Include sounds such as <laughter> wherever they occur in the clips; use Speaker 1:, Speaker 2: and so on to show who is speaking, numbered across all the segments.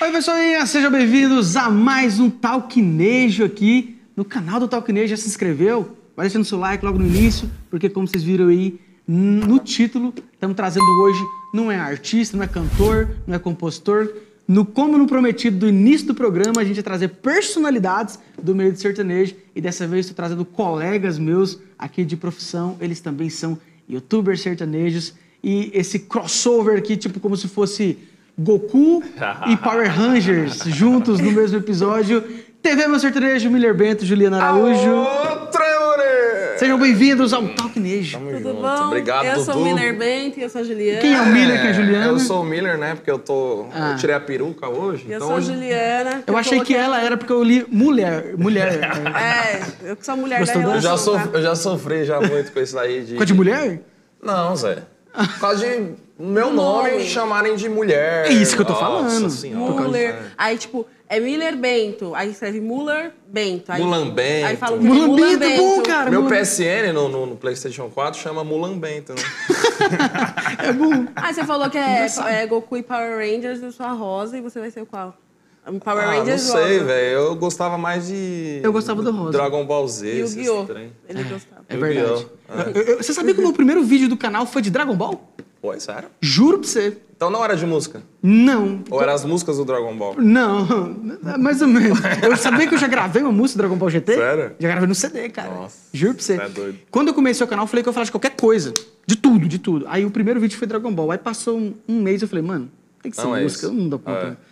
Speaker 1: Oi, pessoal, sejam bem-vindos a mais um Talquinejo aqui no canal do Talquinejo. Já se inscreveu? Vai deixando seu like logo no início, porque como vocês viram aí no título, estamos trazendo hoje, não é artista, não é cantor, não é compositor. No Como no Prometido, do início do programa, a gente ia trazer personalidades do meio do sertanejo. E dessa vez estou trazendo colegas meus aqui de profissão. Eles também são youtubers sertanejos. E esse crossover aqui, tipo como se fosse Goku e Power Rangers juntos no mesmo episódio. TV Meu Sertanejo, Miller Bento, Juliana Araújo.
Speaker 2: Outra, Yuri!
Speaker 1: Sejam bem-vindos ao Talknejo.
Speaker 2: Tamo
Speaker 3: Tudo
Speaker 2: junto.
Speaker 3: bom?
Speaker 2: Obrigado,
Speaker 3: eu
Speaker 2: Dudu.
Speaker 3: sou o Miller Bento e eu sou a Juliana.
Speaker 1: Quem é o Miller, quem é a Juliana?
Speaker 2: Eu sou o Miller, né? Porque eu tô.
Speaker 1: Ah.
Speaker 2: Eu tirei a peruca hoje.
Speaker 3: E eu
Speaker 2: então
Speaker 3: sou a
Speaker 2: hoje...
Speaker 3: Juliana.
Speaker 1: Eu achei que
Speaker 3: coloquei-
Speaker 1: ela era porque eu li mulher,
Speaker 3: <laughs>
Speaker 1: mulher.
Speaker 3: É, eu que sou a mulher
Speaker 1: Gostou
Speaker 3: da
Speaker 2: Eu já,
Speaker 3: relação,
Speaker 2: sof-
Speaker 3: tá?
Speaker 2: eu já sofri já muito com isso daí de.
Speaker 1: Ficou de mulher? Ah.
Speaker 2: Não, Zé. Por causa de meu
Speaker 3: Nome.
Speaker 2: nome chamarem de mulher.
Speaker 1: É isso que eu tô
Speaker 2: Nossa
Speaker 1: falando.
Speaker 2: Senhora.
Speaker 3: Muller. Aí, tipo, é Miller Bento. Aí escreve Muller Bento. Aí,
Speaker 2: É. Mulan Bento.
Speaker 3: Aí fala
Speaker 1: Mulan
Speaker 3: Mulan
Speaker 1: Bento, é bom, cara.
Speaker 2: Meu
Speaker 1: Mulan-
Speaker 2: PSN no, no- no PlayStation 4 chama Mulan Bento,
Speaker 3: <laughs>
Speaker 2: né?
Speaker 1: É bom.
Speaker 3: Aí você falou que é, é Goku e Power Rangers, eu sou a Rosa e você vai ser o qual? Um Power
Speaker 2: Ah, não
Speaker 3: Rangers
Speaker 2: sei,
Speaker 3: Rosa.
Speaker 2: velho. Eu gostava mais de.
Speaker 1: Eu gostava do rosa.
Speaker 2: Dragon Ball Z.
Speaker 3: E o
Speaker 2: esses
Speaker 3: Guiô.
Speaker 2: trem.
Speaker 3: Ele gostava.
Speaker 1: É
Speaker 2: Yu-Gi-Oh!
Speaker 1: verdade. Eu- eu- você sabia que o meu primeiro vídeo do canal foi de Dragon Ball?
Speaker 2: Pô, é sério?
Speaker 1: Juro pra você.
Speaker 2: Então não era de música?
Speaker 1: Não.
Speaker 3: Então-
Speaker 2: Ou eram as músicas do Dragon Ball?
Speaker 1: Não, mais ou menos. Eu sabia que eu já gravei uma música do Dragon Ball GT?
Speaker 2: Sério?
Speaker 1: Já gravei no CD, cara.
Speaker 2: Nossa,
Speaker 1: Juro pra você.
Speaker 2: tá doido.
Speaker 1: Quando eu comecei o canal, eu falei que eu ia falar de qualquer coisa. De tudo, de tudo. Aí o primeiro vídeo foi Dragon Ball. Aí passou um, um mês eu falei, mano, tem que ser
Speaker 2: Não é
Speaker 1: música,
Speaker 2: isso.
Speaker 1: eu não dou conta.
Speaker 2: Ah, é.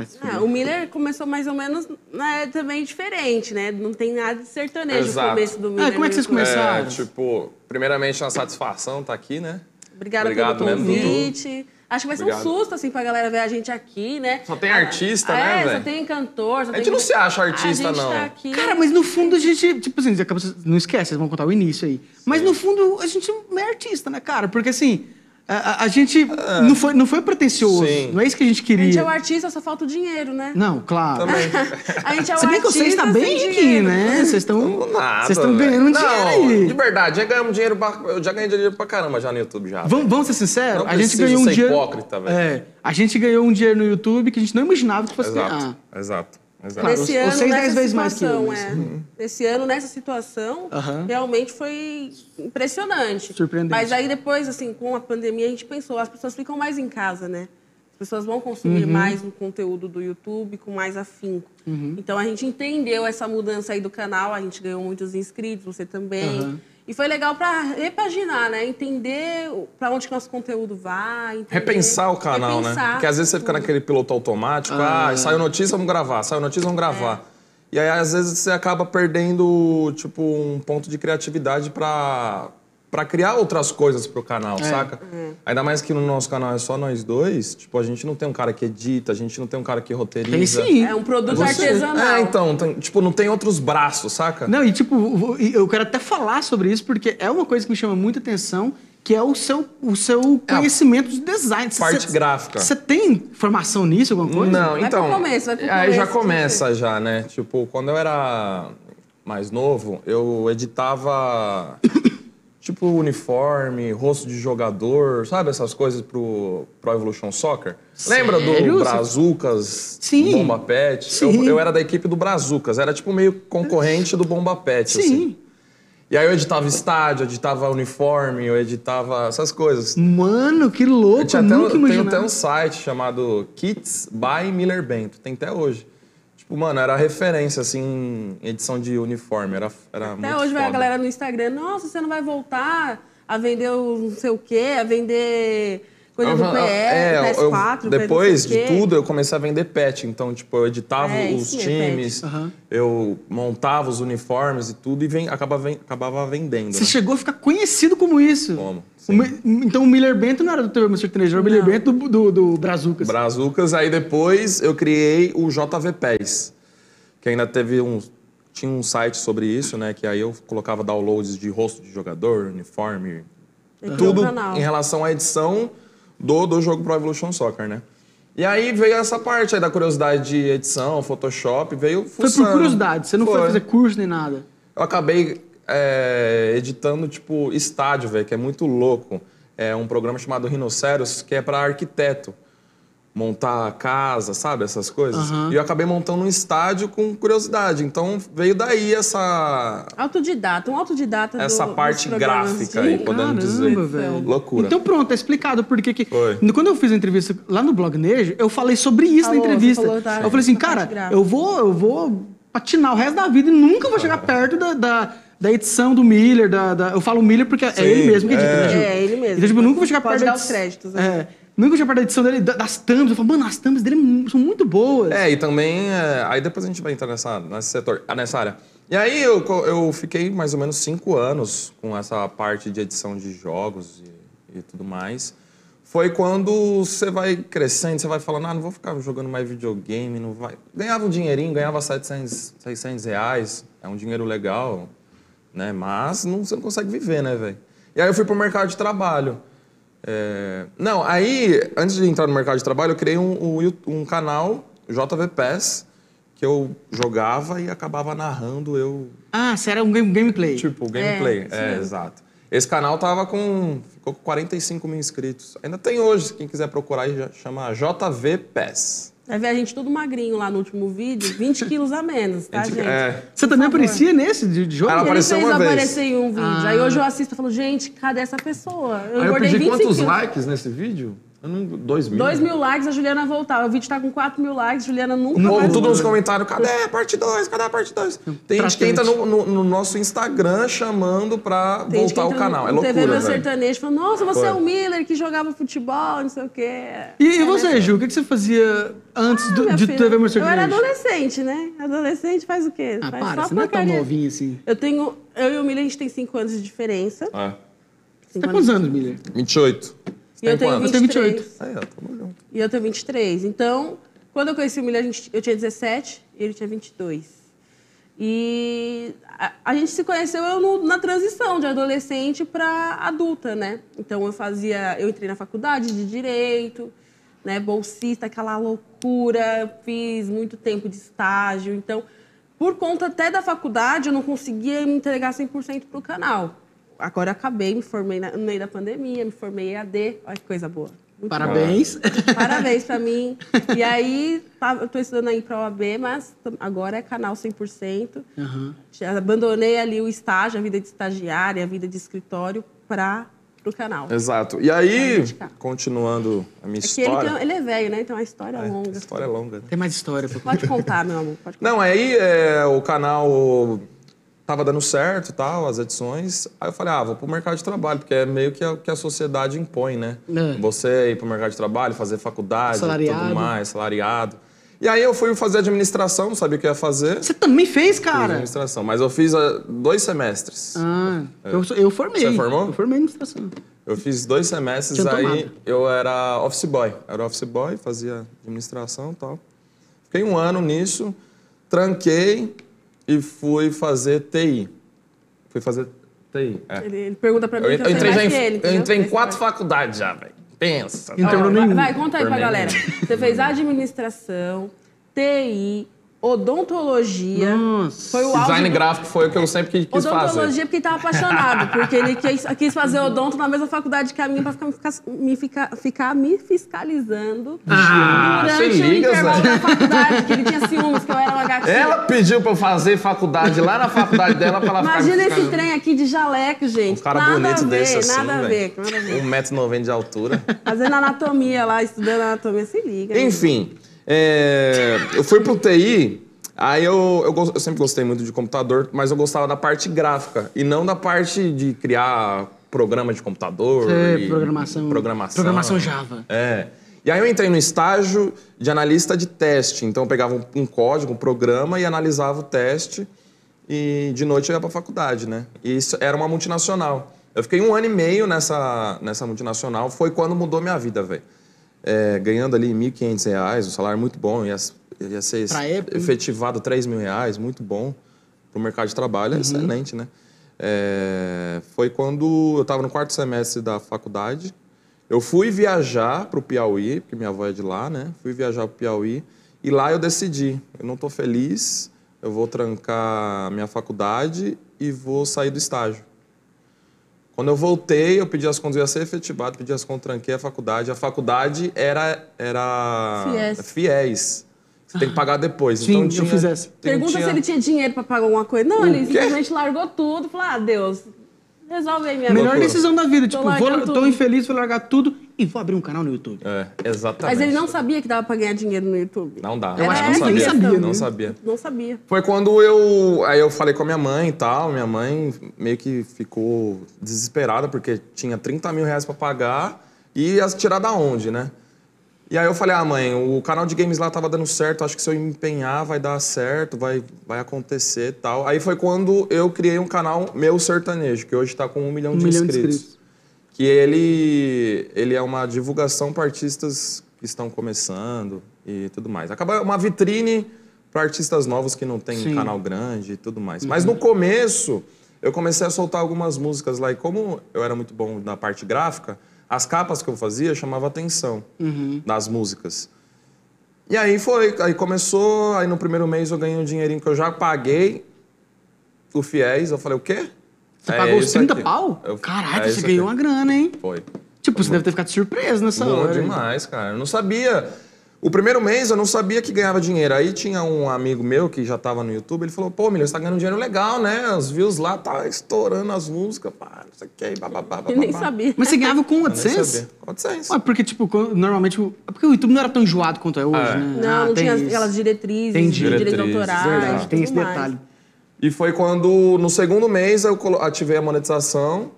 Speaker 1: Ah, se
Speaker 3: Ah,
Speaker 1: fuder.
Speaker 3: o Miller começou mais ou menos né, também diferente, né? Não tem nada de sertanejo
Speaker 2: Exato.
Speaker 3: no começo do Miller. né?
Speaker 1: Ah, como é que vocês
Speaker 3: no começo.
Speaker 1: Começaram.
Speaker 2: É, tipo, primeiramente uma satisfação estar aqui, né?
Speaker 3: Obrigada
Speaker 2: Obrigado
Speaker 3: pelo
Speaker 2: mesmo, Dudu.
Speaker 3: convite. Acho que vai ser
Speaker 2: Obrigado.
Speaker 3: um susto, assim, pra galera ver a gente aqui, né?
Speaker 2: Só tem artista,
Speaker 3: é,
Speaker 2: né,
Speaker 3: só
Speaker 2: velho?
Speaker 3: tem cantor, só
Speaker 2: A
Speaker 3: tem...
Speaker 2: gente não se acha artista,
Speaker 3: a gente
Speaker 2: não.
Speaker 3: Tá aqui.
Speaker 1: Cara, mas no fundo a gente, tipo assim, acaba- não esquece, vocês vão contar o início aí. Mas no fundo a gente não é artista, né, cara? Porque assim, a, a- a gente não, foi, não foi pretencioso,
Speaker 2: É. Sim.
Speaker 1: não é isso que a gente
Speaker 3: a
Speaker 1: queria.
Speaker 3: gente é o artista, só falta o dinheiro, né?
Speaker 1: Não, claro.
Speaker 2: Também.
Speaker 3: <laughs> A gente é o
Speaker 1: Se bem que
Speaker 3: artista
Speaker 1: vocês estão bem
Speaker 3: sem
Speaker 1: aqui,
Speaker 3: dinheiro.
Speaker 1: né? Vocês estão.
Speaker 2: Não, nada,
Speaker 1: Vocês estão
Speaker 2: velho.
Speaker 1: ganhando um
Speaker 2: não,
Speaker 1: dinheiro
Speaker 2: de
Speaker 1: aí.
Speaker 2: verdade, já ganhamos dinheiro pra, eu já ganhei dinheiro pra caramba já no YouTube já.
Speaker 1: Vamos, vamos ser sinceros?
Speaker 2: Não
Speaker 1: a gente
Speaker 2: preciso
Speaker 1: ganhou um
Speaker 2: ser
Speaker 1: dinheiro.
Speaker 2: hipócrita, velho.
Speaker 1: É. A gente ganhou um dinheiro no YouTube que a gente não imaginava que fosse ganhar.
Speaker 2: Exato, exato, exato.
Speaker 1: Claro.
Speaker 3: Nesse
Speaker 1: Ou
Speaker 3: ano,
Speaker 1: seis,
Speaker 3: nessa
Speaker 1: dez vezes mais que Uhum. eu,
Speaker 3: situação,
Speaker 1: mas-
Speaker 3: é. Nesse ano, nessa situação,
Speaker 1: Aham.
Speaker 3: realmente foi impressionante.
Speaker 1: Surpreendente.
Speaker 3: Mas aí depois, assim, com a pandemia, a gente pensou, as pessoas ficam mais em casa, né? As pessoas vão
Speaker 2: Uhum.
Speaker 3: consumir mais o conteúdo do YouTube com mais afinco.
Speaker 2: Uhum.
Speaker 3: Então a gente entendeu essa mudança aí do canal, a gente ganhou muitos inscritos, você também.
Speaker 1: Aham.
Speaker 3: E foi legal para repaginar, né? Entender para onde que nosso conteúdo vai. entender-
Speaker 2: Repensar o canal, né?
Speaker 3: repensar.
Speaker 2: Porque às vezes você fica naquele piloto automático, ah, saiu notícia, vamos gravar, saiu notícia, vamos gravar. E aí às vezes você acaba perdendo, tipo, um ponto de criatividade pra, pra criar outras coisas pro
Speaker 1: É.
Speaker 2: canal, saca? Ainda mais que no nosso canal é só nós dois, tipo, a gente não tem um cara que edita, a gente não tem um cara que roteiriza.
Speaker 1: Tem sim.
Speaker 3: É um produto
Speaker 2: Você-
Speaker 3: artesanal.
Speaker 2: É, então, tem- tipo, não tem outros braços, saca?
Speaker 1: Não, e tipo, o- e eu quero até falar sobre isso, porque é uma coisa que me chama muita atenção, que é o seu, o seu
Speaker 2: É a
Speaker 1: conhecimento de design. Cê-
Speaker 2: parte
Speaker 1: cê-
Speaker 2: gráfica.
Speaker 1: Você tem formação nisso, alguma coisa?
Speaker 2: Não,
Speaker 3: pro
Speaker 2: então.
Speaker 3: começo, é. vai pro
Speaker 2: aí já
Speaker 3: começo,
Speaker 2: começa já, né? Tipo, quando eu era mais novo, eu editava <coughs> tipo uniforme, rosto de jogador, sabe essas coisas pro Pro Evolution Soccer? Lembra
Speaker 1: Sério?
Speaker 2: do Brazucas,
Speaker 1: Sim.
Speaker 2: Bomba Pet?
Speaker 1: Sim.
Speaker 2: Eu, eu era da equipe do Brazucas, era tipo meio concorrente do Bomba Pet, assim.
Speaker 1: Sim.
Speaker 2: E aí eu editava estádio, eu editava uniforme, eu editava essas coisas.
Speaker 1: Mano, que louco.
Speaker 2: Eu tinha até,
Speaker 1: nunca
Speaker 2: um- tem
Speaker 1: imaginava.
Speaker 2: até um site chamado Kits by Miller Bento, tem até hoje. Tipo, mano, era referência, assim, em edição de uniforme, era, era muito
Speaker 3: Até hoje vai a
Speaker 2: foda.
Speaker 3: galera no Instagram, nossa, você não vai voltar a vender o não sei o quê, a vender coisa
Speaker 2: Eu-
Speaker 3: do
Speaker 2: eu-
Speaker 3: PS,
Speaker 2: é, eu- eu-
Speaker 3: PS4, coisa
Speaker 2: Depois
Speaker 3: não
Speaker 2: de
Speaker 3: sei o quê.
Speaker 2: tudo, eu comecei a vender pet. Então, tipo, eu editava
Speaker 3: É,
Speaker 2: os
Speaker 3: sim, é
Speaker 2: times,
Speaker 1: pet. Aham.
Speaker 2: eu montava os uniformes e tudo, e ven- acaba ven- acabava vendendo,
Speaker 1: Você
Speaker 2: né?
Speaker 1: chegou a ficar conhecido como isso.
Speaker 2: Como?
Speaker 1: O Mi- então o Miller Bento não era do TV Monster Teenager, era o Miller Bento do, do, do Brazucas.
Speaker 2: Brazucas, aí depois eu criei o JV Pés, que ainda teve um. Tinha um site sobre isso, né? Que aí eu colocava downloads de rosto de jogador, uniforme,
Speaker 1: Uhum.
Speaker 3: Tem que ter um
Speaker 2: tudo
Speaker 3: canal.
Speaker 2: em relação à edição do, do jogo Pro Evolution Soccer, né? E aí veio essa parte aí da curiosidade de edição, Photoshop, veio
Speaker 1: foi por
Speaker 2: fuçando.
Speaker 1: curiosidade, você não foi, fazer curso nem nada.
Speaker 2: Eu acabei é, editando, tipo, estádio, velho, que é muito louco. É um programa chamado Rinoceros, que é para arquiteto. montar casa, sabe? Essas coisas.
Speaker 1: Aham.
Speaker 2: E eu acabei montando um estádio com curiosidade. Então veio daí essa,
Speaker 3: Autodidata, um autodidata do-
Speaker 2: essa
Speaker 3: dos
Speaker 2: parte
Speaker 3: programas
Speaker 2: gráfica
Speaker 3: de-
Speaker 2: aí, podemos
Speaker 1: Caramba,
Speaker 2: dizer.
Speaker 1: velho.
Speaker 2: Loucura.
Speaker 1: Então pronto, tá explicado por que que...
Speaker 2: Foi.
Speaker 1: Quando eu fiz a entrevista lá no Blog Nejo, eu falei sobre isso
Speaker 3: Falou,
Speaker 1: na entrevista.
Speaker 3: você falou tá, da-
Speaker 1: eu falei assim,
Speaker 3: da parte
Speaker 1: cara,
Speaker 3: gráfica.
Speaker 1: eu vou, eu vou patinar o resto da vida e nunca vou chegar perto da, da, da edição do Miller. Da, da- Eu falo Miller porque
Speaker 2: Sim,
Speaker 1: é ele mesmo que edita,
Speaker 2: é.
Speaker 1: né, Ju?
Speaker 3: É, ele mesmo.
Speaker 1: Então, tipo, eu nunca vou chegar
Speaker 3: Pode
Speaker 1: perto
Speaker 3: dar
Speaker 1: da
Speaker 3: os
Speaker 1: edi-
Speaker 3: créditos, né?
Speaker 1: É. Nunca vou chegar perto da edição dele, da- das thumbs. Eu falo, mano, as thumbs dele são muito boas.
Speaker 2: É, e também. é, aí depois a gente vai entrar nessa, nesse setor, ah, nessa área. E aí eu, co- eu fiquei mais ou menos cinco anos com essa parte de edição de jogos e, e tudo mais. Foi quando você vai crescendo, você vai falando, ah, não vou ficar jogando mais videogame, não vai. Ganhava um dinheirinho, ganhava 700, 600 reais, é um dinheiro legal, né? Mas não, você não consegue viver, né, velho? E aí eu fui pro mercado de trabalho. É, Não, aí, antes de entrar no mercado de trabalho, eu criei um, um Yu- um canal, JV Pass, que eu jogava e acabava narrando eu,
Speaker 1: Ah, será um game- gameplay.
Speaker 2: tipo, gameplay.
Speaker 3: isso
Speaker 2: É,
Speaker 3: mesmo.
Speaker 2: exato. Esse canal tava com. ficou com 45 mil inscritos. Ainda tem hoje, quem quiser procurar aí, já chama JV Pass.
Speaker 3: Vai ver a gente tudo magrinho lá no último vídeo, 20 quilos a
Speaker 2: <laughs>
Speaker 3: menos, tá, gente?
Speaker 2: É.
Speaker 1: Você também aparecia nesse de, de jogo?
Speaker 2: Ela
Speaker 3: Ele
Speaker 2: apareceu
Speaker 3: fez
Speaker 2: uma vez.
Speaker 3: aparecer em um vídeo.
Speaker 1: Ah.
Speaker 3: Aí hoje eu assisto e falo, gente, cadê essa pessoa?
Speaker 2: Aí
Speaker 3: Eu
Speaker 2: eu
Speaker 3: engordei
Speaker 2: pedi
Speaker 3: 25
Speaker 2: quantos
Speaker 3: quilos.
Speaker 2: likes nesse vídeo? Eu não, dois mil.
Speaker 3: 2 mil likes, a Juliana voltar. O vídeo tá com 4 mil likes, Juliana nunca
Speaker 2: O povo
Speaker 3: mais
Speaker 2: tudo nos comentários, cadê a parte 2? Cadê a parte 2? Tem gente que entra no, no- no nosso Instagram chamando pra
Speaker 3: Tem gente que
Speaker 2: voltar o
Speaker 3: entra no-
Speaker 2: canal. É
Speaker 3: no TV
Speaker 2: loucura,
Speaker 3: Meu
Speaker 2: velho.
Speaker 3: Sertanejo, falando, nossa, você
Speaker 2: Foi.
Speaker 3: é o Miller que jogava futebol, não sei o quê.
Speaker 1: E, e você, Ju, o que que você fazia antes do,
Speaker 3: Minha
Speaker 1: de
Speaker 3: filha,
Speaker 1: TV Meu
Speaker 3: Ah, Eu era
Speaker 1: Sertanejo?
Speaker 3: adolescente, né? Adolescente faz o quê?
Speaker 1: Ah,
Speaker 3: faz
Speaker 1: para,
Speaker 3: só
Speaker 1: você não é tão
Speaker 3: porcaria.
Speaker 1: novinha assim.
Speaker 3: Eu tenho... Eu e o Miller, a gente tem 5 anos de diferença.
Speaker 2: É.
Speaker 1: Você
Speaker 3: Cinco
Speaker 1: tá
Speaker 3: anos.
Speaker 1: quantos anos, Miller?
Speaker 2: 28. Você
Speaker 3: E eu tenho
Speaker 2: quanto?
Speaker 3: 23.
Speaker 1: 28.
Speaker 2: Aí, ó, tamo junto.
Speaker 3: E eu tenho 23. Então, quando eu conheci o Miller, a gente- eu tinha 17 e ele tinha 22. E a, a gente se conheceu eu no- na transição de adolescente para adulta, né? Então eu fazia, eu entrei na faculdade de direito, né, bolsista, aquela loucura, eu fiz muito tempo de estágio. Então, por conta até da faculdade, eu não conseguia me entregar 100% pro canal. Agora eu acabei, me formei na- no meio da pandemia, me formei EAD. Olha que coisa boa. Muito
Speaker 1: Parabéns.
Speaker 3: Parabéns pra mim. E aí, tá- eu tô estudando aí pra OAB, mas tam- agora é canal 100%.
Speaker 1: Aham.
Speaker 3: Já abandonei ali o estágio, a vida de estagiária, a vida de escritório pra, pro canal. É
Speaker 2: Exato. E aí,
Speaker 3: Vai indicar.
Speaker 2: continuando a minha
Speaker 3: que ele,
Speaker 2: história.
Speaker 3: tem- ele é velho, né? Então a história é
Speaker 2: É,
Speaker 3: longa.
Speaker 2: a história é longa, né?
Speaker 1: Tem mais história pra contar.
Speaker 3: Pode contar, meu amor. Pode contar.
Speaker 2: Não, aí é, o canal tava dando certo e tal, as edições. Aí eu falei, ah, vou pro mercado de trabalho, porque é meio que o que a sociedade impõe, né?
Speaker 1: É.
Speaker 2: Você ir pro mercado de trabalho, fazer faculdade,
Speaker 1: Assalariado.
Speaker 2: tudo mais, salariado. E aí eu fui fazer administração, não sabia o que eu ia fazer.
Speaker 1: Você também fez,
Speaker 2: Fiz
Speaker 1: cara?
Speaker 2: administração, mas eu fiz ah, dois semestres.
Speaker 1: Ah, eu, sou- eu formei.
Speaker 2: É. Você formou?
Speaker 1: Eu formei em administração.
Speaker 2: Eu fiz dois semestres,
Speaker 1: Tinha
Speaker 2: aí
Speaker 1: tomado.
Speaker 2: eu era office boy. Era office boy, fazia administração e tal. Fiquei um ano nisso, tranquei e fui fazer TI. Fui fazer TI, é.
Speaker 3: Ele, ele pergunta pra mim
Speaker 2: Eu,
Speaker 3: que eu, sei
Speaker 2: entrei, já
Speaker 3: mais
Speaker 2: em,
Speaker 3: que ele.
Speaker 2: eu
Speaker 3: entendeu?
Speaker 2: entrei em quatro faculdades já, velho. Pensa.
Speaker 1: Então,
Speaker 3: Ó,
Speaker 1: Terminou
Speaker 3: vai,
Speaker 1: nenhum.
Speaker 3: vai, conta aí pra
Speaker 2: Terminei
Speaker 3: galera. Você fez administração, TI, odontologia.
Speaker 1: Nossa.
Speaker 3: Foi o auge
Speaker 2: Design
Speaker 3: do
Speaker 2: gráfico foi o que eu sempre que quis fazer.
Speaker 3: Odontologia porque ele tava apaixonado, porque ele quis, quis fazer odonto na mesma faculdade que a minha pra ficar, ficar- me, ficar, ficar me fiscalizando
Speaker 2: Ah,
Speaker 3: durante
Speaker 2: se
Speaker 3: o
Speaker 2: liga, Zé.
Speaker 3: intervalo da faculdade, que ele tinha ciúmes, que eu era uma gatinha.
Speaker 2: Ela tá pediu pra eu fazer faculdade lá na faculdade dela pra ela
Speaker 3: Imagina
Speaker 2: ficar...
Speaker 3: esse trem aqui de jaleco, gente.
Speaker 2: Um cara
Speaker 3: nada
Speaker 2: bonito
Speaker 3: a ver,
Speaker 2: desse assim,
Speaker 3: nada a ver,
Speaker 2: velho.
Speaker 3: nada a ver.
Speaker 2: 1,90m de altura.
Speaker 3: Fazendo anatomia lá, estudando anatomia, se liga. gente.
Speaker 2: Enfim, é, eu fui pro TI, aí eu, eu, gos- eu sempre gostei muito de computador, mas eu gostava da parte gráfica e não da parte de criar programa de computador.
Speaker 1: É,
Speaker 2: e-
Speaker 1: programação.
Speaker 2: Programação.
Speaker 1: Programação Java.
Speaker 2: É. E aí eu entrei no estágio de analista de teste. Então eu pegava um, um código, um programa e analisava o teste. E de noite eu ia pra faculdade, né? E isso era uma multinacional. Eu fiquei um ano e meio nessa, nessa multinacional. Foi quando mudou minha vida, velho. É, ganhando ali R$ 1.500, reais, um salário muito bom. Ia, ia ser
Speaker 1: Pra época, hein?
Speaker 2: efetivado R$ 3 mil reais, muito bom. Pro mercado de trabalho, é excelente, né? É, foi quando eu estava no quarto semestre da faculdade. Eu fui viajar pro Piauí, porque minha avó é de lá, né? Fui viajar pro Piauí e lá eu decidi, eu não tô feliz, eu vou trancar minha faculdade e vou sair do estágio. Quando eu voltei, eu pedi as contas, eu ia ser efetivado, pedi as contas, tranquei a faculdade. A faculdade era. era
Speaker 3: Fiéis.
Speaker 2: fiéis. Você tem que pagar depois.
Speaker 1: Sim,
Speaker 2: então
Speaker 1: eu
Speaker 2: tinha,
Speaker 1: fiz essa.
Speaker 2: tem-
Speaker 3: Pergunta
Speaker 2: tinha-
Speaker 3: se ele tinha dinheiro pra pagar alguma coisa. Não, ele
Speaker 2: quê?
Speaker 3: simplesmente largou tudo e falou: ah, Deus, resolve aí minha
Speaker 1: Melhor
Speaker 2: É Loucura.
Speaker 3: vida.
Speaker 1: decisão da vida.
Speaker 3: Tô
Speaker 1: Tipo, vou,
Speaker 3: largando
Speaker 1: tô
Speaker 3: tudo.
Speaker 1: infeliz, vou largar tudo e vou abrir um canal no YouTube.
Speaker 2: É, exatamente.
Speaker 3: Mas ele não sabia que dava pra ganhar dinheiro no YouTube.
Speaker 2: Não dá.
Speaker 1: Eu
Speaker 3: acho que
Speaker 2: não
Speaker 3: ninguém sabia, né?
Speaker 2: Não sabia.
Speaker 3: Não sabia.
Speaker 2: Foi quando eu. Aí eu falei com a minha mãe e tal. Minha mãe meio que ficou desesperada, porque tinha 30 mil reais pra pagar e ia tirar da onde, né? E aí eu falei, ah, mãe, o canal de games lá tava dando certo, acho que se eu empenhar vai dar certo, vai, vai acontecer e tal. Aí foi quando eu criei um canal Meu Sertanejo, que hoje tá com um milhão,
Speaker 1: Um
Speaker 2: de,
Speaker 1: milhão de
Speaker 2: inscritos.
Speaker 1: inscritos.
Speaker 2: Que ele, ele é uma divulgação para artistas que estão começando e tudo mais. Acaba uma vitrine para artistas novos que não têm
Speaker 1: Sim. Uhum.
Speaker 2: canal grande e tudo mais. Mas no começo, eu comecei a soltar algumas músicas lá. E como eu era muito bom na parte gráfica, as capas que eu fazia chamava atenção
Speaker 1: Uhum.
Speaker 2: das músicas. E aí foi, aí começou, aí no primeiro mês eu ganhei um dinheirinho que eu já paguei o fiéis. Eu falei, o quê?
Speaker 1: Você
Speaker 2: É
Speaker 1: pagou os
Speaker 2: isso
Speaker 1: 30
Speaker 2: aqui.
Speaker 1: pau?
Speaker 2: Eu-
Speaker 1: Caraca,
Speaker 2: é
Speaker 1: você
Speaker 2: isso
Speaker 1: ganhou uma
Speaker 2: aqui.
Speaker 1: grana, hein?
Speaker 2: Foi.
Speaker 1: Tipo, você deve ter ficado surpreso nessa
Speaker 2: Bom
Speaker 1: hora.
Speaker 2: demais, cara. Eu não sabia. O primeiro mês eu não sabia que ganhava dinheiro. Aí tinha um amigo meu que já tava no YouTube, ele falou: pô, Milho, você tá ganhando dinheiro legal, né? Os views lá tá estourando as músicas, pá, não sei o que, bababá, bababá.
Speaker 3: Ele nem sabia.
Speaker 1: Tá Mas você ganhava
Speaker 2: <laughs>
Speaker 1: com o AdSense?
Speaker 2: AdSense.
Speaker 1: Ué, porque, tipo, quando- normalmente. o- é Porque o YouTube não era tão enjoado quanto é hoje,
Speaker 2: É.
Speaker 1: né?
Speaker 3: Não,
Speaker 1: Ah,
Speaker 3: não
Speaker 1: tem
Speaker 3: tinha
Speaker 1: isso.
Speaker 3: aquelas diretrizes,
Speaker 1: Entendi.
Speaker 3: direitos
Speaker 2: Diretrizes,
Speaker 3: autorais.
Speaker 1: Verdade,
Speaker 3: e
Speaker 1: tem
Speaker 3: tudo
Speaker 1: esse
Speaker 3: mais.
Speaker 1: detalhe.
Speaker 2: E foi quando, no segundo mês, eu colo- ativei a monetização.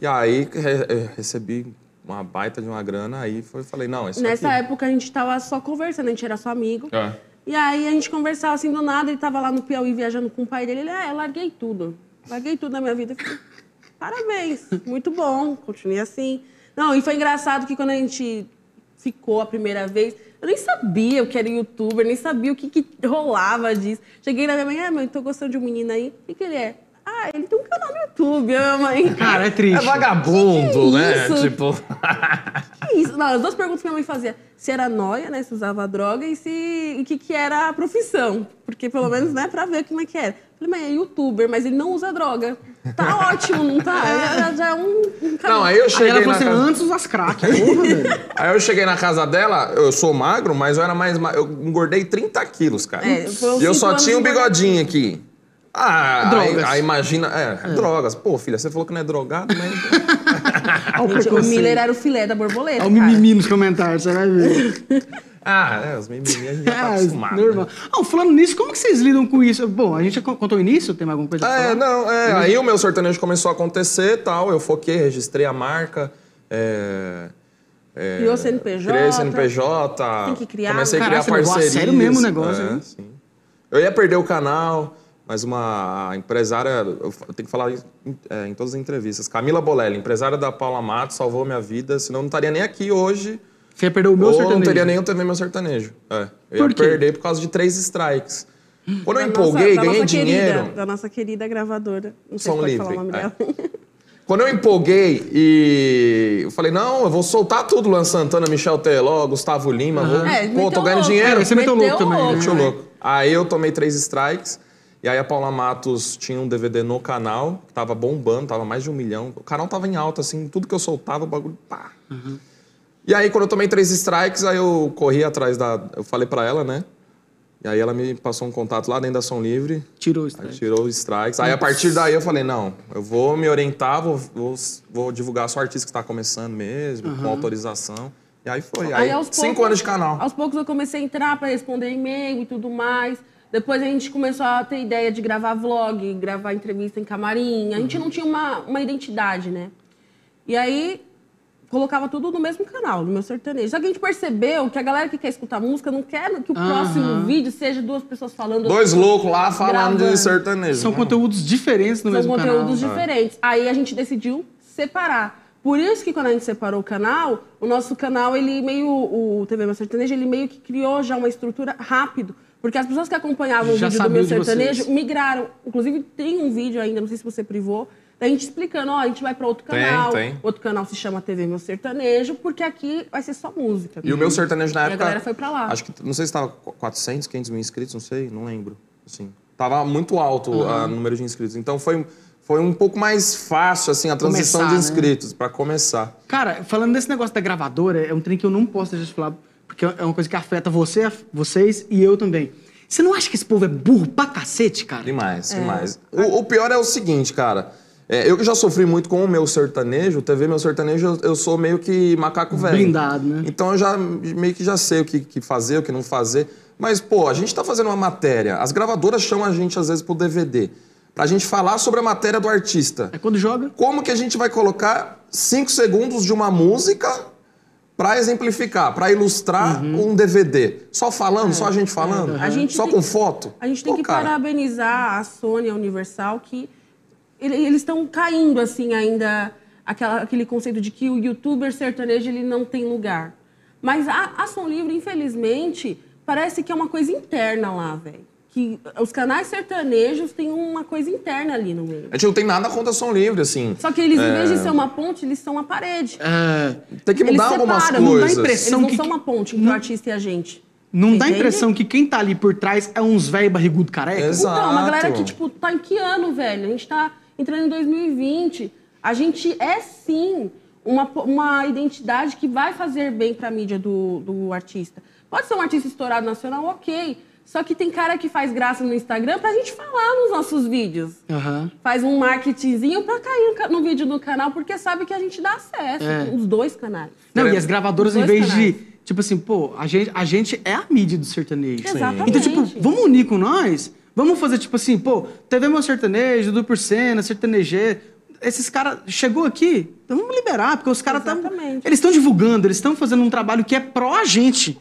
Speaker 2: E aí re- eh, recebi uma baita de uma grana. Aí foi, falei: não, isso
Speaker 3: Nessa
Speaker 2: aqui.
Speaker 3: época a gente tava só conversando, a gente era só amigo.
Speaker 2: É.
Speaker 3: E aí a gente conversava assim do nada, ele tava lá no Piauí viajando com o pai dele. Ele, ah, eu larguei tudo. Larguei tudo na minha vida. Eu falei, Parabéns, muito bom, continue assim. Não, e foi engraçado que quando a gente ficou a primeira vez, eu nem sabia o que era youtuber, nem sabia o que, que rolava disso. Cheguei na minha mãe, ah, mãe, tô gostando de um menino aí. O que, que ele é? Ah, ele tem um canal no YouTube, eu, minha mãe.
Speaker 1: Cara, é triste.
Speaker 2: vagabundo,
Speaker 3: Que né? isso?
Speaker 2: Tipo.
Speaker 3: Que É isso? Não, as duas perguntas que minha mãe fazia. Se era noia, né? Se usava droga e se o que, que era a profissão. Porque pelo menos, né, pra ver como é que era. Falei, mãe, é youtuber, mas ele não usa droga.
Speaker 1: <laughs>
Speaker 3: Tá ótimo, não tá? Já, já é um, um caminho.
Speaker 2: Não, aí eu
Speaker 1: Aí
Speaker 2: cheguei
Speaker 1: ela
Speaker 2: na
Speaker 1: falou assim:
Speaker 2: casa-
Speaker 1: antes usas crack.
Speaker 2: <laughs>
Speaker 1: Porra, velho.
Speaker 2: Aí eu cheguei na casa dela, eu sou magro, mas eu era mais. ma- Eu engordei 30 quilos, cara.
Speaker 3: É, foi uns
Speaker 2: e eu
Speaker 3: cinco
Speaker 2: só
Speaker 3: anos
Speaker 2: tinha um
Speaker 3: de engorda-
Speaker 2: bigodinho aqui. Ah, aí,
Speaker 1: Drogas.
Speaker 2: aí imagina. É, drogas. Pô, filha, você falou que não é drogado, né?
Speaker 3: <laughs>
Speaker 1: Olha o
Speaker 3: Gente, o
Speaker 2: assim.
Speaker 1: preconceito.
Speaker 3: Miller era o filé da
Speaker 2: É
Speaker 3: borboleta.
Speaker 1: Olha o
Speaker 3: cara.
Speaker 1: mimimi nos comentários, você vai ver.
Speaker 2: ah, é, os menininhos a
Speaker 1: <laughs>
Speaker 2: gente já <laughs> tá
Speaker 1: É,
Speaker 2: acostumado.
Speaker 1: normal. Ah, falando nisso, como que vocês lidam com isso? Bom, a gente já con- contou o início, tem mais alguma coisa pra
Speaker 2: É,
Speaker 1: falar?
Speaker 2: não, é.
Speaker 3: Uhum.
Speaker 2: Aí o meu sertanejo começou a acontecer e tal. Eu foquei, registrei a marca. É, é,
Speaker 3: Criou CNPJ.
Speaker 2: Criei CNPJ.
Speaker 3: Tem que criar.
Speaker 2: Comecei a
Speaker 1: Caraca,
Speaker 2: criar
Speaker 1: esse negócio é
Speaker 2: parcerias.
Speaker 1: sério mesmo o negócio,
Speaker 2: É,
Speaker 1: hein?
Speaker 2: sim. Eu ia perder o canal, mas uma empresária... Eu fa- eu tenho que falar isso em, é, em todas as entrevistas. Camila Bolelli, empresária da Paula Mato, salvou minha vida. Senão eu não estaria nem aqui hoje.
Speaker 1: Você ia perder o meu
Speaker 2: Ou
Speaker 1: sertanejo.
Speaker 2: não teria nem o TV Meu Sertanejo. É, eu
Speaker 1: Por
Speaker 2: ia
Speaker 1: quê?
Speaker 2: perder por causa de três strikes. Quando
Speaker 3: Da
Speaker 2: eu
Speaker 3: nossa-
Speaker 2: empolguei,
Speaker 3: da
Speaker 2: ganhei
Speaker 3: nossa
Speaker 2: dinheiro...
Speaker 3: Querida, da nossa querida gravadora. Não sei
Speaker 2: Som
Speaker 3: se pode
Speaker 2: livre,
Speaker 3: falar o nome
Speaker 2: é.
Speaker 3: dela. <laughs>
Speaker 2: Quando eu empolguei e eu falei, não, eu vou soltar tudo, Luan Santana, Michel Teló, Gustavo Lima, vou... pô, tô
Speaker 3: meteu
Speaker 2: ganhando
Speaker 3: louco.
Speaker 2: dinheiro.
Speaker 1: É, você meteu louco também, né?
Speaker 2: Meti o louco. Aí eu tomei três strikes, e aí a Paula Matos tinha um DVD no canal, que tava bombando, tava mais de um milhão. O canal tava em alta, assim, tudo que eu soltava, o bagulho, pá. E aí, quando eu tomei três strikes, aí eu corri atrás da... Eu falei pra ela, né? E aí ela me passou um contato lá dentro da Som Livre,
Speaker 1: Tirou isso.
Speaker 2: Aí tirou os strikes. Aí a partir daí eu falei, não, eu vou me orientar, vou, vou, vou divulgar só o artista que está começando mesmo, com autorização. E aí foi. Uhum. Aí, cinco anos de canal.
Speaker 3: Aos poucos eu comecei a entrar pra responder e-mail e tudo mais. Depois a gente começou a ter ideia de gravar vlog, gravar entrevista em camarim. A gente
Speaker 2: Uhum.
Speaker 3: não tinha uma, uma identidade, né? E aí colocava tudo no mesmo canal, no meu sertanejo. Só que a gente percebeu que a galera que quer escutar música não quer que o
Speaker 1: Aham.
Speaker 3: próximo vídeo seja duas pessoas falando. assim,
Speaker 2: Dois loucos lá falando
Speaker 3: Gravando.
Speaker 2: de sertanejo.
Speaker 1: São conteúdos diferentes no
Speaker 3: São
Speaker 1: mesmo canal. Ah.
Speaker 3: conteúdos diferentes. Aí a gente decidiu separar. Por isso que quando a gente separou o canal, o nosso canal, ele meio. O TV Meu Sertanejo, ele meio que criou já uma estrutura rápido. Porque as pessoas que acompanhavam
Speaker 1: Já
Speaker 3: o vídeo do
Speaker 1: sabiam
Speaker 3: Meu
Speaker 1: de vocês.
Speaker 3: Sertanejo migraram. Inclusive, tem um vídeo ainda, não sei se você privou, da gente explicando, ó, a gente vai para outro
Speaker 2: Tem,
Speaker 3: canal.
Speaker 2: tem.
Speaker 3: Outro canal se chama TV Meu Sertanejo, porque aqui vai ser só música.
Speaker 2: E o meu sertanejo na
Speaker 3: a
Speaker 2: época.
Speaker 3: galera foi pra lá.
Speaker 2: Acho que, não sei se tava 400,
Speaker 3: Uhum.
Speaker 2: 500 mil inscritos, não sei, não lembro. Assim, tava muito alto ah, o número de inscritos. Então foi, Foi um pouco mais fácil, assim, a transição
Speaker 1: Começar,
Speaker 3: né?
Speaker 2: de inscritos, pra começar.
Speaker 1: Cara, falando desse negócio da gravadora, é um trem que eu não posso deixar de falar, porque é uma coisa que afeta você, vocês e eu também. Você não acha que esse povo é burro pra cacete, cara?
Speaker 2: Demais,
Speaker 3: É.
Speaker 2: demais. O, o pior é o seguinte, cara. É, eu que já sofri muito com o meu sertanejo, TV Meu Sertanejo, eu, eu sou meio que macaco velho.
Speaker 1: Blindado, né?
Speaker 2: Então eu já meio que já sei o que, que fazer, o que não fazer. Mas, pô, a gente tá fazendo uma matéria. As gravadoras chamam a gente, às vezes, pro DVD. Pra gente falar sobre a matéria do artista.
Speaker 1: É quando joga.
Speaker 2: Como que a gente vai colocar cinco segundos de uma música pra exemplificar, pra ilustrar
Speaker 3: Uhum.
Speaker 2: um DVD? Só falando, só a gente falando?
Speaker 3: É, A gente
Speaker 2: só
Speaker 3: tem
Speaker 2: com
Speaker 3: que-
Speaker 2: foto?
Speaker 3: A gente tem
Speaker 2: Pô,
Speaker 3: que
Speaker 2: cara,
Speaker 3: parabenizar a Sony, a Universal, que ele- eles estão caindo, assim, ainda aquela- aquele conceito de que o youtuber sertanejo ele não tem lugar. Mas a Ação Livre, infelizmente, parece que é uma coisa interna lá, velho. Que os canais sertanejos têm uma coisa interna ali no meio.
Speaker 2: A gente não tem nada contra som livre, assim.
Speaker 3: Só que eles, em vez de ser uma ponte, eles são a parede.
Speaker 1: É,
Speaker 2: Tem que
Speaker 3: Eles
Speaker 2: mudar algumas
Speaker 3: separam, não dá
Speaker 2: coisas.
Speaker 1: impressão.
Speaker 3: Eles não
Speaker 1: que-
Speaker 3: são uma ponte entre o artista e a gente.
Speaker 1: não dá a
Speaker 3: Entende?
Speaker 1: impressão que quem tá ali por trás é uns velho barrigudo careca?
Speaker 2: Exato.
Speaker 3: Então, uma galera que, tipo, tá em que ano, velho? A gente tá entrando em 2020. A gente é, sim, uma, po- uma identidade que vai fazer bem pra mídia do, do artista. Pode ser um artista estourado nacional, ok. Só que tem cara que faz graça no Instagram pra gente falar nos nossos vídeos.
Speaker 1: Aham.
Speaker 3: Faz um marketingzinho pra cair no ca- no vídeo do canal, porque sabe que a gente dá acesso.
Speaker 1: É.
Speaker 3: Os dois canais.
Speaker 1: Não, e
Speaker 2: Queremos-
Speaker 1: as gravadoras,
Speaker 3: Os
Speaker 1: em
Speaker 3: dois
Speaker 1: vez de.
Speaker 3: canais.
Speaker 1: Tipo assim, pô, a gente, a gente é a mídia do sertanejo.
Speaker 3: Exatamente.
Speaker 1: Então, tipo, vamos unir com nós? Vamos fazer, tipo assim, pô, TV Meu Sertanejo, Dudu Porcena, Sertanejê. Esses caras chegou aqui, então vamos liberar, porque os caras estão.
Speaker 3: Exatamente.
Speaker 1: Eles estão divulgando, eles estão fazendo um trabalho que é pró a gente.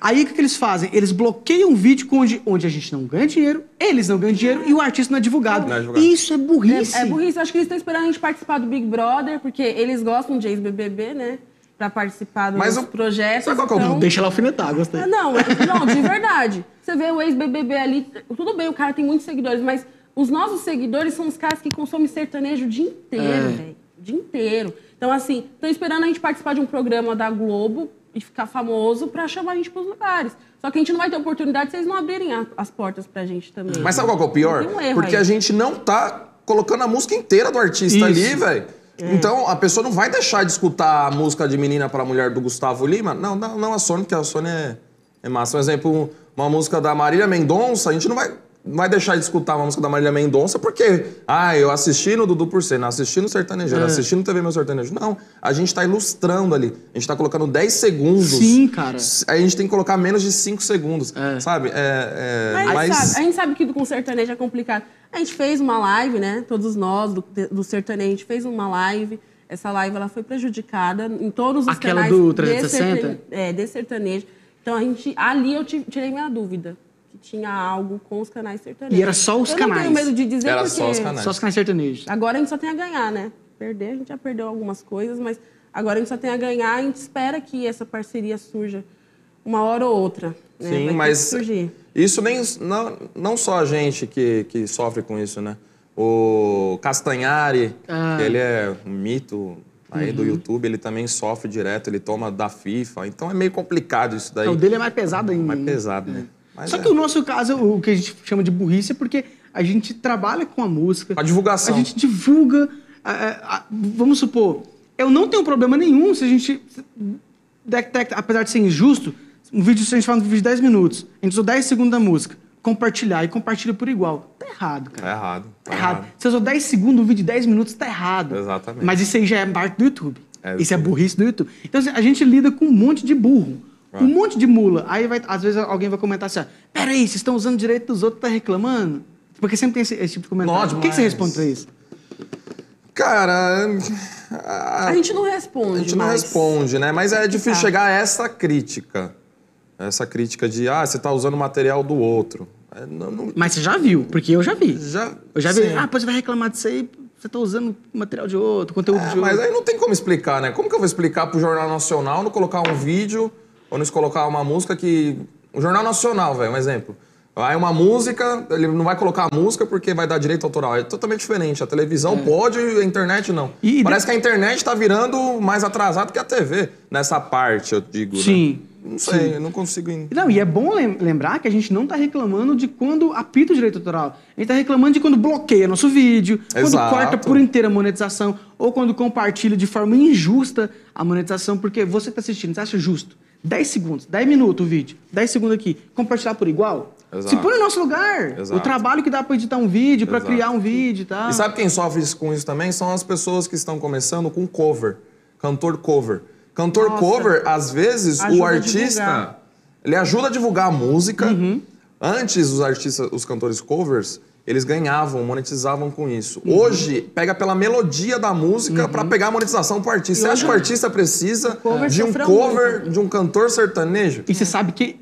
Speaker 1: Aí o que, que eles fazem? Eles bloqueiam um vídeo com onde, onde a gente não ganha dinheiro, eles não ganham dinheiro e o artista não é divulgado.
Speaker 2: Não é divulgado.
Speaker 1: Isso é burrice.
Speaker 3: É, é burrice. Acho que eles estão esperando a gente participar do Big Brother, porque eles gostam de ex-BBB, né? Pra participar dos
Speaker 2: Mas o-
Speaker 3: projetos.
Speaker 2: Sabe qual que é o
Speaker 3: então-
Speaker 1: Deixa ela alfinetar, gostei.
Speaker 3: Ah, Não, não, de verdade. Você vê o ex-BBB ali, tudo bem, o cara tem muitos seguidores, mas os nossos seguidores são os caras que consomem sertanejo o dia inteiro,
Speaker 2: É.
Speaker 3: velho. O dia inteiro. Então, assim, estão esperando a gente participar de um programa da Globo e ficar famoso pra chamar a gente pros lugares. Só que a gente não vai ter oportunidade se eles não abrirem a- as portas pra gente também.
Speaker 2: Mas sabe qual que é o pior?
Speaker 3: Hum. Tem um erro
Speaker 2: Porque
Speaker 3: aí.
Speaker 2: a gente não tá colocando a música inteira do artista
Speaker 1: Isso.
Speaker 2: ali, velho.
Speaker 3: É.
Speaker 2: Então a pessoa não vai deixar de escutar a música de menina pra mulher do Gustavo Lima. Não, não, não a Sony, porque a Sony é, é massa. Um exemplo, uma música da Marília Mendonça, a gente não vai, não vai deixar de escutar uma música da Marília Mendonça porque, ah, eu assisti no Dudu por cena, assisti no Sertanejeiro,
Speaker 1: É.
Speaker 2: assisti no TV Meu Sertanejo. Não, a gente tá ilustrando ali. A gente tá colocando 10 segundos.
Speaker 1: Sim, cara.
Speaker 2: A gente tem que colocar menos de 5 segundos,
Speaker 1: É.
Speaker 2: sabe? É, é,
Speaker 3: Mas,
Speaker 2: mas-
Speaker 3: sabe, a gente sabe que com sertanejo é complicado. A gente fez uma live, né? Todos nós do, do sertanejo, a gente fez uma live. Essa live ela foi prejudicada em todos os
Speaker 1: Aquela
Speaker 3: canais.
Speaker 1: do
Speaker 3: de
Speaker 1: 360?
Speaker 3: sertane- é, de sertanejo. Então a gente ali eu ti- tirei minha dúvida que tinha algo com os canais sertanejos.
Speaker 1: E era só os
Speaker 3: eu
Speaker 1: canais.
Speaker 3: não tenho medo de dizer
Speaker 2: Era
Speaker 3: porque
Speaker 2: só os canais.
Speaker 1: Só os canais sertanejos.
Speaker 3: agora a gente só tem a ganhar, né? Perder a gente já perdeu algumas coisas, mas agora a gente só tem a ganhar. A gente espera que essa parceria surja uma hora ou outra. né? Vai ter
Speaker 2: Sim,
Speaker 3: que
Speaker 2: mas
Speaker 3: surgir.
Speaker 2: isso nem não, não só a gente que, que sofre com isso, né? O Castanhari,
Speaker 1: Ah. Uhum.
Speaker 2: que ele é um mito aí do YouTube, ele também sofre direto, ele toma da FIFA, então é meio complicado isso daí.
Speaker 1: Não, o dele é mais pesado ainda.
Speaker 2: mais
Speaker 1: né?
Speaker 2: pesado, né? Mas
Speaker 1: Só
Speaker 2: é.
Speaker 1: que o nosso caso, o que a gente chama de burrice, é porque a gente trabalha com a música.
Speaker 2: Com a divulgação.
Speaker 1: A gente divulga. a- a- a- vamos supor, eu não tenho problema nenhum se a gente. detecta- apesar de ser injusto, um vídeo, se a gente fala um vídeo de 10 minutos, a gente usou 10 segundos da música, compartilhar e compartilha por igual. Tá errado, cara.
Speaker 2: Tá errado.
Speaker 1: Tá errado. Se usou 10 segundos, um vídeo de 10 minutos, tá errado.
Speaker 2: Exatamente.
Speaker 1: Mas isso aí já é parte do YouTube.
Speaker 2: É,
Speaker 1: isso é
Speaker 2: sim.
Speaker 1: burrice do YouTube. Então, assim, a gente lida com um monte de burro. Um monte de mula. Aí, vai- às vezes, alguém vai comentar assim, ó, peraí, vocês estão usando o direito dos outros, tá reclamando? Porque sempre tem esse, esse tipo de comentário.
Speaker 2: Não,
Speaker 1: o que, que você
Speaker 2: demais.
Speaker 1: responde pra isso?
Speaker 2: Cara,
Speaker 1: É Ah,
Speaker 3: A gente não responde.
Speaker 2: A gente não
Speaker 3: mas-
Speaker 2: responde, né? Mas é difícil
Speaker 3: Tá.
Speaker 2: chegar a essa crítica. Essa crítica de, ah, você tá usando material do outro. É, não- não-
Speaker 1: Mas você já viu, porque eu já vi.
Speaker 2: já,
Speaker 1: Eu já vi.
Speaker 2: sim.
Speaker 1: Ah, pô, você vai reclamar disso aí, você tá usando material de outro, conteúdo
Speaker 2: É,
Speaker 1: de outro.
Speaker 2: mas aí não tem como explicar, né? Como que eu vou explicar pro Jornal Nacional não colocar um vídeo ou não se colocar uma música que. O Jornal Nacional, velho, um exemplo. Aí uma música, ele não vai colocar a música porque vai dar direito autoral. É totalmente diferente. A televisão pode e a internet não.
Speaker 1: É. E- e
Speaker 2: Parece que a internet tá virando mais atrasado que a TV nessa parte, eu digo. né?
Speaker 1: Sim.
Speaker 2: Não sei, eu não consigo. en-
Speaker 1: Não, e é bom lem- lembrar que a gente não está reclamando de quando apita o direito autoral. A gente está reclamando de quando bloqueia nosso vídeo, quando
Speaker 2: Exato.
Speaker 1: corta por inteiro a monetização, ou quando compartilha de forma injusta a monetização, porque você está assistindo, você acha justo? 10 segundos, 10 minutos o vídeo, 10 segundos aqui, compartilhar por igual?
Speaker 2: Exato.
Speaker 1: Se põe no nosso lugar.
Speaker 2: Exato.
Speaker 1: O trabalho que dá para editar um vídeo, para
Speaker 2: Exato.
Speaker 1: criar um vídeo e tal.
Speaker 2: E sabe quem sofre isso- com isso também? São as pessoas que estão começando com cover. Cantor cover. Cantor
Speaker 3: Nossa.
Speaker 2: cover, às vezes,
Speaker 3: Ajuda
Speaker 2: o
Speaker 3: a
Speaker 2: artista.
Speaker 3: divulgar. Uhum.
Speaker 2: Ele ajuda a divulgar a música. Antes, os artistas, os cantores covers, eles ganhavam, monetizavam com isso.
Speaker 3: Uhum.
Speaker 2: Hoje, pega pela melodia da música pra pegar a monetização pro artista.
Speaker 3: E
Speaker 2: Você acha
Speaker 3: hoje-
Speaker 2: que o artista precisa
Speaker 3: cover tá
Speaker 2: de um
Speaker 3: sofreu
Speaker 2: cover de um cantor sertanejo?
Speaker 3: Tá
Speaker 1: E você sabe que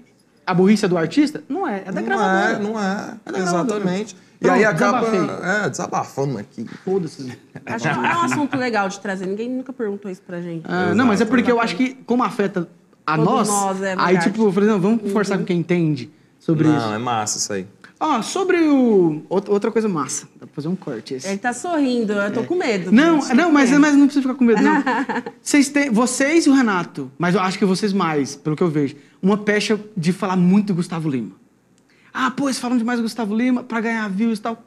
Speaker 1: a burrice é do artista? Não é, é da
Speaker 2: Não
Speaker 1: gravadora.
Speaker 2: é, não é.
Speaker 3: Tá
Speaker 1: É da gravadora.
Speaker 2: Exatamente. E
Speaker 1: Pronto,
Speaker 2: aí acaba
Speaker 1: desabafei.
Speaker 2: é, desabafando aqui.
Speaker 1: Foda-se. né?
Speaker 3: Acho que não é um assunto legal de trazer. Ninguém nunca perguntou isso pra gente.
Speaker 1: Ah, não, mas é porque eu acho que, como afeta a
Speaker 3: Todos
Speaker 1: nós,
Speaker 3: nós, é
Speaker 1: aí,
Speaker 3: verdade.
Speaker 1: tipo, por exemplo, vamos conversar com quem entende sobre
Speaker 2: Não,
Speaker 1: isso.
Speaker 2: é massa isso aí.
Speaker 1: Ó, sobre o. out- Outra coisa massa. Dá pra fazer um corte esse.
Speaker 3: Ele tá sorrindo, eu tô com medo.
Speaker 1: Não,
Speaker 3: gente, tô
Speaker 1: não,
Speaker 3: com
Speaker 1: mas, é,
Speaker 3: medo.
Speaker 1: mas não precisa ficar com medo, <laughs> não. Vocês, têm, vocês e o Renato, mas eu acho que vocês mais, pelo que eu vejo, uma pecha de falar muito Gustavo Lima. Ah, pô, eles falam demais do Gustavo Lima pra ganhar views e tal.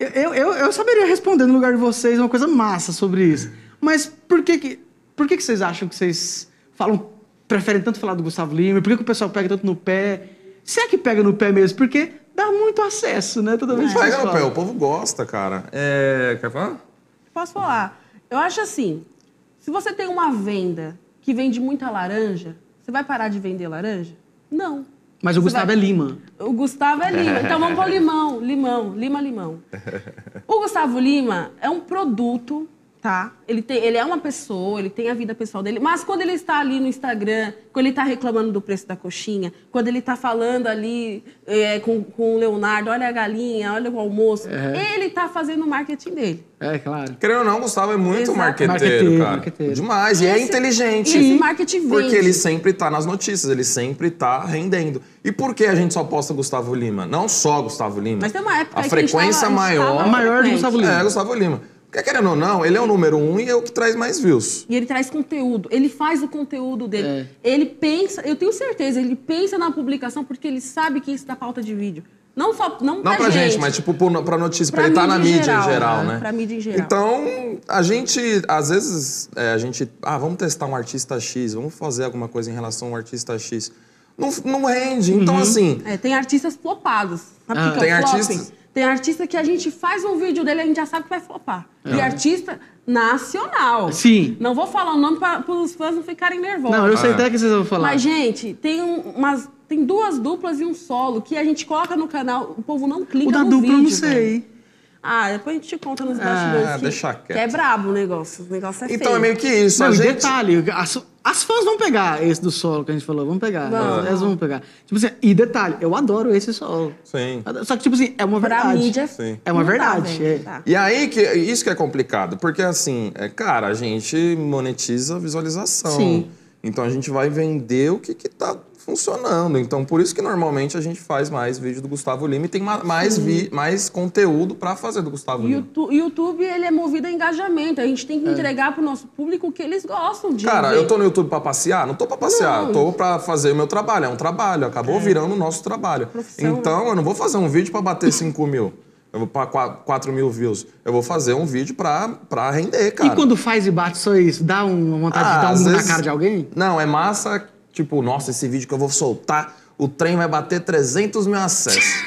Speaker 1: Eu, eu, eu, eu saberia responder no lugar de vocês uma coisa massa sobre isso. Mas por que que, por que, que vocês acham que vocês falam, preferem tanto falar do Gustavo Lima? Por que, que o pessoal pega tanto no pé? Se é que pega no pé mesmo, porque dá muito acesso, né? Toda
Speaker 3: É.
Speaker 1: vez que vocês
Speaker 2: Pega no pé,
Speaker 1: falam.
Speaker 2: o povo gosta, cara. É. Quer falar?
Speaker 3: Posso falar? Eu acho assim: se você tem uma venda que vende muita laranja, você vai parar de vender laranja? Não.
Speaker 1: Mas o
Speaker 3: Você
Speaker 1: Gustavo
Speaker 3: vai-
Speaker 1: é Lima.
Speaker 3: O Gustavo é Lima. Então vamos pôr limão, limão, lima, limão. O Gustavo Lima é um produto, tá? Ele, tem, ele é uma pessoa, ele tem a vida pessoal dele, mas quando ele está ali no Instagram, quando ele está reclamando do preço da coxinha, quando ele está falando ali é, com, com o Leonardo, olha a galinha, olha o almoço,
Speaker 2: É.
Speaker 3: ele está fazendo o marketing dele.
Speaker 1: É, claro.
Speaker 2: Querendo ou não, o Gustavo é muito
Speaker 3: Exato.
Speaker 2: marqueteiro,
Speaker 1: Marqueteiro,
Speaker 2: cara.
Speaker 1: marqueteiro.
Speaker 2: Demais.
Speaker 3: E
Speaker 2: e é
Speaker 3: esse-
Speaker 2: inteligente.
Speaker 3: e esse marketing vende.
Speaker 2: Porque ele sempre tá nas notícias, ele sempre tá rendendo. E por que a gente só posta Gustavo Lima? Não só Gustavo Lima.
Speaker 3: Mas tem uma época
Speaker 2: A
Speaker 3: aí que a gente
Speaker 2: frequência
Speaker 3: tava- a gente
Speaker 2: maior.
Speaker 3: tava
Speaker 1: A maior de Gustavo Lima.
Speaker 2: É, Gustavo Lima. Porque querendo ou não, ele é o número um e é o que traz mais views.
Speaker 3: E ele traz conteúdo, ele faz o conteúdo dele.
Speaker 1: É.
Speaker 3: Ele pensa, eu tenho certeza, ele pensa na publicação porque ele sabe que isso dá pauta de vídeo. Não só não,
Speaker 2: Não pra gente, mas tipo pro- pra notícia, pra,
Speaker 3: Pra
Speaker 2: ele tá na
Speaker 3: mídia em
Speaker 2: mídia em
Speaker 3: geral,
Speaker 2: geral,
Speaker 3: né?
Speaker 2: né?
Speaker 3: Pra mídia em geral.
Speaker 2: Então, a gente, às vezes, é, a gente, ah, vamos testar um artista X, vamos fazer alguma coisa em relação ao artista X. Não, não rende. Então, assim,
Speaker 3: É, tem artistas flopados. Sabe o
Speaker 1: Ah.
Speaker 3: que que é
Speaker 2: Tem
Speaker 3: o flopping?
Speaker 2: artistas-
Speaker 3: Tem artista que a gente faz um vídeo dele e a gente já sabe que vai flopar. E artista nacional.
Speaker 1: É. Sim.
Speaker 3: Não vou falar o nome para os fãs não ficarem nervosos.
Speaker 1: Não, eu sei
Speaker 2: Ah.
Speaker 1: até que vocês vão falar.
Speaker 3: Mas, gente, tem um- umas. Tem duas duplas e um solo que a gente coloca no canal, o povo não clica
Speaker 1: o da
Speaker 3: no
Speaker 1: dupla eu não
Speaker 3: vídeo,
Speaker 1: sei.
Speaker 3: velho. Ah, depois a gente te conta nos bastidores.
Speaker 2: Ah,
Speaker 3: que-
Speaker 2: deixa
Speaker 3: que
Speaker 2: quieto.
Speaker 3: é brabo o negócio. O negócio é
Speaker 2: então
Speaker 3: feio.
Speaker 2: é meio que isso.
Speaker 1: Não,
Speaker 2: a
Speaker 1: e
Speaker 2: gente...
Speaker 1: detalhe, as, as fãs vão pegar esse do solo que a gente falou, vão pegar.
Speaker 3: Vão.
Speaker 1: Elas, elas vão pegar. Tipo assim, e detalhe, eu adoro esse solo.
Speaker 2: Sim.
Speaker 1: Só que, tipo assim, é uma
Speaker 3: Pra
Speaker 1: verdade.
Speaker 3: mídia,
Speaker 2: Sim.
Speaker 1: É uma
Speaker 3: não dá,
Speaker 1: verdade,
Speaker 3: velho,
Speaker 1: é.
Speaker 3: não dá.
Speaker 2: E aí, que, isso que é complicado, porque assim, é, cara, a gente monetiza a visualização.
Speaker 1: Sim.
Speaker 2: Então a gente vai vender o que, que tá funcionando. Então, por isso que normalmente a gente faz mais vídeo do Gustavo Lima e tem ma- mais, vi- mais conteúdo pra fazer do Gustavo Lima.
Speaker 3: YouTube, YouTube, ele é movido a engajamento. A gente tem que entregar pro nosso público o que eles gostam de
Speaker 2: É. Cara,
Speaker 3: ver.
Speaker 2: eu tô no YouTube pra passear? Não tô pra passear,
Speaker 3: Não.
Speaker 2: eu tô pra fazer o meu trabalho. É um trabalho, acabou virando o nosso trabalho.
Speaker 3: Profissão, né?
Speaker 2: Então, eu não vou fazer um vídeo pra bater 5 mil, eu vou pra 4 mil views. Eu vou fazer um vídeo pra, pra render, cara.
Speaker 1: E quando faz e bate só isso, dá uma vontade de
Speaker 2: Ah,
Speaker 1: dar um
Speaker 2: às
Speaker 1: murro na
Speaker 2: vezes-
Speaker 1: cara de alguém? <laughs>
Speaker 2: Não, é massa, tipo, nossa, esse vídeo que eu vou soltar, o trem vai bater 300 mil acessos.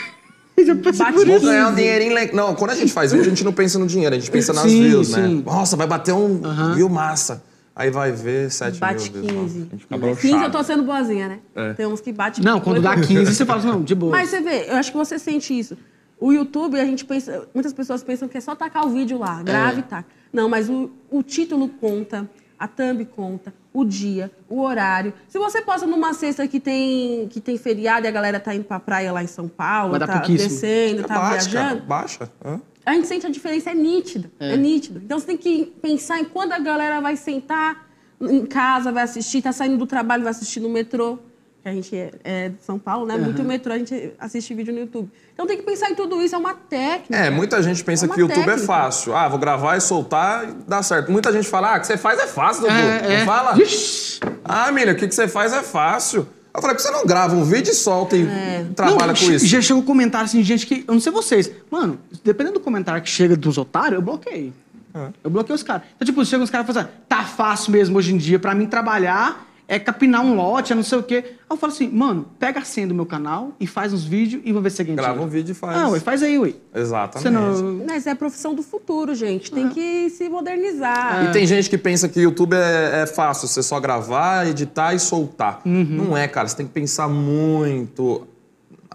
Speaker 1: Eu já passei
Speaker 3: Bate
Speaker 1: por
Speaker 2: Vou
Speaker 1: isso.
Speaker 2: ganhar um dinheirinho. le- Não, quando a gente faz vídeo, a gente não pensa no dinheiro, a gente pensa nas
Speaker 1: Sim,
Speaker 2: views, né?
Speaker 1: sim.
Speaker 2: Nossa, vai bater um view massa. Aí vai ver 7
Speaker 3: Bate
Speaker 2: mil views. nossa, a
Speaker 3: 15.
Speaker 2: gente fica
Speaker 3: 15 eu
Speaker 2: broxado. É.
Speaker 3: tô sendo boazinha, né? Tem uns que bate
Speaker 1: Não, quando dá 15, você fala assim, não, de boa.
Speaker 3: Mas você vê, eu acho que você sente isso. O YouTube, a gente pensa, muitas pessoas pensam que é só tacar o vídeo lá, grave e taca. Não, mas o, o título conta, a thumb conta, o dia, o horário. Se você posta numa sexta que tem, que tem feriado e a galera tá indo pra praia lá em São Paulo,
Speaker 1: Vai dar
Speaker 3: tá
Speaker 1: pouquíssimo.
Speaker 3: descendo, tá
Speaker 2: Bate, cara,
Speaker 3: viajando,
Speaker 2: É baixa. Hã?
Speaker 3: a gente sente a diferença, é nítida, é. nítido. Então você tem que pensar em quando a galera vai sentar em casa, vai assistir, tá saindo do trabalho, vai assistir no metrô. que a gente é, é de São Paulo, né? Muito metrô, a gente assiste vídeo no YouTube. Então tem que pensar em tudo isso, é uma técnica.
Speaker 2: É, muita gente pensa
Speaker 3: É uma
Speaker 2: que YouTube é
Speaker 3: técnica.
Speaker 2: fácil. Ah, vou gravar e soltar e dá certo. Muita gente fala, ah, o que você faz é fácil, Dudu.
Speaker 1: É, é.
Speaker 2: Não fala?
Speaker 1: Ixi.
Speaker 2: Ah, Milha, o que que você faz é fácil. Eu falei, por que você não grava um vídeo e solta e
Speaker 3: É.
Speaker 2: trabalha
Speaker 1: Não,
Speaker 2: com isso?
Speaker 1: Já chegou comentário assim de gente que. Eu não sei vocês. Mano, dependendo do comentário que chega dos otários, eu bloqueio.
Speaker 2: Ah.
Speaker 1: Eu bloqueio os caras. Então, tipo, chegam os caras e falam assim: "Ah, tá fácil mesmo hoje em dia. Pra mim trabalhar é capinar um lote, é não sei o quê. Aí eu falo assim, mano, pega a senha do meu canal e faz uns vídeos e vou ver se alguém
Speaker 2: Grava
Speaker 1: tira."
Speaker 2: um vídeo e faz. Tá
Speaker 1: Ah, ué, faz aí, ué.
Speaker 2: Exatamente.
Speaker 1: Você não.
Speaker 3: Mas é a profissão do futuro, gente. Tem que se modernizar.
Speaker 2: É. E tem gente que pensa que YouTube é, é fácil, você só gravar, editar e soltar.
Speaker 3: Uhum.
Speaker 2: Não é, cara. Você tem que pensar muito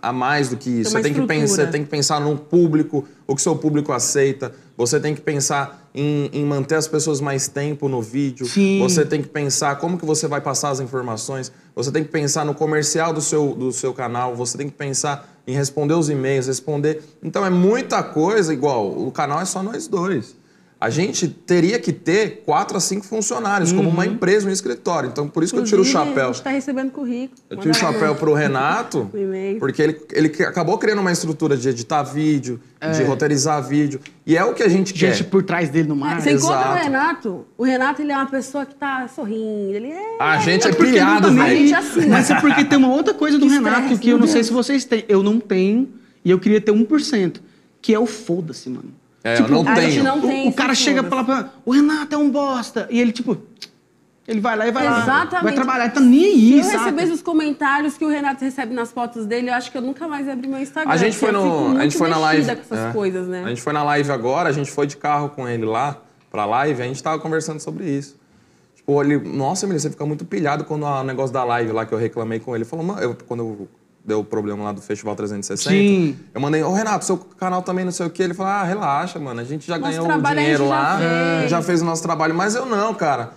Speaker 2: a mais do que isso.
Speaker 3: uma
Speaker 2: Você tem que,
Speaker 3: estrutura.
Speaker 2: pensar, tem que pensar no público, o que seu público aceita. Você tem que pensar em, em manter as pessoas mais tempo no vídeo.
Speaker 1: Sim.
Speaker 2: Você tem que pensar como que você vai passar as informações. Você tem que pensar no comercial do seu, do seu canal. Você tem que pensar em responder os e-mails, responder. Então é muita coisa, igual, o canal é só nós dois. A gente teria que ter quatro a cinco funcionários, como uma empresa, um escritório. Então, por isso que eu tiro o
Speaker 3: Inclusive,
Speaker 2: chapéu.
Speaker 3: A gente tá recebendo currículo.
Speaker 2: Eu tiro o
Speaker 3: Manda lá,
Speaker 2: chapéu
Speaker 3: né?
Speaker 2: pro
Speaker 3: <laughs>
Speaker 2: Renato,
Speaker 3: O e-mail.
Speaker 2: porque ele, ele que- acabou criando uma estrutura de editar vídeo, de roteirizar vídeo. E é o que a gente
Speaker 1: É. Gente
Speaker 2: quer.
Speaker 1: por trás dele no mar.
Speaker 3: Você encontra o
Speaker 2: Exato.
Speaker 3: Renato, o Renato ele é uma pessoa que tá sorrindo, ele é...
Speaker 2: A gente é
Speaker 1: porque
Speaker 2: pilhado,
Speaker 1: não tá
Speaker 2: velho.
Speaker 1: nem
Speaker 3: Gente, assim.
Speaker 1: aí. Mas é porque tem uma outra coisa do
Speaker 3: Que
Speaker 1: Renato
Speaker 3: estresse, né?
Speaker 1: que eu não
Speaker 3: meu
Speaker 1: sei se vocês têm. Eu não tenho e eu queria ter 1%, que é o foda-se, mano. Tipo,
Speaker 2: É, eu não
Speaker 3: a gente
Speaker 2: tenho.
Speaker 3: não
Speaker 1: o,
Speaker 3: tem
Speaker 1: o
Speaker 3: esse
Speaker 1: cara chega e fala
Speaker 3: foda-se.
Speaker 1: pra o Renato é um bosta. E ele, tipo, ele vai lá e vai lá.
Speaker 3: Exatamente.
Speaker 1: Vai trabalhar, tá nem aí,
Speaker 3: Se eu
Speaker 1: sabe?
Speaker 3: recebesse os comentários que o Renato recebe nas fotos dele, eu acho que eu nunca mais abri meu Instagram.
Speaker 2: A gente
Speaker 3: porque
Speaker 2: foi,
Speaker 3: eu fico
Speaker 2: no,
Speaker 3: muito
Speaker 2: a gente foi na live.
Speaker 3: mexida com essas
Speaker 2: é.
Speaker 3: coisas, né?
Speaker 2: A gente foi na live agora, a gente foi de carro com ele lá, pra live, a gente tava conversando sobre isso. Tipo, ele, nossa, menino, você fica muito pilhado quando a- o negócio da live lá que eu reclamei com ele. Ele falou, mano, eu- quando eu deu o problema lá do Festival 360,
Speaker 1: Sim.
Speaker 2: eu mandei, ô Renato, seu canal também não sei o quê. Ele falou, ah, relaxa, mano, a gente já
Speaker 3: Nosso
Speaker 2: ganhou o
Speaker 3: trabalho a gente
Speaker 2: dinheiro
Speaker 3: já
Speaker 2: lá,
Speaker 3: fez.
Speaker 2: já fez o nosso trabalho, mas eu não, cara.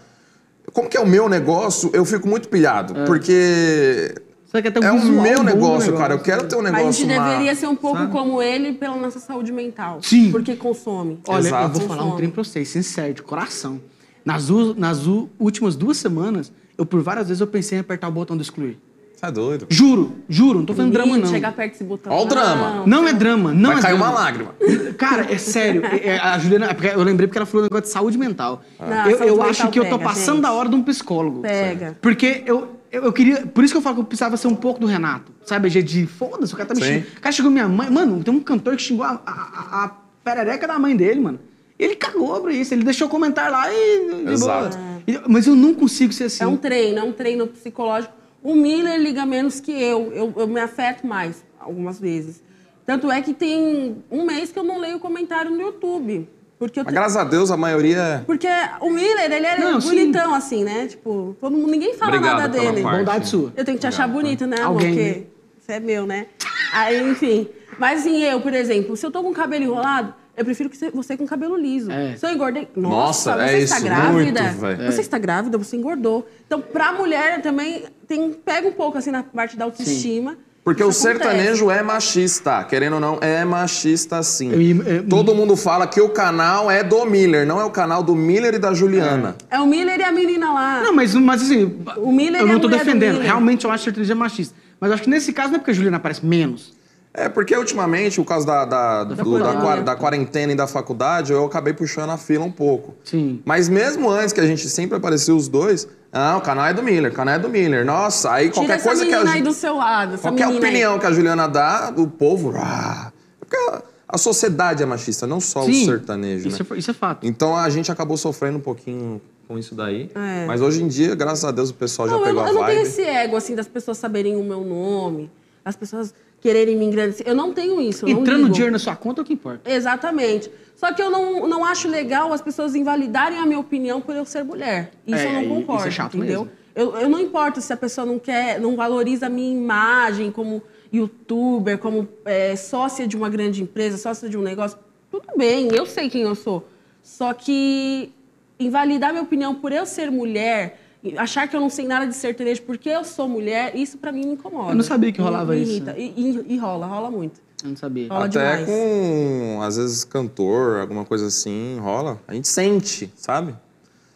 Speaker 2: Como que é o meu negócio, eu fico muito pilhado, porque
Speaker 1: Só que até um
Speaker 2: é o
Speaker 1: visual
Speaker 2: meu
Speaker 1: bom do
Speaker 2: negócio, cara. Eu quero ter um
Speaker 3: a
Speaker 2: negócio
Speaker 3: gente
Speaker 2: uma-
Speaker 3: deveria ser um pouco como ele pela nossa saúde mental.
Speaker 1: Sim.
Speaker 3: Porque consome.
Speaker 1: Olha, eu
Speaker 2: Exato.
Speaker 1: vou falar um trem pra vocês, sincero, de coração. Nas, u- nas u- últimas duas semanas, eu por várias vezes eu pensei em apertar o botão do excluir.
Speaker 2: Tá doido.
Speaker 1: Juro, juro, não tô fazendo drama,
Speaker 3: Ih,
Speaker 1: não.
Speaker 3: Chegar perto desse botão.
Speaker 2: Ó o drama.
Speaker 3: Não.
Speaker 1: Não é drama, não
Speaker 2: Vai
Speaker 1: é
Speaker 2: cair
Speaker 1: drama.
Speaker 2: uma lágrima.
Speaker 1: Cara, é sério. é- é, a Juliana, é porque eu lembrei porque ela falou um negócio de saúde mental.
Speaker 3: Ah. Não,
Speaker 1: eu
Speaker 3: saúde
Speaker 1: eu
Speaker 3: mental
Speaker 1: acho que eu tô
Speaker 3: pega,
Speaker 1: passando
Speaker 3: gente.
Speaker 1: da hora de um psicólogo.
Speaker 3: Pega.
Speaker 1: Porque eu, eu, eu queria. Por isso que eu falo que eu precisava ser um pouco do Renato. Sabe? De, de foda-se, o cara tá me
Speaker 2: Sim.
Speaker 1: xingando. O cara xingou minha mãe. Mano, tem um cantor que xingou a, a, a- a perereca da mãe dele, mano. Ele cagou pra isso. Ele deixou comentar lá e. de boa.
Speaker 2: Exato.
Speaker 1: E- Mas eu não consigo ser assim.
Speaker 3: É um treino, é um treino psicológico. O Miller liga menos que eu. Eu, eu me afeto mais, algumas vezes. Tanto é que tem um mês que eu não leio comentário no YouTube. Porque eu
Speaker 2: Mas
Speaker 3: tenho-
Speaker 2: graças a Deus a maioria é.
Speaker 3: Porque o Miller, ele é
Speaker 1: Não, sim.
Speaker 3: bonitão, assim, né? Tipo, todo mundo, ninguém fala
Speaker 2: Obrigado
Speaker 3: nada
Speaker 2: pela
Speaker 3: dele.
Speaker 2: parte. tá
Speaker 1: Bondade sua.
Speaker 3: Eu tenho que te achar bonito, né, amor?
Speaker 1: Alguém, né?
Speaker 3: Porque você é meu, né? Aí, enfim. Mas assim, eu, por exemplo, se eu tô com o cabelo enrolado, eu prefiro que você- você com o cabelo liso.
Speaker 1: É.
Speaker 3: Se eu engordei.
Speaker 2: Nossa,
Speaker 3: Nossa, você
Speaker 2: é
Speaker 3: está
Speaker 2: isso,
Speaker 3: grávida.
Speaker 2: muito, velho.
Speaker 3: você está grávida, você engordou. Então, pra mulher também tem, pega um pouco assim na parte da autoestima.
Speaker 2: Porque
Speaker 3: Isso
Speaker 2: o
Speaker 3: acontece.
Speaker 2: sertanejo é machista, querendo ou não, é machista sim.
Speaker 1: Eu- eu-
Speaker 2: Todo mundo fala que o canal é do Miller, não é o canal do Miller e da Juliana.
Speaker 3: É o Miller e a menina lá.
Speaker 1: Não, mas, mas assim,
Speaker 3: O Miller
Speaker 1: eu
Speaker 3: é
Speaker 1: não
Speaker 3: a
Speaker 1: tô
Speaker 3: mulher do
Speaker 1: defendendo.
Speaker 3: Miller.
Speaker 1: Realmente eu acho sertanejo é machista. Mas eu acho que nesse caso não é porque a Juliana aparece menos.
Speaker 2: É, porque ultimamente, por causa da, da, do- da,
Speaker 1: faculdade.
Speaker 3: né?
Speaker 2: qua- da quarentena e da faculdade, eu acabei puxando a fila um pouco.
Speaker 1: Sim.
Speaker 2: Mas mesmo antes que a gente sempre aparecia os dois, ah, o canal é do Miller, o canal é do Miller. Nossa, aí
Speaker 3: Tira
Speaker 2: qualquer
Speaker 3: essa
Speaker 2: coisa que
Speaker 3: menina
Speaker 2: a
Speaker 3: aí
Speaker 2: Ju-
Speaker 3: do seu lado. Essa
Speaker 2: Qualquer
Speaker 3: menina aí.
Speaker 2: opinião que a Juliana dá, o povo. ah, é porque a, a sociedade é machista, não só
Speaker 1: Sim.
Speaker 2: o sertanejo.
Speaker 1: Isso,
Speaker 2: né?
Speaker 1: é, isso é fato.
Speaker 2: Então a gente acabou sofrendo um pouquinho com isso daí.
Speaker 3: É.
Speaker 2: Mas hoje em dia, graças a Deus, o pessoal
Speaker 3: Não,
Speaker 2: já
Speaker 3: eu,
Speaker 2: pegou
Speaker 3: não-
Speaker 2: a
Speaker 3: eu não
Speaker 2: vibe.
Speaker 3: tenho esse ego, assim, das pessoas saberem o meu nome, as pessoas quererem me engrandecer. Eu não tenho isso. eu Então, não
Speaker 1: Entrando
Speaker 3: ligo.
Speaker 1: dinheiro na sua conta é o que importa.
Speaker 3: Exatamente. Só que eu não, não acho legal as pessoas invalidarem a minha opinião por eu ser mulher. Isso
Speaker 1: É,
Speaker 3: eu não
Speaker 1: isso
Speaker 3: concordo.
Speaker 1: é chato
Speaker 3: entendeu?
Speaker 1: mesmo.
Speaker 3: Eu, eu não importo se a pessoa não quer, não valoriza a minha imagem como youtuber, como é, sócia de uma grande empresa, sócia de um negócio. Tudo bem, eu sei quem eu sou. Só que invalidar minha opinião por eu ser mulher, achar que eu não sei nada de sertanejo porque eu sou mulher, isso pra mim me incomoda.
Speaker 1: Eu não sabia que
Speaker 3: Me-
Speaker 1: rolava
Speaker 3: me
Speaker 1: isso.
Speaker 3: irrita. E, e- e rola, rola muito.
Speaker 1: Eu não sabia.
Speaker 3: Rola
Speaker 2: Até
Speaker 3: demais.
Speaker 2: com, às vezes, cantor, alguma coisa assim, rola. A gente sente, sabe?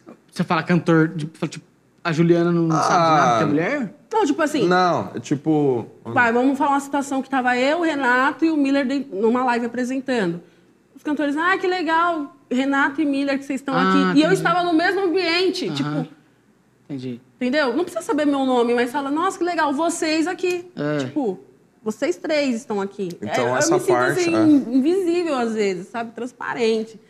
Speaker 2: Ah.
Speaker 1: Você fala cantor, de- fala, tipo, a Juliana não sabe de nada porque é mulher?
Speaker 3: Não, tipo assim,
Speaker 2: Não, é tipo.
Speaker 3: vai, vamos falar uma situação que tava eu, o Renato e o Miller de- numa live apresentando. Os cantores, ah, que legal, Renato e Miller que vocês estão
Speaker 1: Ah,
Speaker 3: aqui. E eu
Speaker 1: entendi.
Speaker 3: estava no mesmo ambiente,
Speaker 1: Aham.
Speaker 3: tipo,
Speaker 1: Entendi.
Speaker 3: entendeu? Não precisa saber meu nome, mas fala, nossa, que legal, vocês aqui.
Speaker 1: É.
Speaker 3: Tipo, vocês três estão aqui.
Speaker 2: Então,
Speaker 3: eu
Speaker 2: essa
Speaker 3: me sinto
Speaker 2: parte,
Speaker 3: assim,
Speaker 2: é.
Speaker 3: invisível às vezes, sabe? Transparente.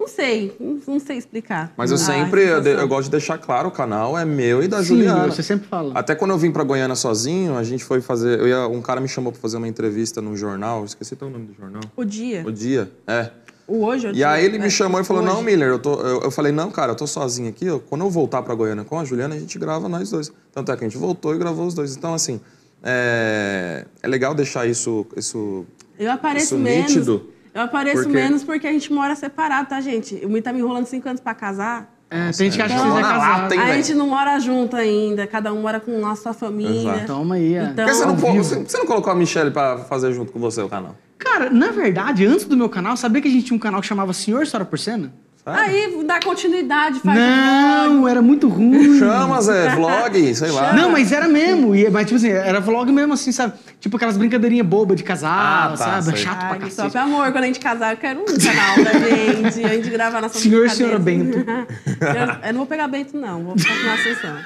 Speaker 3: Não sei, não, não sei explicar.
Speaker 2: Mas eu
Speaker 3: Ah,
Speaker 2: sempre,
Speaker 3: essa
Speaker 2: eu, de- eu
Speaker 3: sensação.
Speaker 2: gosto de deixar claro, o canal é meu e da
Speaker 1: Sim,
Speaker 2: Juliana.
Speaker 1: você sempre fala.
Speaker 2: Até quando eu vim pra Goiânia sozinho, a gente foi fazer. eu ia- um cara me chamou pra fazer uma entrevista num jornal, eu esqueci até o nome do jornal.
Speaker 3: O dia.
Speaker 2: O dia, é.
Speaker 3: O hoje. eu
Speaker 2: E aí ele
Speaker 3: é,
Speaker 2: me chamou e falou:
Speaker 3: hoje.
Speaker 2: Não, Miller, eu, tô, eu, eu falei: Não, cara, eu tô sozinho aqui. ó, Quando eu voltar pra Goiânia com a Juliana, a gente grava nós dois. Tanto é que a gente voltou e gravou os dois. Então, assim, é, é legal deixar isso. isso
Speaker 3: Eu apareço
Speaker 2: Isso é
Speaker 3: menos.
Speaker 2: nítido.
Speaker 3: Eu
Speaker 2: Por
Speaker 3: apareço
Speaker 2: quê?
Speaker 3: menos porque a gente mora separado, tá, gente? O Mi tá me enrolando cinco anos pra casar.
Speaker 1: É, tem gente que acha que
Speaker 3: Então,
Speaker 1: vocês é
Speaker 3: na
Speaker 1: casado.
Speaker 2: lata, Tem, né?
Speaker 3: a
Speaker 2: velho.
Speaker 3: gente não mora junto ainda, cada um mora com a sua família.
Speaker 2: Exato.
Speaker 1: Toma aí, é.
Speaker 3: Então-
Speaker 2: Por que você não,
Speaker 1: ao
Speaker 2: pô-
Speaker 1: vivo.
Speaker 2: você, você não colocou a Michelle pra fazer junto com você o canal?
Speaker 1: Cara, na verdade, antes do meu canal, sabia que a gente tinha um canal que chamava Senhor Sora por Cena?
Speaker 2: Sabe?
Speaker 3: Aí dá continuidade, faz. um
Speaker 1: Não, era muito ruim.
Speaker 2: Chama, Zé, vlog, sei lá.
Speaker 1: Não, mas era mesmo. E, mas, tipo assim, era vlog mesmo, assim, sabe? Tipo aquelas brincadeirinhas bobas de casal,
Speaker 2: Ah, tá,
Speaker 1: sabe?
Speaker 2: sei.
Speaker 1: Chato pra
Speaker 3: Ai, só
Speaker 1: cacete.
Speaker 3: pelo amor, quando a gente casar, eu quero um canal pra gente. A gente grava nossa
Speaker 1: Senhor e senhora Bento.
Speaker 3: <laughs> eu, eu não vou pegar Bento, não. Vou continuar a sessão.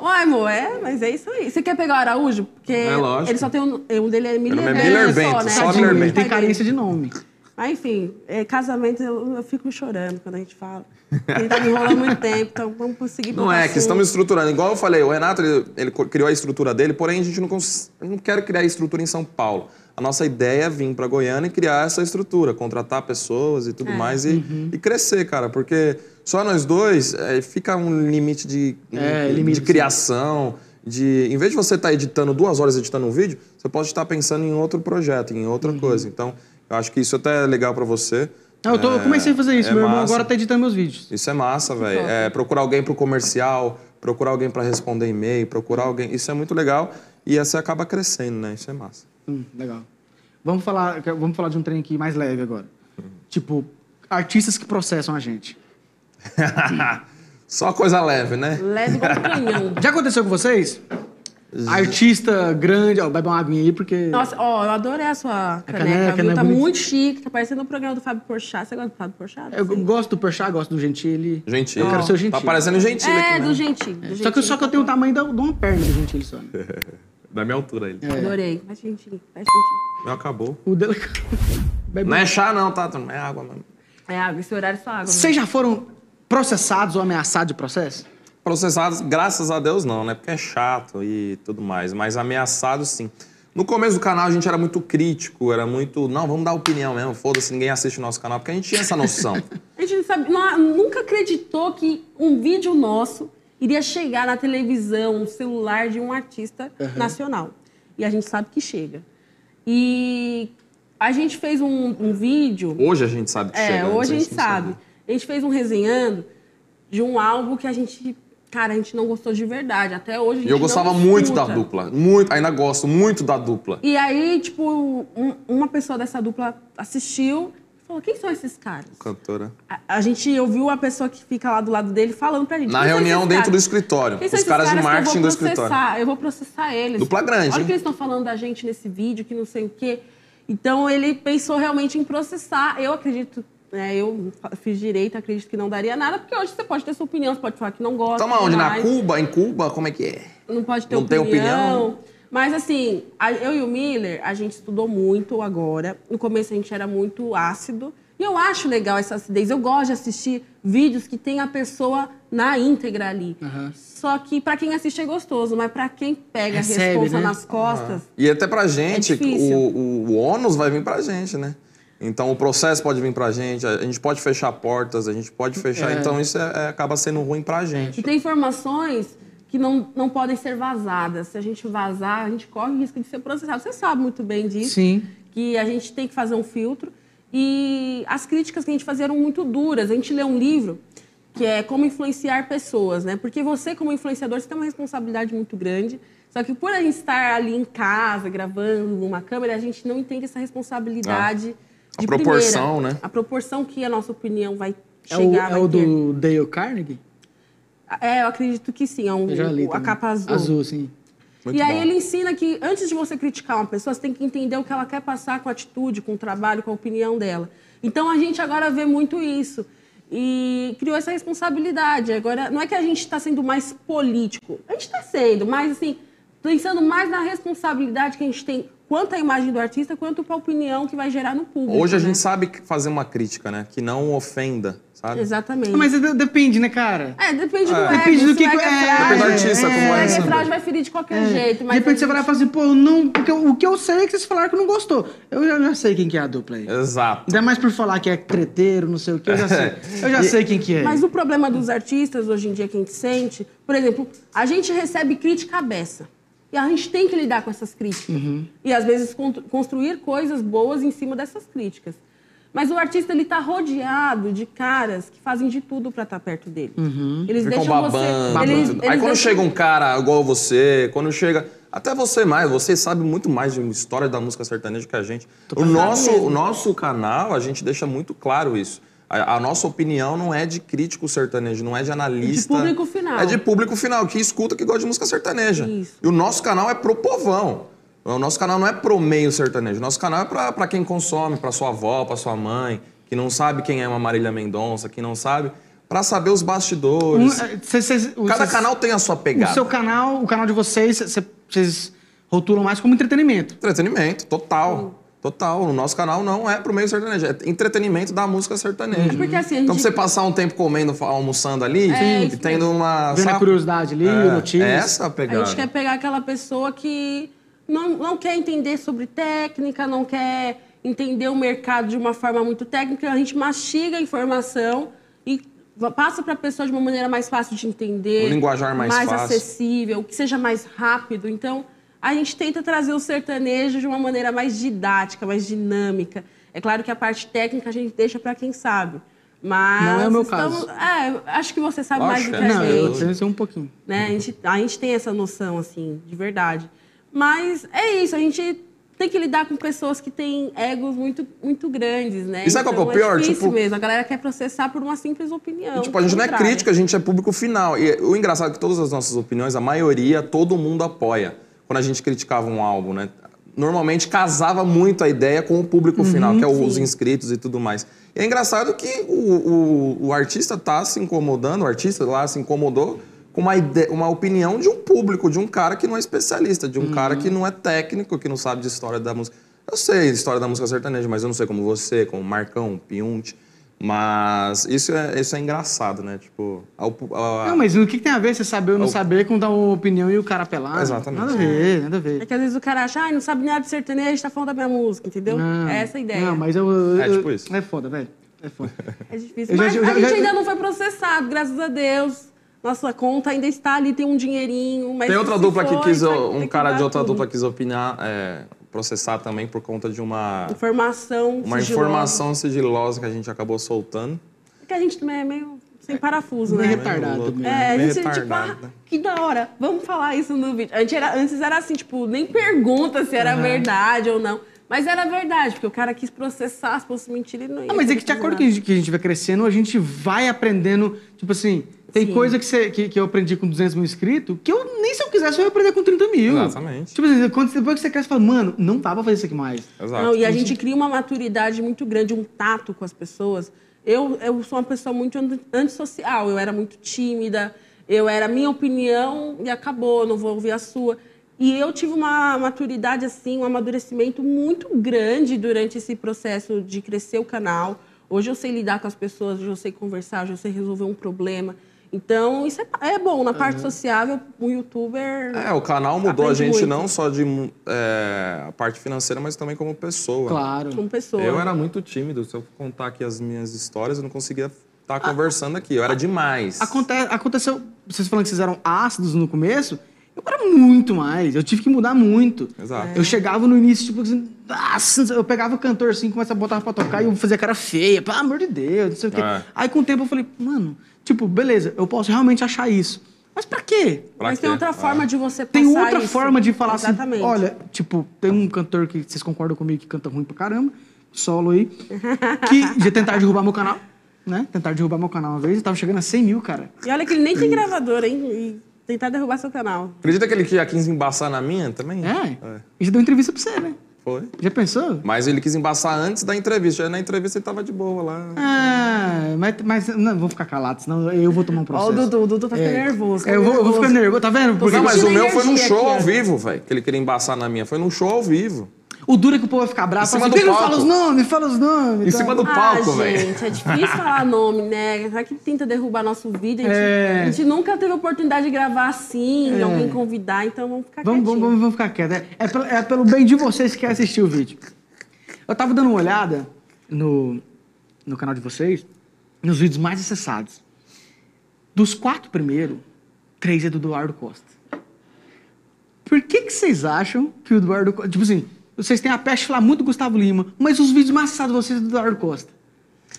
Speaker 3: Uai, amor, é, mas é isso aí. Você quer pegar o Araújo? Porque
Speaker 2: É lógico.
Speaker 3: ele só tem um. O dele é Miller,
Speaker 2: nome é Miller Bento, só
Speaker 1: Tadinho,
Speaker 2: Miller
Speaker 1: ele
Speaker 2: Bento.
Speaker 1: tem carência de nome.
Speaker 3: Mas enfim, é, casamento eu, eu fico chorando quando a gente fala. Ele tá me enrolando muito tempo, então vamos conseguir
Speaker 2: Não é, que estamos estruturando. Igual eu falei, o Renato ele, ele co- criou a estrutura dele, porém a gente não, cons... eu não quer criar estrutura em São Paulo. A nossa ideia é vir para Goiânia e criar essa estrutura, contratar pessoas e tudo mais e,
Speaker 1: Uhum.
Speaker 2: e crescer, cara, porque só nós dois é, fica um limite de,
Speaker 1: É,
Speaker 2: de
Speaker 1: limite, sim.
Speaker 2: criação. De, em vez de você estar editando duas horas editando um vídeo, você pode estar pensando em outro projeto, em outra coisa. Então, eu acho que isso até é legal para você.
Speaker 1: Não, Uhum. Ah, eu, tô- eu
Speaker 2: É,
Speaker 1: comecei a fazer isso.
Speaker 2: é
Speaker 1: meu irmão
Speaker 2: massa.
Speaker 1: agora tá editando meus vídeos.
Speaker 2: Isso é massa, velho.
Speaker 3: top.
Speaker 2: É, procurar alguém pro comercial, procurar alguém pra responder e-mail, procurar alguém. Isso é muito legal e você acaba crescendo, né? Isso é massa.
Speaker 1: Hum, legal. Vamos falar, vamos falar de um trem aqui mais leve agora. Tipo, artistas que processam a gente.
Speaker 2: <laughs> Só coisa leve, né?
Speaker 3: Leve igual um canhão.
Speaker 1: Já aconteceu com vocês? Artista grande, ó, bebe uma aguinha aí, porque.
Speaker 3: Nossa, ó, eu adorei a sua caneca,
Speaker 1: caneca,
Speaker 3: viu?
Speaker 1: né?
Speaker 3: Tá
Speaker 1: Bonita.
Speaker 3: muito chique, tá parecendo o programa do Fábio Porchat. Você gosta do Fábio Porchat?
Speaker 2: É,
Speaker 1: Eu gosto do Perchá, gosto do Gentili.
Speaker 2: Gentil.
Speaker 1: Eu quero ser o Gentili.
Speaker 2: Tá parecendo gentil
Speaker 3: É,
Speaker 2: aqui,
Speaker 3: do
Speaker 2: né?
Speaker 3: Gentil. do
Speaker 1: Só que,
Speaker 3: Gentil.
Speaker 1: só que eu tenho o tamanho da- de uma perna do Gentili só. né?
Speaker 2: Da minha altura ele.
Speaker 3: Adorei. Faz Gentil, faz Gentil.
Speaker 2: Meu acabou.
Speaker 1: O dela- Bebe-
Speaker 2: Não é chá, não, tá? Não é água, mano.
Speaker 3: É água, esse horário é só água.
Speaker 1: Vocês já foram processados ou ameaçados de processo?
Speaker 2: Processados, graças a Deus, não, né? Porque é chato e tudo mais. Mas ameaçados, sim. No começo do canal, a gente era muito crítico, era muito. Não, vamos dar opinião mesmo, foda-se, ninguém assiste o nosso canal, porque a gente tinha essa noção. <laughs>
Speaker 3: A gente não sabe, não- nunca acreditou que um vídeo nosso iria chegar na televisão, no celular de um artista nacional. E a gente sabe que chega. E a gente fez um, um vídeo.
Speaker 2: Hoje a gente sabe que
Speaker 3: é,
Speaker 2: chega. antes
Speaker 3: hoje a gente
Speaker 2: não sabia.
Speaker 3: sabe. A gente fez um resenhando de um álbum que a gente, cara, a gente não gostou de verdade. Até hoje a gente
Speaker 2: E eu gostava
Speaker 3: não
Speaker 2: muito da
Speaker 3: escuta.
Speaker 2: dupla. Muito, ainda gosto muito da dupla.
Speaker 3: E aí, tipo, um- uma pessoa dessa dupla assistiu e falou: quem são esses caras?
Speaker 2: Cantora.
Speaker 3: A, a gente ouviu a pessoa que fica lá do lado dele falando pra gente.
Speaker 2: Na
Speaker 3: "Quem são
Speaker 2: reunião
Speaker 3: esses
Speaker 2: dentro
Speaker 3: caras?
Speaker 2: do escritório.
Speaker 3: Quem são
Speaker 2: Os
Speaker 3: esses
Speaker 2: caras de
Speaker 3: que eu vou
Speaker 2: marketing do
Speaker 3: processar?
Speaker 2: escritório.
Speaker 3: Eu vou processar eles.
Speaker 2: Dupla grande,
Speaker 3: Olha o
Speaker 2: hein?
Speaker 3: que eles estão falando da gente nesse vídeo, que não sei o quê. Então ele pensou realmente em processar. Eu acredito, né, eu fiz direito, acredito que não daria nada, porque hoje você pode ter sua opinião, você pode falar que não gosta.
Speaker 2: Tamo onde? Na
Speaker 3: mas
Speaker 2: Cuba? Em Cuba? Como é que é?
Speaker 3: Não pode ter
Speaker 2: Não tem
Speaker 3: opinião.
Speaker 2: opinião?
Speaker 3: Mas assim, a- eu e o Miller, a gente estudou muito agora. No começo a gente era muito ácido. E eu acho legal essa acidez. Eu gosto de assistir vídeos que tem a pessoa na íntegra ali. Só que pra quem assiste é gostoso, mas pra quem pega
Speaker 1: Recebe,
Speaker 3: a responsa
Speaker 1: né?
Speaker 3: nas costas,
Speaker 2: E até pra gente,
Speaker 3: É difícil.
Speaker 2: o, o, o ônus vai vir pra gente, né? Então o processo pode vir pra gente, a gente pode fechar portas, a gente pode fechar.
Speaker 1: É.
Speaker 2: Então isso é- é- acaba sendo ruim pra gente.
Speaker 3: E tem informações que não, não podem ser vazadas. Se a gente vazar, a gente corre o risco de ser processado. Você sabe muito bem disso.
Speaker 1: Sim.
Speaker 3: Que a gente tem que fazer um filtro. E as críticas que a gente fazia eram muito duras. A gente lê um livro que é Como Influenciar Pessoas, né? Porque você, como influenciador, você tem uma responsabilidade muito grande. Só que por a gente estar ali em casa, gravando numa câmera, a gente não entende essa responsabilidade
Speaker 2: Ah, a
Speaker 3: de
Speaker 2: proporção,
Speaker 3: primeira.
Speaker 2: né?
Speaker 3: A proporção que a nossa opinião vai
Speaker 1: É o,
Speaker 3: chegar.
Speaker 1: é
Speaker 3: vai
Speaker 1: o
Speaker 3: ter.
Speaker 1: do Dale Carnegie?
Speaker 3: É, eu acredito que sim. É um,
Speaker 1: Eu já li.
Speaker 3: a
Speaker 1: também.
Speaker 3: capa azul.
Speaker 1: Azul, sim.
Speaker 2: Muito
Speaker 3: e aí
Speaker 2: bom.
Speaker 3: ele ensina que antes de você criticar uma pessoa, você tem que entender o que ela quer passar com a atitude, com o trabalho, com a opinião dela. Então a gente agora vê muito isso. E criou essa responsabilidade. Agora, não é que a gente está sendo mais político. A gente está sendo, mas assim, pensando mais na responsabilidade que a gente tem quanto à imagem do artista, quanto para a opinião que vai gerar no público.
Speaker 2: Hoje a
Speaker 3: né?
Speaker 2: gente sabe que- fazer uma crítica, né? Que não ofenda, sabe?
Speaker 3: Exatamente.
Speaker 1: Mas de- depende, né, cara?
Speaker 3: É, depende do
Speaker 2: É.
Speaker 3: ego.
Speaker 1: Depende do
Speaker 3: se
Speaker 1: que
Speaker 3: o ego
Speaker 1: que-
Speaker 3: é
Speaker 1: é,
Speaker 3: frágil,
Speaker 2: depende do artista,
Speaker 3: se
Speaker 2: como
Speaker 3: o
Speaker 2: é,
Speaker 3: ego
Speaker 2: sabe?
Speaker 3: frágil, vai ferir de qualquer jeito.
Speaker 1: de
Speaker 3: Mas é
Speaker 1: repente
Speaker 3: a
Speaker 1: você vai lá e
Speaker 3: gente-
Speaker 1: fala assim, pô, não, porque o o que eu sei é que vocês falaram que não gostou. Eu já, já sei quem que é a dupla aí.
Speaker 2: Exato.
Speaker 1: Ainda mais por falar que é creteiro, não sei o quê, eu já sei. Eu
Speaker 3: <laughs>
Speaker 1: já sei quem que é.
Speaker 3: Mas o problema dos artistas hoje em dia que a gente sente, por exemplo, a gente recebe crítica à beça. E a gente tem que lidar com essas críticas. E às vezes con- construir coisas boas em cima dessas críticas. Mas o artista ele tá rodeado de caras que fazem de tudo para estar perto dele. Eles
Speaker 2: Ficam
Speaker 3: deixam
Speaker 2: babando.
Speaker 3: você.
Speaker 2: tudo.
Speaker 3: Eles,
Speaker 2: Aí
Speaker 3: eles
Speaker 2: quando
Speaker 3: deixam-
Speaker 2: chega um cara igual você, quando chega. Até você mais, você sabe muito mais de história da música sertaneja que a gente. O nosso,
Speaker 3: mesmo.
Speaker 2: o nosso canal, a gente deixa muito claro isso. A, a nossa opinião não é de crítico sertanejo, não é de analista.
Speaker 3: público final.
Speaker 2: É de público final, que escuta, que gosta de música sertaneja.
Speaker 3: Isso.
Speaker 2: E o nosso canal é pro povão. O nosso canal não é pro meio sertanejo. O nosso canal é pra, pra quem consome, pra sua avó, pra sua mãe, que não sabe quem é uma Marília Mendonça, que não sabe, pra saber os
Speaker 1: Um,
Speaker 2: bastidores.
Speaker 1: eh, cês- cês- o-
Speaker 2: Cada
Speaker 1: cês-
Speaker 3: é
Speaker 2: canal tem a sua
Speaker 1: O
Speaker 2: pegada.
Speaker 1: seu canal, o canal de vocês, cê- vocês rotulam mais como entretenimento.
Speaker 2: Entretenimento,
Speaker 1: Hum.
Speaker 2: total. Total. O nosso canal não é pro meio sertanejo, é entretenimento da música sertaneja.
Speaker 1: Hum.
Speaker 3: É porque, assim, a
Speaker 2: Então
Speaker 3: gente-
Speaker 2: você passar um tempo comendo, fa- almoçando ali,
Speaker 3: É,
Speaker 2: e
Speaker 3: isso
Speaker 2: tendo uma.
Speaker 1: Vendo a
Speaker 2: sabe?
Speaker 1: curiosidade ali,
Speaker 2: É,
Speaker 1: notícias.
Speaker 2: É essa a pegada.
Speaker 3: A gente quer pegar aquela pessoa que não, não quer entender sobre técnica, não quer entender o mercado de uma forma muito técnica. A gente mastiga a informação e va- passa para a pessoa de uma maneira mais fácil de entender.
Speaker 2: Um linguajar mais fácil.
Speaker 3: acessível, que seja mais rápido. Então, a gente tenta trazer o sertanejo de uma maneira mais didática, mais dinâmica. É claro que a parte técnica a gente deixa para quem sabe. Mas
Speaker 1: Não é o meu caso.
Speaker 3: É, acho que você sabe mais do que
Speaker 2: Lógico,
Speaker 3: a
Speaker 2: é.
Speaker 3: gente
Speaker 1: Não, eu sei sei um pouquinho.
Speaker 3: né? A gente, a gente tem essa noção, assim, de verdade. Mas é isso, a gente tem que lidar com pessoas que têm egos muito, muito grandes, né?
Speaker 2: E sabe qual que é o pior?
Speaker 3: É difícil
Speaker 2: Tipo-
Speaker 3: mesmo, a galera quer processar por uma simples opinião.
Speaker 2: E, tipo, a gente não é
Speaker 3: contrária.
Speaker 2: crítica, a gente é público final. E o engraçado é que todas as nossas opiniões, a maioria, todo mundo apoia. Quando a gente criticava um álbum, né? Normalmente casava muito a ideia com o público final, que é os inscritos e tudo mais. E é engraçado que o, o, o artista tá se incomodando, o artista lá se incomodou com uma, ide- uma opinião de um público, de um cara que não é especialista, de um cara que não é técnico, que não sabe de história da música. Eu sei história da música sertaneja, mas eu não sei como você, como Marcão, Piunte. Mas isso é, isso é engraçado, né? Tipo, a, op- a-
Speaker 1: Não, mas o que que tem a ver você saber ou não
Speaker 2: o-
Speaker 1: saber com dar uma opinião e o cara apelar?
Speaker 2: Exatamente.
Speaker 1: Nada a ver, nada a ver.
Speaker 3: É que às vezes o cara acha, ai, não sabe nada de sertanejo, tá falando da minha música, entendeu?
Speaker 1: Não,
Speaker 3: é essa a ideia.
Speaker 1: Não, mas eu. eu-
Speaker 2: É tipo isso.
Speaker 1: É foda, velho. É
Speaker 3: <laughs>
Speaker 1: foda.
Speaker 3: É
Speaker 1: Eu
Speaker 3: difícil.
Speaker 1: já-
Speaker 3: Mas
Speaker 1: eu já-
Speaker 3: a gente
Speaker 1: já-
Speaker 3: ainda não foi processado, graças a Deus. Nossa conta ainda está ali, tem um dinheirinho, mas
Speaker 2: Tem outra
Speaker 3: se
Speaker 2: dupla que
Speaker 3: for,
Speaker 2: quis.
Speaker 3: vai ter
Speaker 2: Um
Speaker 3: que
Speaker 2: cara
Speaker 3: dar
Speaker 2: de outra
Speaker 3: tudo.
Speaker 2: dupla quis opinar, é, processar também por conta de uma,
Speaker 3: Informação
Speaker 2: uma
Speaker 3: sigilosa.
Speaker 2: informação sigilosa que a gente acabou soltando.
Speaker 3: É que a gente também é meio sem parafuso, né?
Speaker 1: Meio retardado né?
Speaker 2: louco.
Speaker 1: mesmo.
Speaker 3: É, a
Speaker 2: Meio
Speaker 3: gente tipo, ah,
Speaker 2: retardado. né?
Speaker 3: que da hora, vamos falar isso no vídeo. A gente era, antes era assim, tipo, nem pergunta se era verdade ou não. Mas era verdade, porque o cara quis processar, se fosse mentira, ele não ia.
Speaker 1: Não, mas é que de
Speaker 3: fazer
Speaker 1: acordo
Speaker 3: nada.
Speaker 1: que a gente, que a gente vai crescendo, a gente vai aprendendo. Tipo assim, tem
Speaker 3: Sim.
Speaker 1: coisa que, você- que, que eu aprendi com 200 mil inscritos que eu nem se eu quisesse eu ia aprender com 30 mil.
Speaker 2: Exatamente.
Speaker 1: Tipo assim, quando, depois que você cresce, você fala, mano, não dá pra fazer isso aqui mais.
Speaker 2: Exato.
Speaker 3: Não, e a gente cria uma maturidade muito grande, um tato com as pessoas. Eu, eu sou uma pessoa muito an- antissocial, eu era muito tímida, eu era minha opinião e acabou, não vou ouvir a sua. E eu tive uma maturidade, assim, um amadurecimento muito grande durante esse processo de crescer o canal. Hoje eu sei lidar com as pessoas, hoje eu sei conversar, hoje eu sei resolver um problema. Então, isso é, pa- é bom. Na parte sociável, o youtuber.
Speaker 2: É, o canal mudou a
Speaker 3: Aprende
Speaker 2: gente
Speaker 3: muito.
Speaker 2: não só de mu- é, a parte financeira, mas também como pessoa.
Speaker 1: Claro.
Speaker 3: Como pessoa.
Speaker 2: Eu era muito tímido. Se eu contar aqui as minhas histórias, eu não conseguia
Speaker 3: Ah.
Speaker 2: estar conversando aqui. Eu era demais.
Speaker 1: Aconte, aconteceu. Vocês falando que vocês eram ácidos no começo, eu era muito mais. Eu tive que mudar muito.
Speaker 2: Exato.
Speaker 1: Eu chegava no início, tipo assim, nossa, eu pegava o cantor assim, começava a botar pra tocar e eu fazia cara feia, pelo amor de Deus, não sei o quê.
Speaker 2: É.
Speaker 1: Aí com o tempo eu falei, mano, tipo, beleza, eu posso realmente achar isso. Mas pra quê?
Speaker 2: Pra
Speaker 3: Mas tem
Speaker 2: quê?
Speaker 3: outra
Speaker 2: Ah.
Speaker 3: forma de você passar
Speaker 1: Tem outra
Speaker 3: isso.
Speaker 1: forma de falar
Speaker 3: Exatamente.
Speaker 1: assim, olha, tipo, tem um cantor que vocês concordam comigo que canta ruim pra caramba, solo aí,
Speaker 3: <laughs>
Speaker 1: que já tentaram derrubar meu canal, né? Tentaram derrubar meu canal uma vez, eu tava chegando a 100 mil, cara.
Speaker 3: E olha que ele nem tem gravador, hein? E Tentar derrubar seu canal.
Speaker 2: Acredita aquele que ele quis embaçar na minha também?
Speaker 1: É? E já deu entrevista pra você, né?
Speaker 2: Foi.
Speaker 1: Já pensou?
Speaker 2: Mas ele quis embaçar antes da entrevista. Aí na entrevista ele tava de boa lá.
Speaker 1: Ah, mas, mas não, vou ficar calado, senão eu vou tomar um
Speaker 3: Ó,
Speaker 1: processo.
Speaker 3: o Dudu, o Dudu tá ficando
Speaker 1: É.
Speaker 3: nervoso.
Speaker 1: É, eu, vou, eu vou ficando nervoso, tá vendo? Porque
Speaker 2: Não, mas o
Speaker 3: sentindo
Speaker 2: meu foi num
Speaker 3: energia
Speaker 2: show
Speaker 3: aqui, né?
Speaker 2: ao
Speaker 3: ó.
Speaker 2: vivo, velho. Que ele queria embaçar na minha. Foi num show ao vivo.
Speaker 1: o duro é que o povo vai ficar bravo.
Speaker 2: Em
Speaker 1: fala
Speaker 2: cima
Speaker 1: Assim, Por que
Speaker 2: do
Speaker 1: não fala
Speaker 2: palco.
Speaker 1: os nomes? Fala os nomes.
Speaker 2: Em
Speaker 1: tá?
Speaker 2: cima do
Speaker 3: Ah,
Speaker 2: palco, velho.
Speaker 3: gente, é difícil
Speaker 1: <laughs>
Speaker 3: falar nome, né? Será que tenta derrubar nosso vídeo? A gente,
Speaker 1: É.
Speaker 3: a gente nunca teve oportunidade de gravar assim, alguém convidar, então vamos ficar
Speaker 1: Vamos, vamos,
Speaker 3: quietinho.
Speaker 1: vamos, vamos ficar quieto. É, é pelo, é pelo bem de vocês que assistir o vídeo. Eu tava dando uma olhada no, no canal de vocês, nos vídeos mais acessados. Dos quatro primeiros, três é do Eduardo Costa. Por que, que vocês acham que o Eduardo Costa. Tipo assim, vocês têm a peste de falar muito do Gustavo Lima, mas os vídeos mais acessados de vocês é do Eduardo Costa.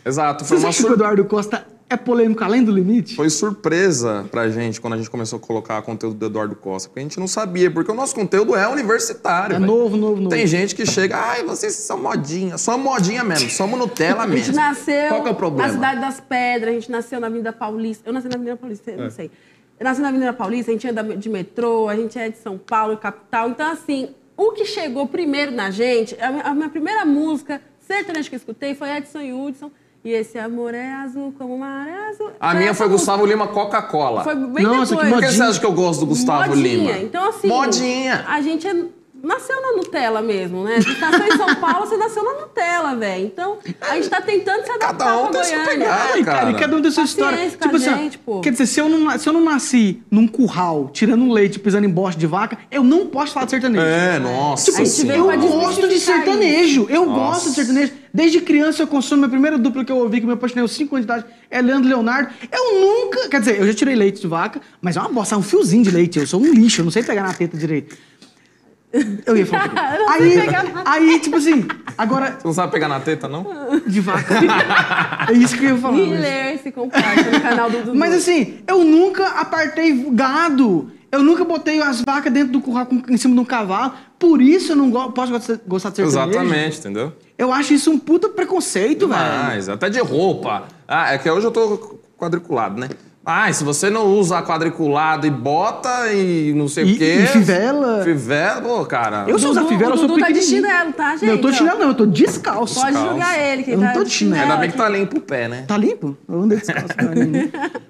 Speaker 2: Exato. Foi
Speaker 1: Vocês
Speaker 2: uma
Speaker 1: acham que o
Speaker 2: sur...
Speaker 1: Eduardo Costa é polêmico além do limite?
Speaker 2: foi surpresa pra gente quando a gente começou a colocar conteúdo do Eduardo Costa. Porque a gente não sabia. Porque o nosso conteúdo é universitário.
Speaker 1: É
Speaker 2: velho.
Speaker 1: novo, novo, novo.
Speaker 2: Tem gente que chega, ai, vocês são modinha. Só modinha mesmo, somos
Speaker 3: <laughs>
Speaker 2: Nutella
Speaker 3: A
Speaker 2: Tá
Speaker 3: gente
Speaker 2: mesmo.
Speaker 3: nasceu
Speaker 2: Qual que é o problema?
Speaker 3: na Cidade das Pedras, a gente nasceu na Avenida Paulista. Eu nasci na Avenida Paulista,
Speaker 2: É.
Speaker 3: eu não sei. Eu nasci na Avenida Paulista, a gente anda de metrô, a gente é de São Paulo, capital. Então, assim, o que chegou primeiro na gente, a minha- a minha primeira música sertaneja que eu escutei foi Edson e Hudson. E esse amor é azul como o mar é azul.
Speaker 2: A minha
Speaker 3: essa
Speaker 2: foi
Speaker 3: música.
Speaker 2: Gustavo Lima Coca-Cola.
Speaker 3: Foi bem
Speaker 1: Nossa, que
Speaker 2: Por
Speaker 3: depois.
Speaker 2: que você
Speaker 1: modinha.
Speaker 2: acha que eu gosto do Gustavo
Speaker 3: Modinha.
Speaker 2: Lima?
Speaker 3: Então, assim.
Speaker 2: Modinha.
Speaker 3: A gente é- nasceu na Nutella mesmo, né? Você nasceu em São Paulo, você nasceu na Nutella, velho. Então, a gente tá tentando se adaptar
Speaker 2: Cada um
Speaker 3: pra
Speaker 2: tem sua
Speaker 3: Goiânia.
Speaker 2: pegada.
Speaker 1: Ai, cara,
Speaker 2: cara.
Speaker 1: e cada um tem sua
Speaker 3: Paciência
Speaker 1: história. assim,
Speaker 3: com a gente, pô.
Speaker 1: quer dizer, se eu, não, na- se eu não nasci num curral, tirando um leite, pisando em bosta de vaca, eu não posso falar de sertanejo.
Speaker 2: É, nossa
Speaker 1: Tipo,
Speaker 3: A gente veio
Speaker 2: senhora.
Speaker 3: pra
Speaker 1: Eu gosto de
Speaker 3: desmistificar
Speaker 1: sertanejo. Eu
Speaker 2: Nossa.
Speaker 1: gosto de sertanejo. Desde criança eu consumo. Minha primeira dupla que eu ouvi, que eu me apaixonei aos 5 anos de idade, é Leandro Leonardo. Eu nunca. Quer dizer, eu já tirei leite de vaca, mas é uma bosta, é um fiozinho de leite. Eu sou um lixo, eu não sei pegar na teta direito. Eu ia falar.
Speaker 3: <laughs> Eu não sei
Speaker 1: aí,
Speaker 3: pegar na
Speaker 1: aí, tipo assim, agora,
Speaker 2: Você não sabe pegar na teta, não?
Speaker 1: de
Speaker 3: <laughs>
Speaker 1: vaca. é isso que eu ia falar. mas-
Speaker 3: Miller se comporta no canal do Dudu.
Speaker 1: Mas assim, eu nunca apartei gado. Eu nunca botei as vacas dentro do curral com- em cima de um cavalo. Por isso eu não go- posso gostar- gostar de sertanejo.
Speaker 2: Exatamente, entendeu?
Speaker 1: Eu acho isso um puta preconceito, velho.
Speaker 2: Mas, até de roupa. Ah, é que hoje eu tô quadriculado, né? Ah, e se você não usa quadriculado e bota e não sei
Speaker 1: E-
Speaker 2: o quê.
Speaker 1: e fivela.
Speaker 2: Fivela, pô, cara.
Speaker 1: Eu sou
Speaker 3: Dudu-
Speaker 1: usar fivela, eu
Speaker 3: o
Speaker 1: sou
Speaker 3: Dudu tá de
Speaker 1: pequenininho.
Speaker 3: chinelo, tá, gente?
Speaker 1: Não, eu tô de chinelo, não, eu tô descalço.
Speaker 3: Pode
Speaker 2: Descalço.
Speaker 3: julgar ele, que
Speaker 1: Eu
Speaker 3: ele
Speaker 1: não
Speaker 3: tá
Speaker 1: tô
Speaker 3: de
Speaker 1: de chinelo.
Speaker 3: chinelo.
Speaker 2: Ainda bem que tá limpo o pé, né?
Speaker 1: Tá limpo? Eu andei descalço. cara,
Speaker 3: <laughs>
Speaker 1: nenhum.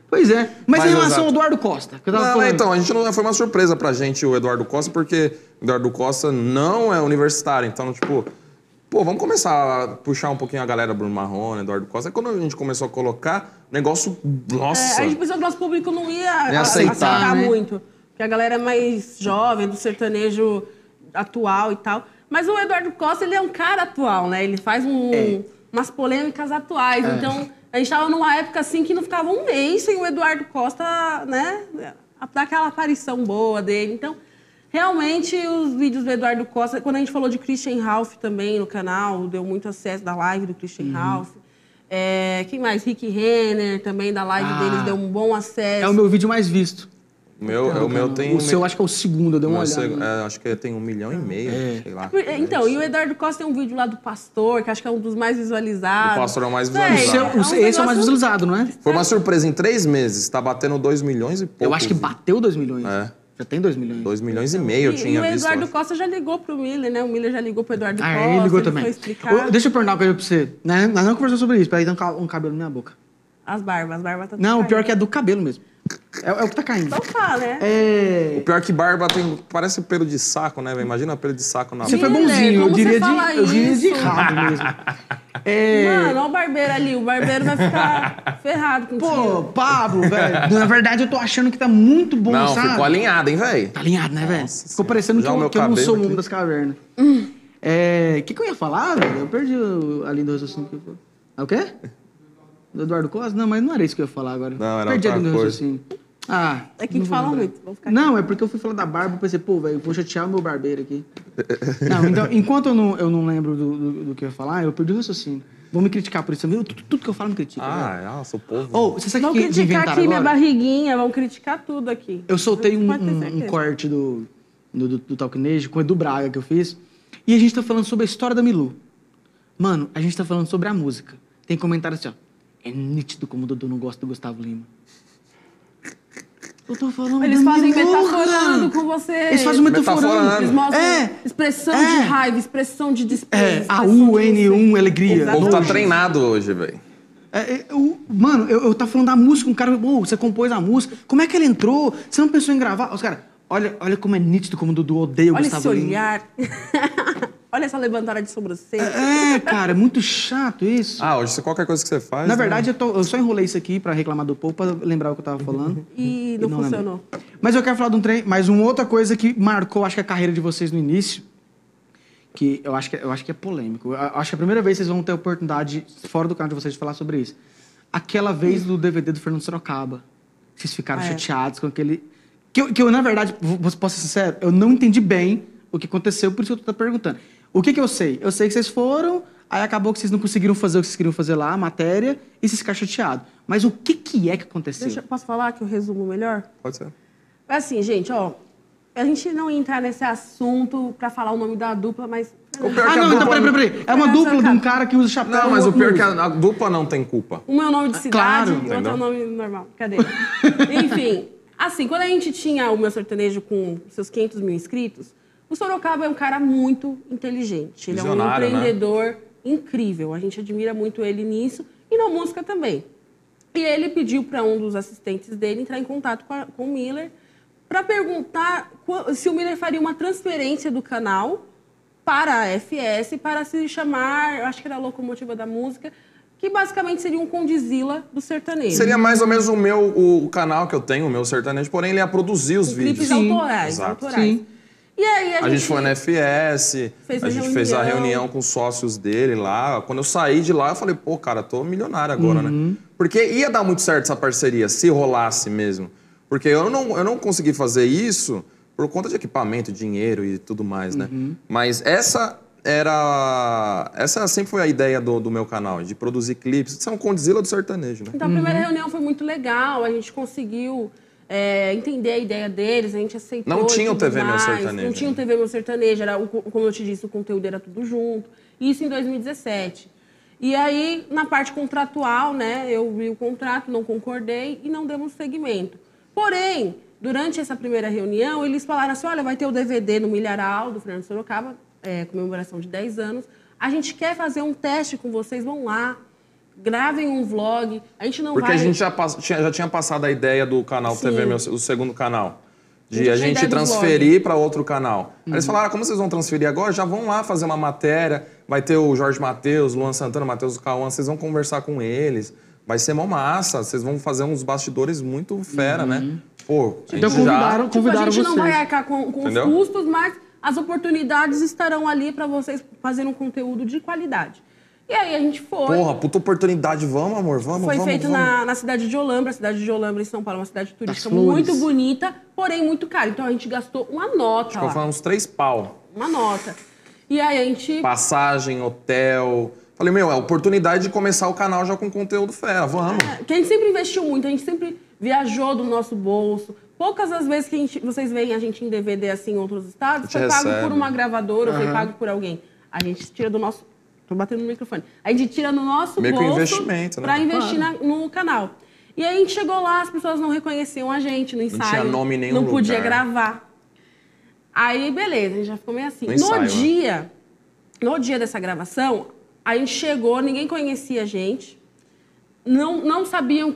Speaker 1: pois é. Mas,
Speaker 2: Mas,
Speaker 1: em relação ao
Speaker 2: exato.
Speaker 1: Eduardo Costa, que eu tava
Speaker 2: Não,
Speaker 1: falando.
Speaker 2: então, a gente não foi uma surpresa pra gente o Eduardo Costa, porque o Eduardo Costa não é universitário. Então, tipo, pô, vamos começar a puxar um pouquinho a galera Bruno Marrone, Eduardo Costa. Aí quando a gente começou a colocar, o negócio.
Speaker 3: É,
Speaker 2: Nossa!
Speaker 3: a gente pensou que o nosso público não ia a-
Speaker 2: aceitar,
Speaker 1: né?
Speaker 3: muito. Porque a galera é mais jovem, do sertanejo atual e tal. Mas o Eduardo Costa, ele é um cara atual, né? Ele faz um-
Speaker 1: É.
Speaker 3: umas polêmicas atuais. Então, a gente tava numa época assim que não ficava um mês sem o Eduardo Costa, né? Dar aquela aparição boa dele. Então, realmente, os vídeos do Eduardo Costa... Quando a gente falou de Christian Ralph também no canal, deu muito acesso da live do
Speaker 1: Uhum.
Speaker 3: Christian Ralph. É, quem mais? Rick Renner também, da live
Speaker 1: Ah.
Speaker 3: deles, deu um bom acesso.
Speaker 1: É o meu vídeo mais visto.
Speaker 2: O meu, o meu tem. um
Speaker 1: O seu, acho que é o segundo, eu dei
Speaker 2: Não,
Speaker 1: uma
Speaker 2: eu
Speaker 1: olhada. É.
Speaker 2: sei, é, acho que tem um milhão e meio, sei lá. É
Speaker 3: Por- Então, e o Eduardo Costa tem um vídeo lá do pastor, que acho que é um dos mais visualizados.
Speaker 2: O pastor é o mais
Speaker 1: O
Speaker 2: visualizado.
Speaker 1: seu-
Speaker 2: É
Speaker 1: o seu- esse é o mais
Speaker 3: um negócio-
Speaker 1: visualizado, não é?
Speaker 2: Foi uma surpresa em três meses, tá batendo dois milhões e pouco.
Speaker 1: Eu acho que bateu 2 milhões.
Speaker 2: É.
Speaker 1: Já tem 2 milhões.
Speaker 2: Dois milhões e meio eu
Speaker 3: E-
Speaker 2: tinha
Speaker 3: e o
Speaker 2: visto. eu
Speaker 3: Eduardo
Speaker 2: acho.
Speaker 3: Costa já ligou pro Miller, né? O Miller já ligou pro Eduardo
Speaker 1: Ah,
Speaker 3: Costa.
Speaker 1: ele ligou também.
Speaker 3: Foi explicar
Speaker 1: Ô, deixa eu perguntar uma coisa pra você. Né? Nós não conversamos sobre isso, pra aí dar um ca- um cabelo na minha boca.
Speaker 3: as barbas. As barbas tá
Speaker 1: Não, o pior é
Speaker 3: caindo.
Speaker 1: que é do cabelo mesmo. É, é o que tá caindo.
Speaker 3: Então fala, né?
Speaker 1: É.
Speaker 2: O pior que barba tem. Parece pelo de saco, né? velho? Imagina pelo de saco na
Speaker 1: Você foi
Speaker 3: Miller,
Speaker 1: bonzinho, eu
Speaker 3: como
Speaker 1: diria,
Speaker 3: você
Speaker 1: de,
Speaker 3: fala
Speaker 1: eu diria de
Speaker 3: isso?
Speaker 1: rabo mesmo. É.
Speaker 3: Mano, olha o barbeiro ali. O barbeiro
Speaker 1: <laughs>
Speaker 3: vai ficar ferrado com
Speaker 1: Pô, Pablo, velho. Na verdade, eu tô achando que tá muito bom,
Speaker 2: Não,
Speaker 1: sabe?
Speaker 2: ficou alinhado, hein, velho?
Speaker 1: Tá alinhado, né, velho?
Speaker 2: Nossa
Speaker 1: Ficou
Speaker 2: senhora.
Speaker 1: parecendo que
Speaker 2: Já o
Speaker 1: eu,
Speaker 2: meu
Speaker 1: que eu não sou o
Speaker 2: cabelo
Speaker 1: homem
Speaker 2: aqui.
Speaker 1: das cavernas.
Speaker 3: Hum.
Speaker 1: É. O que, que eu ia falar, velho? Eu perdi o, a linha do raciocínio que eu falei. Ah, o quê? Do Eduardo Costa? Não, mas não era isso que eu ia falar agora.
Speaker 2: Não, era
Speaker 1: Perdi a
Speaker 2: outra
Speaker 1: linha do
Speaker 2: coisa.
Speaker 1: raciocínio. Ah.
Speaker 3: É que
Speaker 1: não
Speaker 3: a gente
Speaker 1: vou
Speaker 3: fala
Speaker 1: lembrar.
Speaker 3: muito. Vamos ficar
Speaker 1: Não, é porque eu fui falar da barba, eu pensei, pô, velho, vou chatear o meu barbeiro aqui. Não,
Speaker 2: <laughs>
Speaker 1: então, enquanto eu não, eu não lembro do, do- do que eu ia falar, eu perdi o raciocínio. Vão me criticar por isso. Eu, tudo, tudo que eu falo me critica. velho.
Speaker 2: Ah, nossa, o povo.
Speaker 1: Ou, você sabe o
Speaker 3: Vão
Speaker 1: que eles
Speaker 3: criticar aqui
Speaker 1: inventaram
Speaker 3: minha
Speaker 1: agora?
Speaker 3: barriguinha, vão criticar tudo aqui.
Speaker 1: Eu soltei um,
Speaker 3: Pode ter
Speaker 1: um- um
Speaker 3: certeza.
Speaker 1: corte do, do, do, do Talkinejo com o Edu Braga que eu fiz. E a gente tá falando sobre a história da Milu. Mano, a gente tá falando sobre a música. Tem comentário assim, ó. É nítido como o Dudu não gosta do Gustavo Lima. Eu tô falando
Speaker 3: Eles
Speaker 1: da
Speaker 3: fazem
Speaker 1: minha boca.
Speaker 3: metaforando com você.
Speaker 1: Eles fazem metaforando.
Speaker 2: Metaforando.
Speaker 3: Eles mostram
Speaker 1: É.
Speaker 3: expressão
Speaker 1: É.
Speaker 3: de raiva, expressão de desprezo.
Speaker 1: É, a
Speaker 3: expressão de não
Speaker 1: UN1
Speaker 3: sei.
Speaker 1: alegria.
Speaker 2: O povo tá
Speaker 1: nojo.
Speaker 2: treinado hoje, velho.
Speaker 1: É, é, eu- mano, eu, eu tava falando da música, um cara, "Ô, você compôs a música, como é que ele entrou? Você não pensou em gravar? Os caras, olha, olha como é nítido como o Dudu odeia o
Speaker 3: Olha esse
Speaker 1: Gustavo Lima.
Speaker 3: olhar. <laughs> Olha essa levantada de sobrancelha.
Speaker 1: É, cara, é muito chato isso.
Speaker 2: Ah, hoje você- qualquer coisa que você faz.
Speaker 1: Na
Speaker 2: né?
Speaker 1: verdade, eu, tô- eu só enrolei isso aqui pra reclamar do povo, pra lembrar o que eu tava
Speaker 2: <laughs>
Speaker 1: falando.
Speaker 3: E não,
Speaker 1: lembrei.
Speaker 3: funcionou.
Speaker 1: Mas eu quero falar de um trem, mas uma outra coisa que marcou, acho que a carreira de vocês no início, que eu acho que, eu acho que é polêmico. Eu acho que é a primeira vez que vocês vão ter a oportunidade, fora do canal de vocês, de falar sobre isso. Aquela vez do DVD do Fernando Sorocaba. Vocês ficaram
Speaker 3: Ah, é.
Speaker 1: chateados com aquele. Que eu, que eu, na verdade, vou- vou- posso ser sincero, eu não entendi bem o que aconteceu, por isso que eu tô perguntando. O que, que eu sei? Eu sei que vocês foram, aí acabou que vocês não conseguiram fazer o que vocês queriam fazer lá, a matéria, e vocês ficaram chateados. Mas o que, que é que aconteceu?
Speaker 3: Deixa, posso falar que eu resumo melhor?
Speaker 2: Pode ser.
Speaker 3: Assim, gente, ó. A gente não ia entrar nesse assunto pra falar o nome da dupla, mas.
Speaker 2: O pior
Speaker 1: Ah,
Speaker 2: que a
Speaker 1: não, então
Speaker 2: dupla-
Speaker 1: peraí, peraí, peraí. É uma
Speaker 3: Fernando
Speaker 1: dupla de um
Speaker 3: Sorocaba.
Speaker 1: cara que usa chapéu.
Speaker 2: Não,
Speaker 1: e
Speaker 2: mas o
Speaker 1: outro
Speaker 2: pior é
Speaker 1: não
Speaker 2: que
Speaker 1: usa.
Speaker 2: a, a dupla não tem culpa.
Speaker 3: Um é o nome de
Speaker 1: claro.
Speaker 3: cidade, e outro é
Speaker 2: Entendeu?
Speaker 3: o nome normal. Cadê? <laughs> Enfim, assim, quando a gente tinha o meu sertanejo com seus 500 mil inscritos, o Sorocaba é um cara muito inteligente. Ele
Speaker 2: Visionário,
Speaker 3: é um
Speaker 2: né?
Speaker 3: empreendedor incrível. A gente admira muito ele nisso e na música também. E ele pediu para um dos assistentes dele entrar em contato com, a- com o Miller para perguntar qua- se o Miller faria uma transferência do canal para a FS para se chamar, eu acho que era a locomotiva da música, que basicamente seria um condizila do sertanejo.
Speaker 2: Seria mais ou menos o meu o, o canal que eu tenho, o meu sertanejo, porém ele ia produzir os
Speaker 3: Com
Speaker 2: vídeos.
Speaker 3: clipes
Speaker 1: Sim,
Speaker 3: autorais,
Speaker 2: exato.
Speaker 3: autorais.
Speaker 1: Sim.
Speaker 3: E aí a,
Speaker 2: A gente foi na FS,
Speaker 3: Fez
Speaker 2: a
Speaker 3: a
Speaker 2: gente fez a
Speaker 3: reunião.
Speaker 2: reunião com os sócios dele lá. Quando eu saí de lá, eu falei, pô, cara, tô milionário agora, né? Porque ia dar muito certo essa parceria, se rolasse mesmo. Porque eu não, eu não consegui fazer isso por conta de equipamento, dinheiro e tudo mais, né? Mas essa era. Essa sempre foi a ideia do, do meu canal, de produzir clipes. Isso é um condizila do sertanejo, né?
Speaker 3: Então, a primeira reunião foi muito legal, a gente conseguiu é, entender a ideia deles, a gente aceitou.
Speaker 2: Não
Speaker 3: e
Speaker 2: tinha o
Speaker 3: tudo
Speaker 2: TV Meu
Speaker 3: mais,
Speaker 2: Sertanejo,
Speaker 3: Não tinha o
Speaker 2: né?
Speaker 3: TV Meu Sertanejo, era, o co- como eu te disse, o conteúdo era tudo junto. Isso em 2017. E aí, na parte contratual, né, eu vi o contrato, não concordei e não demos seguimento. Porém, durante essa primeira reunião, eles falaram assim: olha, vai ter o DVD no Milharal, do Fernando Sorocaba, é, comemoração de 10 anos. A gente quer fazer um teste com vocês, vão lá. Gravem um vlog. A gente não
Speaker 2: Porque
Speaker 3: vai.
Speaker 2: a gente já, pass- tinha- já tinha passado a ideia do canal
Speaker 3: Sim.
Speaker 2: TV, meu, o segundo canal. De
Speaker 3: Tinha
Speaker 2: a
Speaker 3: a
Speaker 2: gente
Speaker 3: ideia do Uhum.
Speaker 2: transferir para outro canal. Aí Eles falaram, "Ah, como vocês vão transferir agora? Já vão lá fazer uma matéria. Vai ter o Jorge Matheus, Luan Santana, Matheus Cauã. Vocês vão conversar com eles. Vai ser mó massa. Vocês vão fazer uns bastidores muito fera,
Speaker 3: Uhum.
Speaker 2: né? Pô, a
Speaker 1: Então
Speaker 2: gente já...
Speaker 1: convidaram,
Speaker 3: Tipo, a
Speaker 1: convidaram
Speaker 3: gente
Speaker 1: vocês.
Speaker 3: não vai arcar com, com os
Speaker 2: Entendeu?
Speaker 3: custos, mas as oportunidades estarão ali para vocês fazerem um conteúdo de qualidade. E aí a gente foi.
Speaker 2: Porra, puta oportunidade. Vamos, amor, vamos,
Speaker 3: foi
Speaker 2: vamos,
Speaker 3: feito
Speaker 2: vamos.
Speaker 3: Na, na cidade de Olambra, a cidade de Olambra em São Paulo, é uma cidade turística
Speaker 1: flores.
Speaker 3: muito bonita, porém muito cara. Então a gente gastou uma nota
Speaker 2: Ficou
Speaker 3: lá,
Speaker 2: falando uns três pau.
Speaker 3: uma nota. E aí a gente
Speaker 2: Passagem, hotel... Falei, meu, é a oportunidade de começar o canal já com conteúdo fera. Vamos.
Speaker 3: É, que a gente sempre investiu muito, a gente sempre viajou do nosso bolso. Poucas as vezes que a gente- vocês veem a gente em DVD assim em outros estados,
Speaker 2: gente
Speaker 3: foi pago
Speaker 2: recebe.
Speaker 3: por uma gravadora, ou foi pago por alguém. A gente tira do nosso. Tô batendo no microfone. A gente tira do nosso
Speaker 2: Meio que um
Speaker 3: bolso
Speaker 2: investimento, né?
Speaker 3: pra investir na- no canal. E aí a gente chegou lá, as pessoas não reconheciam a gente no ensaio.
Speaker 2: tinha nome em nenhum
Speaker 3: Não podia
Speaker 2: lugar.
Speaker 3: gravar. Aí, beleza, a gente já ficou meio assim.
Speaker 2: No
Speaker 3: No,
Speaker 2: ensaio, né?
Speaker 3: dia, no dia dessa gravação, a gente chegou, ninguém conhecia a gente não, não sabiam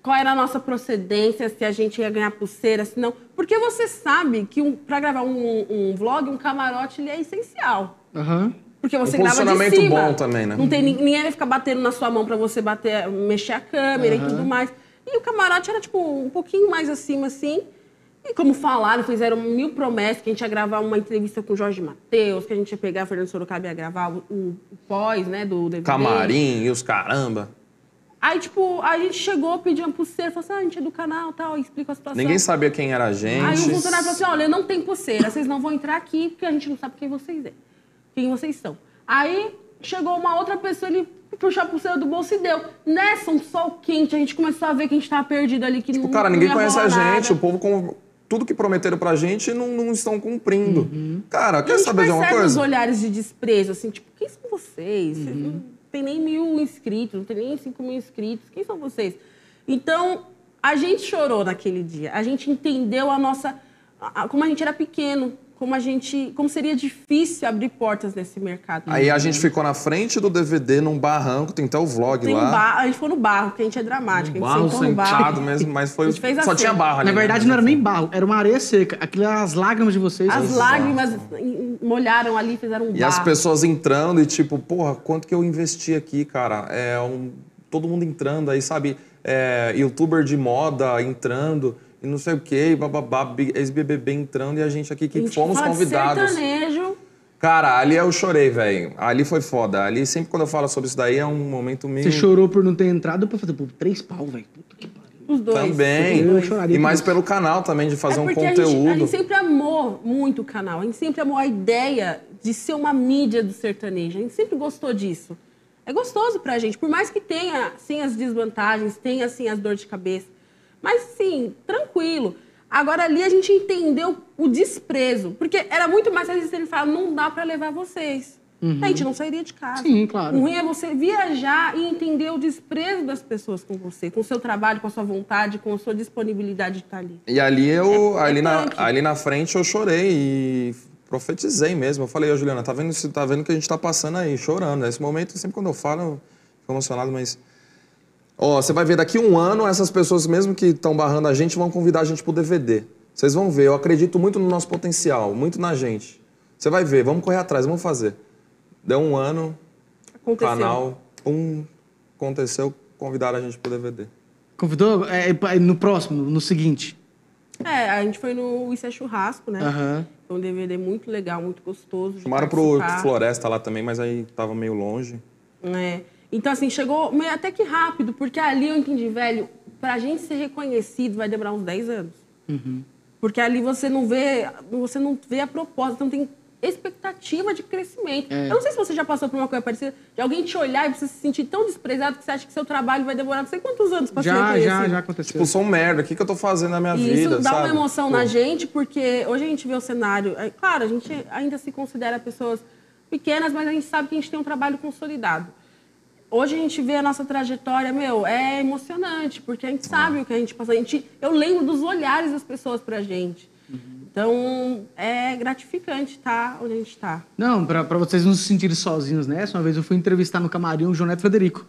Speaker 3: qual era a nossa procedência, se a gente ia ganhar pulseira, se não. Porque você sabe que para gravar um, um vlog, um camarote ele é essencial.
Speaker 1: Aham.
Speaker 3: Porque você
Speaker 2: Um
Speaker 3: grava de
Speaker 2: posicionamento
Speaker 3: cima.
Speaker 2: bom também, né?
Speaker 3: Não tem, nin- ninguém vai ficar batendo na sua mão para você bater, mexer a câmera e tudo mais. E o camarote era, tipo, um pouquinho mais acima, assim. E como falaram, fizeram mil promessas que a gente ia gravar uma entrevista com o Jorge Matheus, que a gente ia pegar Fernando Sorocaba e ia gravar o, o pós, né, do DVD.
Speaker 2: Camarim e os caramba.
Speaker 3: Aí, tipo, a gente chegou, pediu uma pulseira, falou assim, ah, a gente é do canal tal, explica a situação.
Speaker 2: Ninguém sabia quem era a gente.
Speaker 3: Aí o funcionário falou assim, olha, não tem pulseira, vocês não vão entrar aqui, porque a gente não sabe quem vocês é, quem vocês são. Aí chegou uma outra pessoa, ele puxou a pulseira do bolso e deu. Nessa, um sol quente, a gente começou a ver que a gente tava perdido ali, que
Speaker 2: Tipo,
Speaker 3: não
Speaker 2: cara,
Speaker 3: não
Speaker 2: ninguém
Speaker 3: ia
Speaker 2: conhece a
Speaker 3: rolar nada.
Speaker 2: gente, o povo. Com... Tudo que prometeram pra gente não, não estão cumprindo. Cara,
Speaker 3: E Uhum. a
Speaker 2: quer
Speaker 3: gente
Speaker 2: saber de uma
Speaker 3: percebe os
Speaker 2: coisa?
Speaker 3: olhares de desprezo, assim, tipo, quem são vocês? Vocês Não tem nem mil inscritos, não tem nem cinco mil inscritos, quem são vocês? Então, A gente chorou naquele dia. A gente entendeu a nossa. a- a- como a gente era pequeno, como a gente. como seria difícil abrir portas nesse mercado.
Speaker 2: Aí a gente ficou na frente do DVD num barranco, tem até o vlog
Speaker 3: né? Tem um
Speaker 2: lá. Um
Speaker 3: bar- a gente foi no barro, porque a gente é dramático.
Speaker 1: No
Speaker 3: a gente
Speaker 1: barro,
Speaker 3: sentou no
Speaker 2: Sentado
Speaker 3: barro.
Speaker 2: mesmo, mas
Speaker 3: A
Speaker 2: foi.
Speaker 3: gente fez
Speaker 2: Só
Speaker 3: assim.
Speaker 2: tinha barro ali.
Speaker 1: Na
Speaker 2: né?
Speaker 1: verdade, não era nem barro, era uma areia seca. Aquilo eram as lágrimas de vocês.
Speaker 3: As
Speaker 1: Nossa.
Speaker 3: lágrimas em- em- molharam ali, fizeram um
Speaker 2: E
Speaker 3: barro.
Speaker 2: as pessoas entrando e tipo, porra, quanto que eu investi aqui, cara? É um... Todo mundo entrando aí, sabe? É, youtuber de moda entrando e não sei o quê, bababá, bi- ex-BBB entrando e a gente aqui que
Speaker 3: A gente
Speaker 2: fomos
Speaker 3: fala de
Speaker 2: convidados.
Speaker 3: sertanejo.
Speaker 2: Cara, ali eu chorei, velho. Ali foi foda. Ali sempre quando eu falo sobre isso daí é um momento meio.
Speaker 1: Você chorou por não ter entrado pra fazer pô, três pau, velho. Puta que pariu.
Speaker 3: Os dois.
Speaker 2: Também.
Speaker 3: Os
Speaker 1: Eu
Speaker 3: dois.
Speaker 1: choraria.
Speaker 2: E mais pelo canal também, de fazer
Speaker 3: é
Speaker 2: um
Speaker 3: porque
Speaker 2: conteúdo.
Speaker 3: A gente, a gente sempre amou muito o canal. A gente sempre amou a ideia de ser uma mídia do sertanejo. A gente sempre gostou disso. É gostoso pra gente. Por mais que tenha, sim, as desvantagens, tenha, sim, as dores de cabeça. Mas, sim, tranquilo. Agora, ali a gente entendeu o desprezo. Porque era muito mais resistente ele falar, não dá pra levar vocês. A gente não sairia de casa.
Speaker 1: Uhum. Sim, claro.
Speaker 3: O ruim é você viajar e entender o desprezo das pessoas com você, com o seu trabalho, com a sua vontade, com a sua disponibilidade de estar ali.
Speaker 2: E ali eu,
Speaker 3: é
Speaker 2: ali, na,
Speaker 3: punk.
Speaker 2: ali na frente eu chorei e profetizei mesmo. Eu falei, ô Juliana, tá vendo, isso- tá vendo o que a gente tá passando aí, chorando. Nesse momento, sempre quando eu falo, eu fico emocionado, mas. Ó, você vai ver, daqui um ano, essas pessoas, mesmo que estão barrando a gente, vão convidar a gente pro DVD. Vocês vão ver, eu acredito muito no nosso potencial, muito na gente. Você vai ver, vamos correr atrás, vamos fazer. Deu um ano,
Speaker 3: Aconteceu.
Speaker 2: canal, um, aconteceu, convidaram a gente pro DVD.
Speaker 1: Convidou é, pra- no próximo, no seguinte.
Speaker 3: É, a gente foi no Isso é Churrasco, né?
Speaker 1: Aham.
Speaker 3: Foi um DVD muito legal, muito gostoso. de
Speaker 2: Chamaram pro
Speaker 3: participar.
Speaker 2: Floresta lá também, mas aí tava meio longe.
Speaker 3: É. Então, assim, chegou meio até que rápido, porque ali eu entendi, velho, pra gente ser reconhecido vai demorar uns 10 anos.
Speaker 1: Uhum.
Speaker 3: Porque ali você não vê, você não vê a proposta, não tem expectativa de crescimento.
Speaker 1: É.
Speaker 3: Eu não sei se você já passou por uma coisa parecida, de alguém te olhar e você se sentir tão desprezado que você acha que seu trabalho vai demorar não sei quantos anos pra ser
Speaker 1: Já,
Speaker 3: reconhecido.
Speaker 1: já, já aconteceu.
Speaker 2: Tipo, sou um merda, o que, que eu tô fazendo na minha
Speaker 3: E
Speaker 2: vida?
Speaker 3: isso dá
Speaker 2: sabe?
Speaker 3: uma emoção
Speaker 2: Pô,
Speaker 3: na gente, porque hoje a gente vê o cenário. é, claro, a gente ainda se considera pessoas pequenas, mas a gente sabe que a gente tem um trabalho consolidado. Hoje a gente vê a nossa trajetória, meu, é emocionante, porque a gente sabe o que a gente passa. A gente, eu lembro dos olhares das pessoas pra gente.
Speaker 2: Uhum.
Speaker 3: Então, é gratificante estar onde a gente tá. está.
Speaker 1: Não, pra, pra vocês não se sentirem sozinhos nessa, uma vez eu fui entrevistar no camarim o João Neto e o Frederico.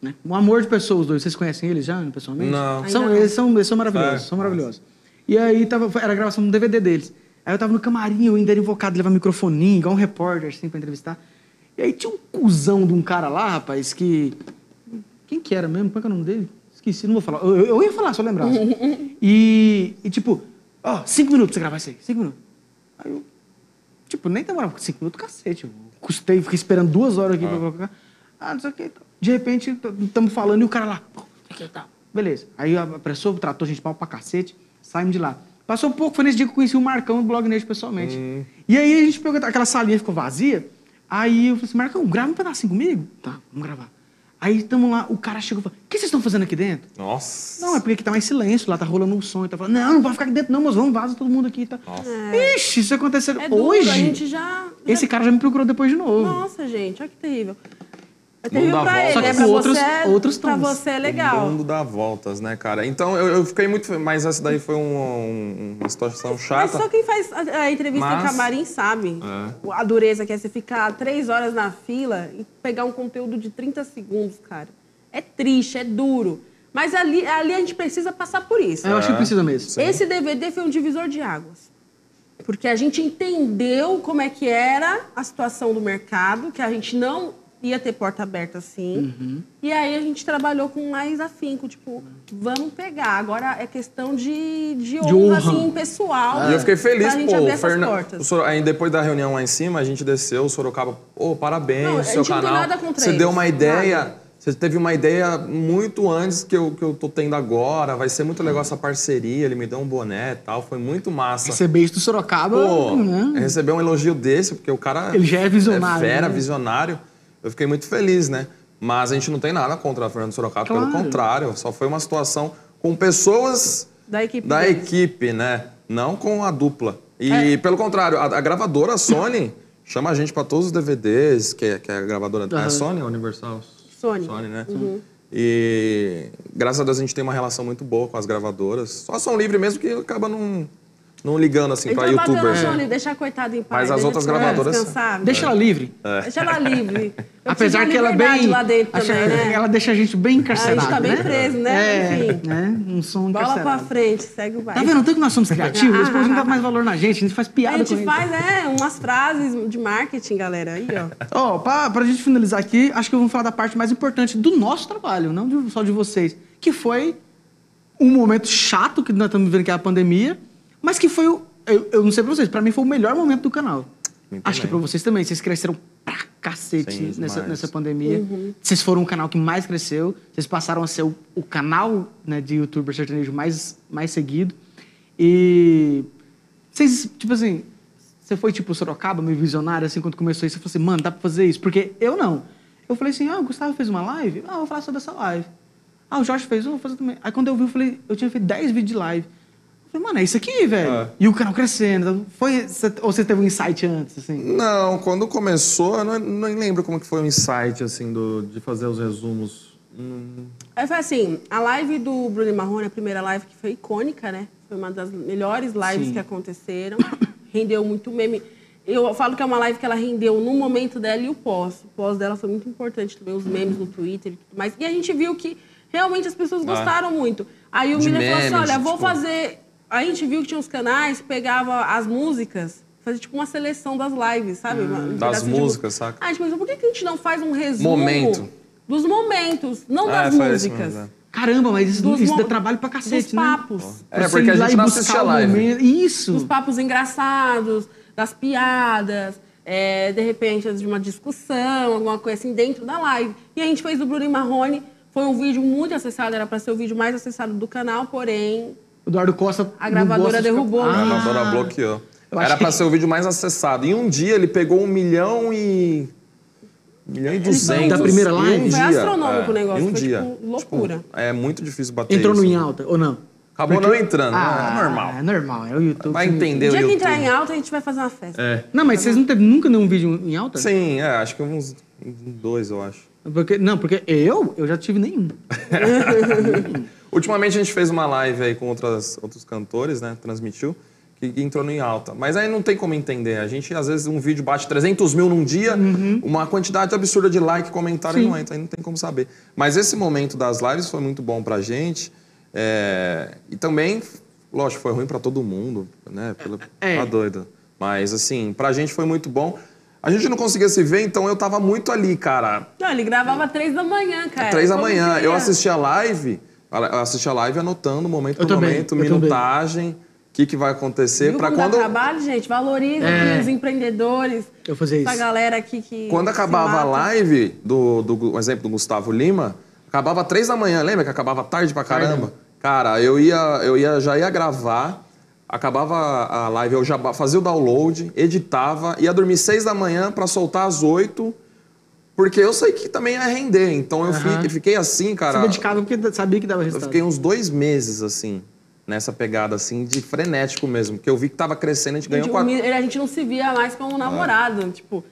Speaker 1: Né? Um amor de pessoa, os dois. Vocês conhecem eles já, né, pessoalmente?
Speaker 2: Não.
Speaker 1: São,
Speaker 3: Ainda não.
Speaker 1: eles, são, eles são maravilhosos,
Speaker 2: Ah,
Speaker 1: são maravilhosos. E aí tava, foi- era a gravação do DVD deles. Aí eu tava no camarim, eu ainda era invocado, levar microfoninho, igual um repórter, assim, pra entrevistar. E aí tinha um cuzão de um cara lá, rapaz, que... Quem que era mesmo? Qual que é o nome dele? Esqueci, não vou falar. Eu, eu- eu ia falar, só lembrava. e, e tipo, ó, cinco minutos pra você gravar isso aí, cinco minutos. Aí eu, Tipo, nem demorava cinco minutos, cacete. Eu custei, fiquei esperando duas horas aqui pra colocar. Ah, não sei o que. De repente, estamos falando e o cara lá. pô, aqui, tá. Beleza. Aí apressou, tratou a gente mal pra cacete, saímos de lá. Passou um pouco, foi nesse dia que eu conheci o Marcão do Blog Nerd pessoalmente. E aí a gente pegou aquela salinha, ficou vazia. Aí eu falei assim, Marcão, grava um pedacinho comigo? Tá, vamos gravar. Aí estamos lá, o cara chegou e falou, o que vocês estão fazendo aqui dentro?
Speaker 2: Nossa.
Speaker 1: Não, é porque aqui tá mais silêncio, lá tá rolando um som. E tá falando, não, não pode ficar aqui dentro não, mas vamos, vaza todo mundo aqui. e Tá. Ixi, isso aconteceu
Speaker 3: É duro,
Speaker 1: hoje.
Speaker 3: a gente já. já-
Speaker 1: Esse cara já me procurou depois de novo.
Speaker 3: Nossa, gente, olha que terrível. É
Speaker 2: Não dá
Speaker 3: terrível pra
Speaker 2: volta.
Speaker 3: ele,
Speaker 2: Só
Speaker 3: é pra
Speaker 1: com outros-
Speaker 3: você. é-
Speaker 1: outros
Speaker 3: pra
Speaker 1: tons.
Speaker 3: você é
Speaker 2: O
Speaker 3: legal.
Speaker 2: mundo dá voltas, né, cara? Então eu, eu fiquei muito. fe- Mas essa daí foi um- um- uma situação
Speaker 3: Mas
Speaker 2: chata.
Speaker 3: só quem faz a, a entrevista em
Speaker 2: Mas-
Speaker 3: camarim sabe
Speaker 2: É.
Speaker 3: a dureza que é você ficar três horas na fila e pegar um conteúdo de 30 segundos, cara. É triste, é duro. Mas ali, ali a gente precisa passar por isso.
Speaker 2: É,
Speaker 1: Eu acho que precisa mesmo.
Speaker 2: Sim.
Speaker 3: Esse DVD foi um divisor de águas. Porque a gente entendeu como é que era a situação do mercado, que a gente não ia ter porta aberta assim. E aí a gente trabalhou com mais afinco, tipo, vamos pegar. Agora é questão de, de, honra,
Speaker 1: honra.
Speaker 3: assim, pessoal.
Speaker 2: E eu fiquei feliz,
Speaker 3: pra gente
Speaker 2: pô.
Speaker 3: abrir
Speaker 2: O
Speaker 3: essas
Speaker 2: Fernan- o
Speaker 3: portas.
Speaker 2: Sor- Aí depois da reunião lá em cima, a gente desceu, o Sorocaba, ô, parabéns,
Speaker 3: Não, a
Speaker 2: seu
Speaker 3: gente não tem
Speaker 2: canal.
Speaker 3: nada contra
Speaker 2: você
Speaker 3: eles,
Speaker 2: deu uma ideia,
Speaker 3: nada.
Speaker 2: você teve uma ideia muito antes que eu, que eu tô tendo agora. Vai ser muito legal essa parceria, ele me deu um boné e tal. Foi muito massa.
Speaker 1: Receber isso do Sorocaba,
Speaker 2: Pô,
Speaker 1: né?
Speaker 2: receber um elogio desse, porque o cara.
Speaker 1: Ele já é visionário,
Speaker 2: É fera,
Speaker 1: né?
Speaker 2: visionário. Eu fiquei muito feliz, né? Mas a gente não tem nada contra a Fernando Sorocaba,
Speaker 1: Claro.
Speaker 2: pelo contrário, só foi uma situação com pessoas
Speaker 3: Da equipe
Speaker 2: da
Speaker 3: deles.
Speaker 2: equipe, né? Não com a dupla. E
Speaker 3: É.
Speaker 2: pelo contrário, a, a gravadora Sony chama a gente pra todos os DVDs, que, é- que é a gravadora. É
Speaker 1: Aham.
Speaker 2: Sony ou Universal?
Speaker 3: Sony. Uhum.
Speaker 2: né? E graças a Deus a gente tem uma relação muito boa com as gravadoras. Só são livre mesmo que acaba não, não ligando assim
Speaker 3: Então
Speaker 2: pra
Speaker 3: bateu
Speaker 2: youtuber.
Speaker 3: no chão
Speaker 2: né?
Speaker 3: ali, deixa a coitada em paz.
Speaker 2: Mas as
Speaker 3: deixa
Speaker 2: outras
Speaker 3: ela
Speaker 2: gravadoras-
Speaker 3: descansar,
Speaker 1: Deixa ela livre.
Speaker 3: Deixa ela livre. Eu
Speaker 1: Apesar
Speaker 3: preciso
Speaker 1: que
Speaker 3: de
Speaker 1: ela é
Speaker 3: liberdade
Speaker 1: bem.
Speaker 3: lá dentro
Speaker 1: acha-
Speaker 3: também, né?
Speaker 1: Ela deixa a gente bem encarcerado.
Speaker 3: tá bem
Speaker 1: né?
Speaker 3: preso, né?
Speaker 1: É,
Speaker 3: Enfim.
Speaker 1: né? Um som
Speaker 3: Bola pra
Speaker 1: encarcerado.
Speaker 3: frente, segue o
Speaker 1: Tá
Speaker 3: baile.
Speaker 1: vendo? Tanto que nós somos criativos, depois não dá mais valor na gente, a gente faz
Speaker 3: A
Speaker 1: piada com
Speaker 3: gente
Speaker 1: eles.
Speaker 3: faz, é, umas frases de marketing, galera. Aí, ó.
Speaker 1: Ó, pra, pra gente finalizar aqui, acho que vamos falar da parte mais importante do nosso trabalho, não de- só de vocês. Que foi um momento chato que nós estamos vivendo, que é a pandemia, mas que foi o. Eu, eu não sei pra vocês, pra mim foi o melhor momento do canal.
Speaker 2: Muito
Speaker 1: Acho que é
Speaker 2: bem.
Speaker 1: pra vocês também. Vocês cresceram pra cacete
Speaker 2: Sim,
Speaker 1: nessa,
Speaker 2: demais.
Speaker 1: nessa pandemia.
Speaker 3: Uhum.
Speaker 1: Vocês foram o canal que mais cresceu. Vocês passaram a ser o, o canal né, de youtuber sertanejo mais, mais seguido. E vocês, tipo assim, você foi tipo Sorocaba, meio visionário, assim, quando começou isso, você falou assim, mano, dá pra fazer isso? Porque eu não. Eu falei assim, ah, o Gustavo fez uma live? Ah, eu vou falar só dessa live. Ah, o Jorge fez, um, vou fazer também. Aí quando eu vi, eu falei, eu tinha feito 10 vídeos de live. Eu falei, mano, é isso aqui, velho.
Speaker 2: É.
Speaker 1: E o canal crescendo. Foi, cê- ou você teve um insight antes, assim?
Speaker 2: Não, quando começou, eu não, nem lembro como que foi o insight, assim, do, de fazer os resumos. Hum,
Speaker 3: Aí foi assim, a live do Bruno e Marrone, a primeira live que foi icônica, né? Foi uma das melhores lives
Speaker 1: Sim.
Speaker 3: que aconteceram. <coughs> rendeu muito meme. Eu falo que é uma live que ela rendeu no momento dela e o pós. O pós dela foi muito importante também, os memes no Twitter e tudo mais. E a gente viu que realmente as pessoas gostaram muito. Aí o
Speaker 2: Ah. De
Speaker 3: Miller falou assim,
Speaker 2: memes,
Speaker 3: olha, vou
Speaker 2: tipo-
Speaker 3: fazer... A gente viu que tinha uns canais, pegava as músicas, fazia tipo uma seleção das lives, sabe? Uma- um
Speaker 2: Hum, Das
Speaker 3: pedaço de mu-
Speaker 2: músicas, saca?
Speaker 3: Ah, a gente pensou, por que que a gente não faz um resumo
Speaker 2: Momento.
Speaker 3: dos momentos, não
Speaker 2: Ah,
Speaker 3: das
Speaker 2: foi isso
Speaker 3: músicas.
Speaker 2: mesmo,
Speaker 1: Caramba, mas isso,
Speaker 3: Dos
Speaker 1: isso dá
Speaker 3: mo-
Speaker 1: trabalho pra
Speaker 3: dos
Speaker 1: cacete, né?
Speaker 3: papos.
Speaker 2: É,
Speaker 1: Você
Speaker 2: porque
Speaker 1: ir
Speaker 2: a
Speaker 1: lá
Speaker 2: gente
Speaker 1: e
Speaker 2: não
Speaker 1: buscar
Speaker 2: assistia
Speaker 1: o
Speaker 2: live.
Speaker 1: momento-
Speaker 3: Dos
Speaker 1: Isso.
Speaker 3: papos engraçados, das piadas, é, de repente às vezes, de uma discussão, alguma coisa assim dentro da live. E a gente fez do Bruno e Marrone, foi um vídeo muito acessado, era para ser o vídeo mais acessado do canal, porém
Speaker 1: O Eduardo Costa.
Speaker 3: A gravadora
Speaker 1: não gosta de ficar-
Speaker 3: derrubou.
Speaker 2: A
Speaker 1: Ah,
Speaker 2: gravadora bloqueou.
Speaker 1: Eu
Speaker 2: Era
Speaker 1: achei-
Speaker 2: pra ser o vídeo mais acessado. Em um dia ele pegou um milhão e. milhão e duzentos.
Speaker 1: Da primeira
Speaker 2: Em um
Speaker 1: live?
Speaker 3: Foi
Speaker 2: dia,
Speaker 3: astronômico
Speaker 2: é,
Speaker 3: o negócio,
Speaker 2: Em um
Speaker 3: foi,
Speaker 2: dia.
Speaker 3: tipo, loucura.
Speaker 2: Tipo, é muito difícil bater
Speaker 1: Entrou no
Speaker 2: isso. né?
Speaker 1: em alta, ou não?
Speaker 2: Acabou não entrando,
Speaker 1: Ah,
Speaker 2: é normal.
Speaker 1: É normal, é o YouTube.
Speaker 2: Vai
Speaker 1: sim.
Speaker 2: entender
Speaker 3: o
Speaker 2: o
Speaker 3: dia que
Speaker 2: YouTube.
Speaker 3: entrar em alta, a gente vai fazer uma festa.
Speaker 2: É.
Speaker 1: Não, mas vocês não teve nunca nenhum vídeo em alta?
Speaker 2: Sim, é, acho que uns dois, eu acho.
Speaker 1: Porque, não, porque eu, eu já tive nenhum.
Speaker 2: Ultimamente a gente fez uma live aí com outras, outros cantores, né? Transmitiu, que que entrou no em alta. Mas aí não tem como entender. A gente, às vezes, um vídeo bate 300 mil num dia, uma quantidade absurda de like, comentário e não entra. Aí não tem como saber. Mas esse momento das lives foi muito bom pra gente. é, E também, lógico, foi ruim pra todo mundo, né? Pela...
Speaker 1: É.
Speaker 2: Tá doido. Mas, assim, pra gente foi muito bom. A gente não conseguia se ver, então eu tava muito ali, cara.
Speaker 3: Não, ele gravava três da manhã, cara.
Speaker 2: Três da
Speaker 3: Como
Speaker 2: manhã.
Speaker 3: que
Speaker 2: Eu
Speaker 3: ia?
Speaker 2: assisti a live, eu assisti a live anotando momento
Speaker 1: Eu
Speaker 2: por
Speaker 1: também,
Speaker 2: momento,
Speaker 1: eu também.
Speaker 2: minutagem, o que, que vai acontecer.
Speaker 3: Viu
Speaker 2: Pra
Speaker 3: como dá
Speaker 2: quando,
Speaker 3: trabalho, gente? Valoriza
Speaker 1: É.
Speaker 3: aqui os empreendedores.
Speaker 1: Eu fazia isso.
Speaker 3: Essa galera aqui que.
Speaker 2: quando
Speaker 3: se
Speaker 2: acabava a
Speaker 3: mata.
Speaker 2: live, do, do, o exemplo do Gustavo Lima, acabava três da manhã, lembra que acabava tarde pra caramba? Cara, eu ia, eu ia, já ia gravar, acabava a live, eu já ba- fazia o download, editava, ia dormir seis da manhã pra soltar às oito, porque eu sei que também ia render. Então eu, fi-
Speaker 1: Aham.
Speaker 2: eu fiquei assim,
Speaker 1: Se
Speaker 2: cara.
Speaker 1: dedicava porque sabia que dava
Speaker 2: Eu
Speaker 1: resultado.
Speaker 2: fiquei uns dois meses, assim, nessa pegada, assim, de frenético mesmo. Porque eu vi que tava crescendo, a gente ganhou
Speaker 3: Gente,
Speaker 2: quatro.
Speaker 3: o um Mi- a gente não se via mais como namorado. Tipo,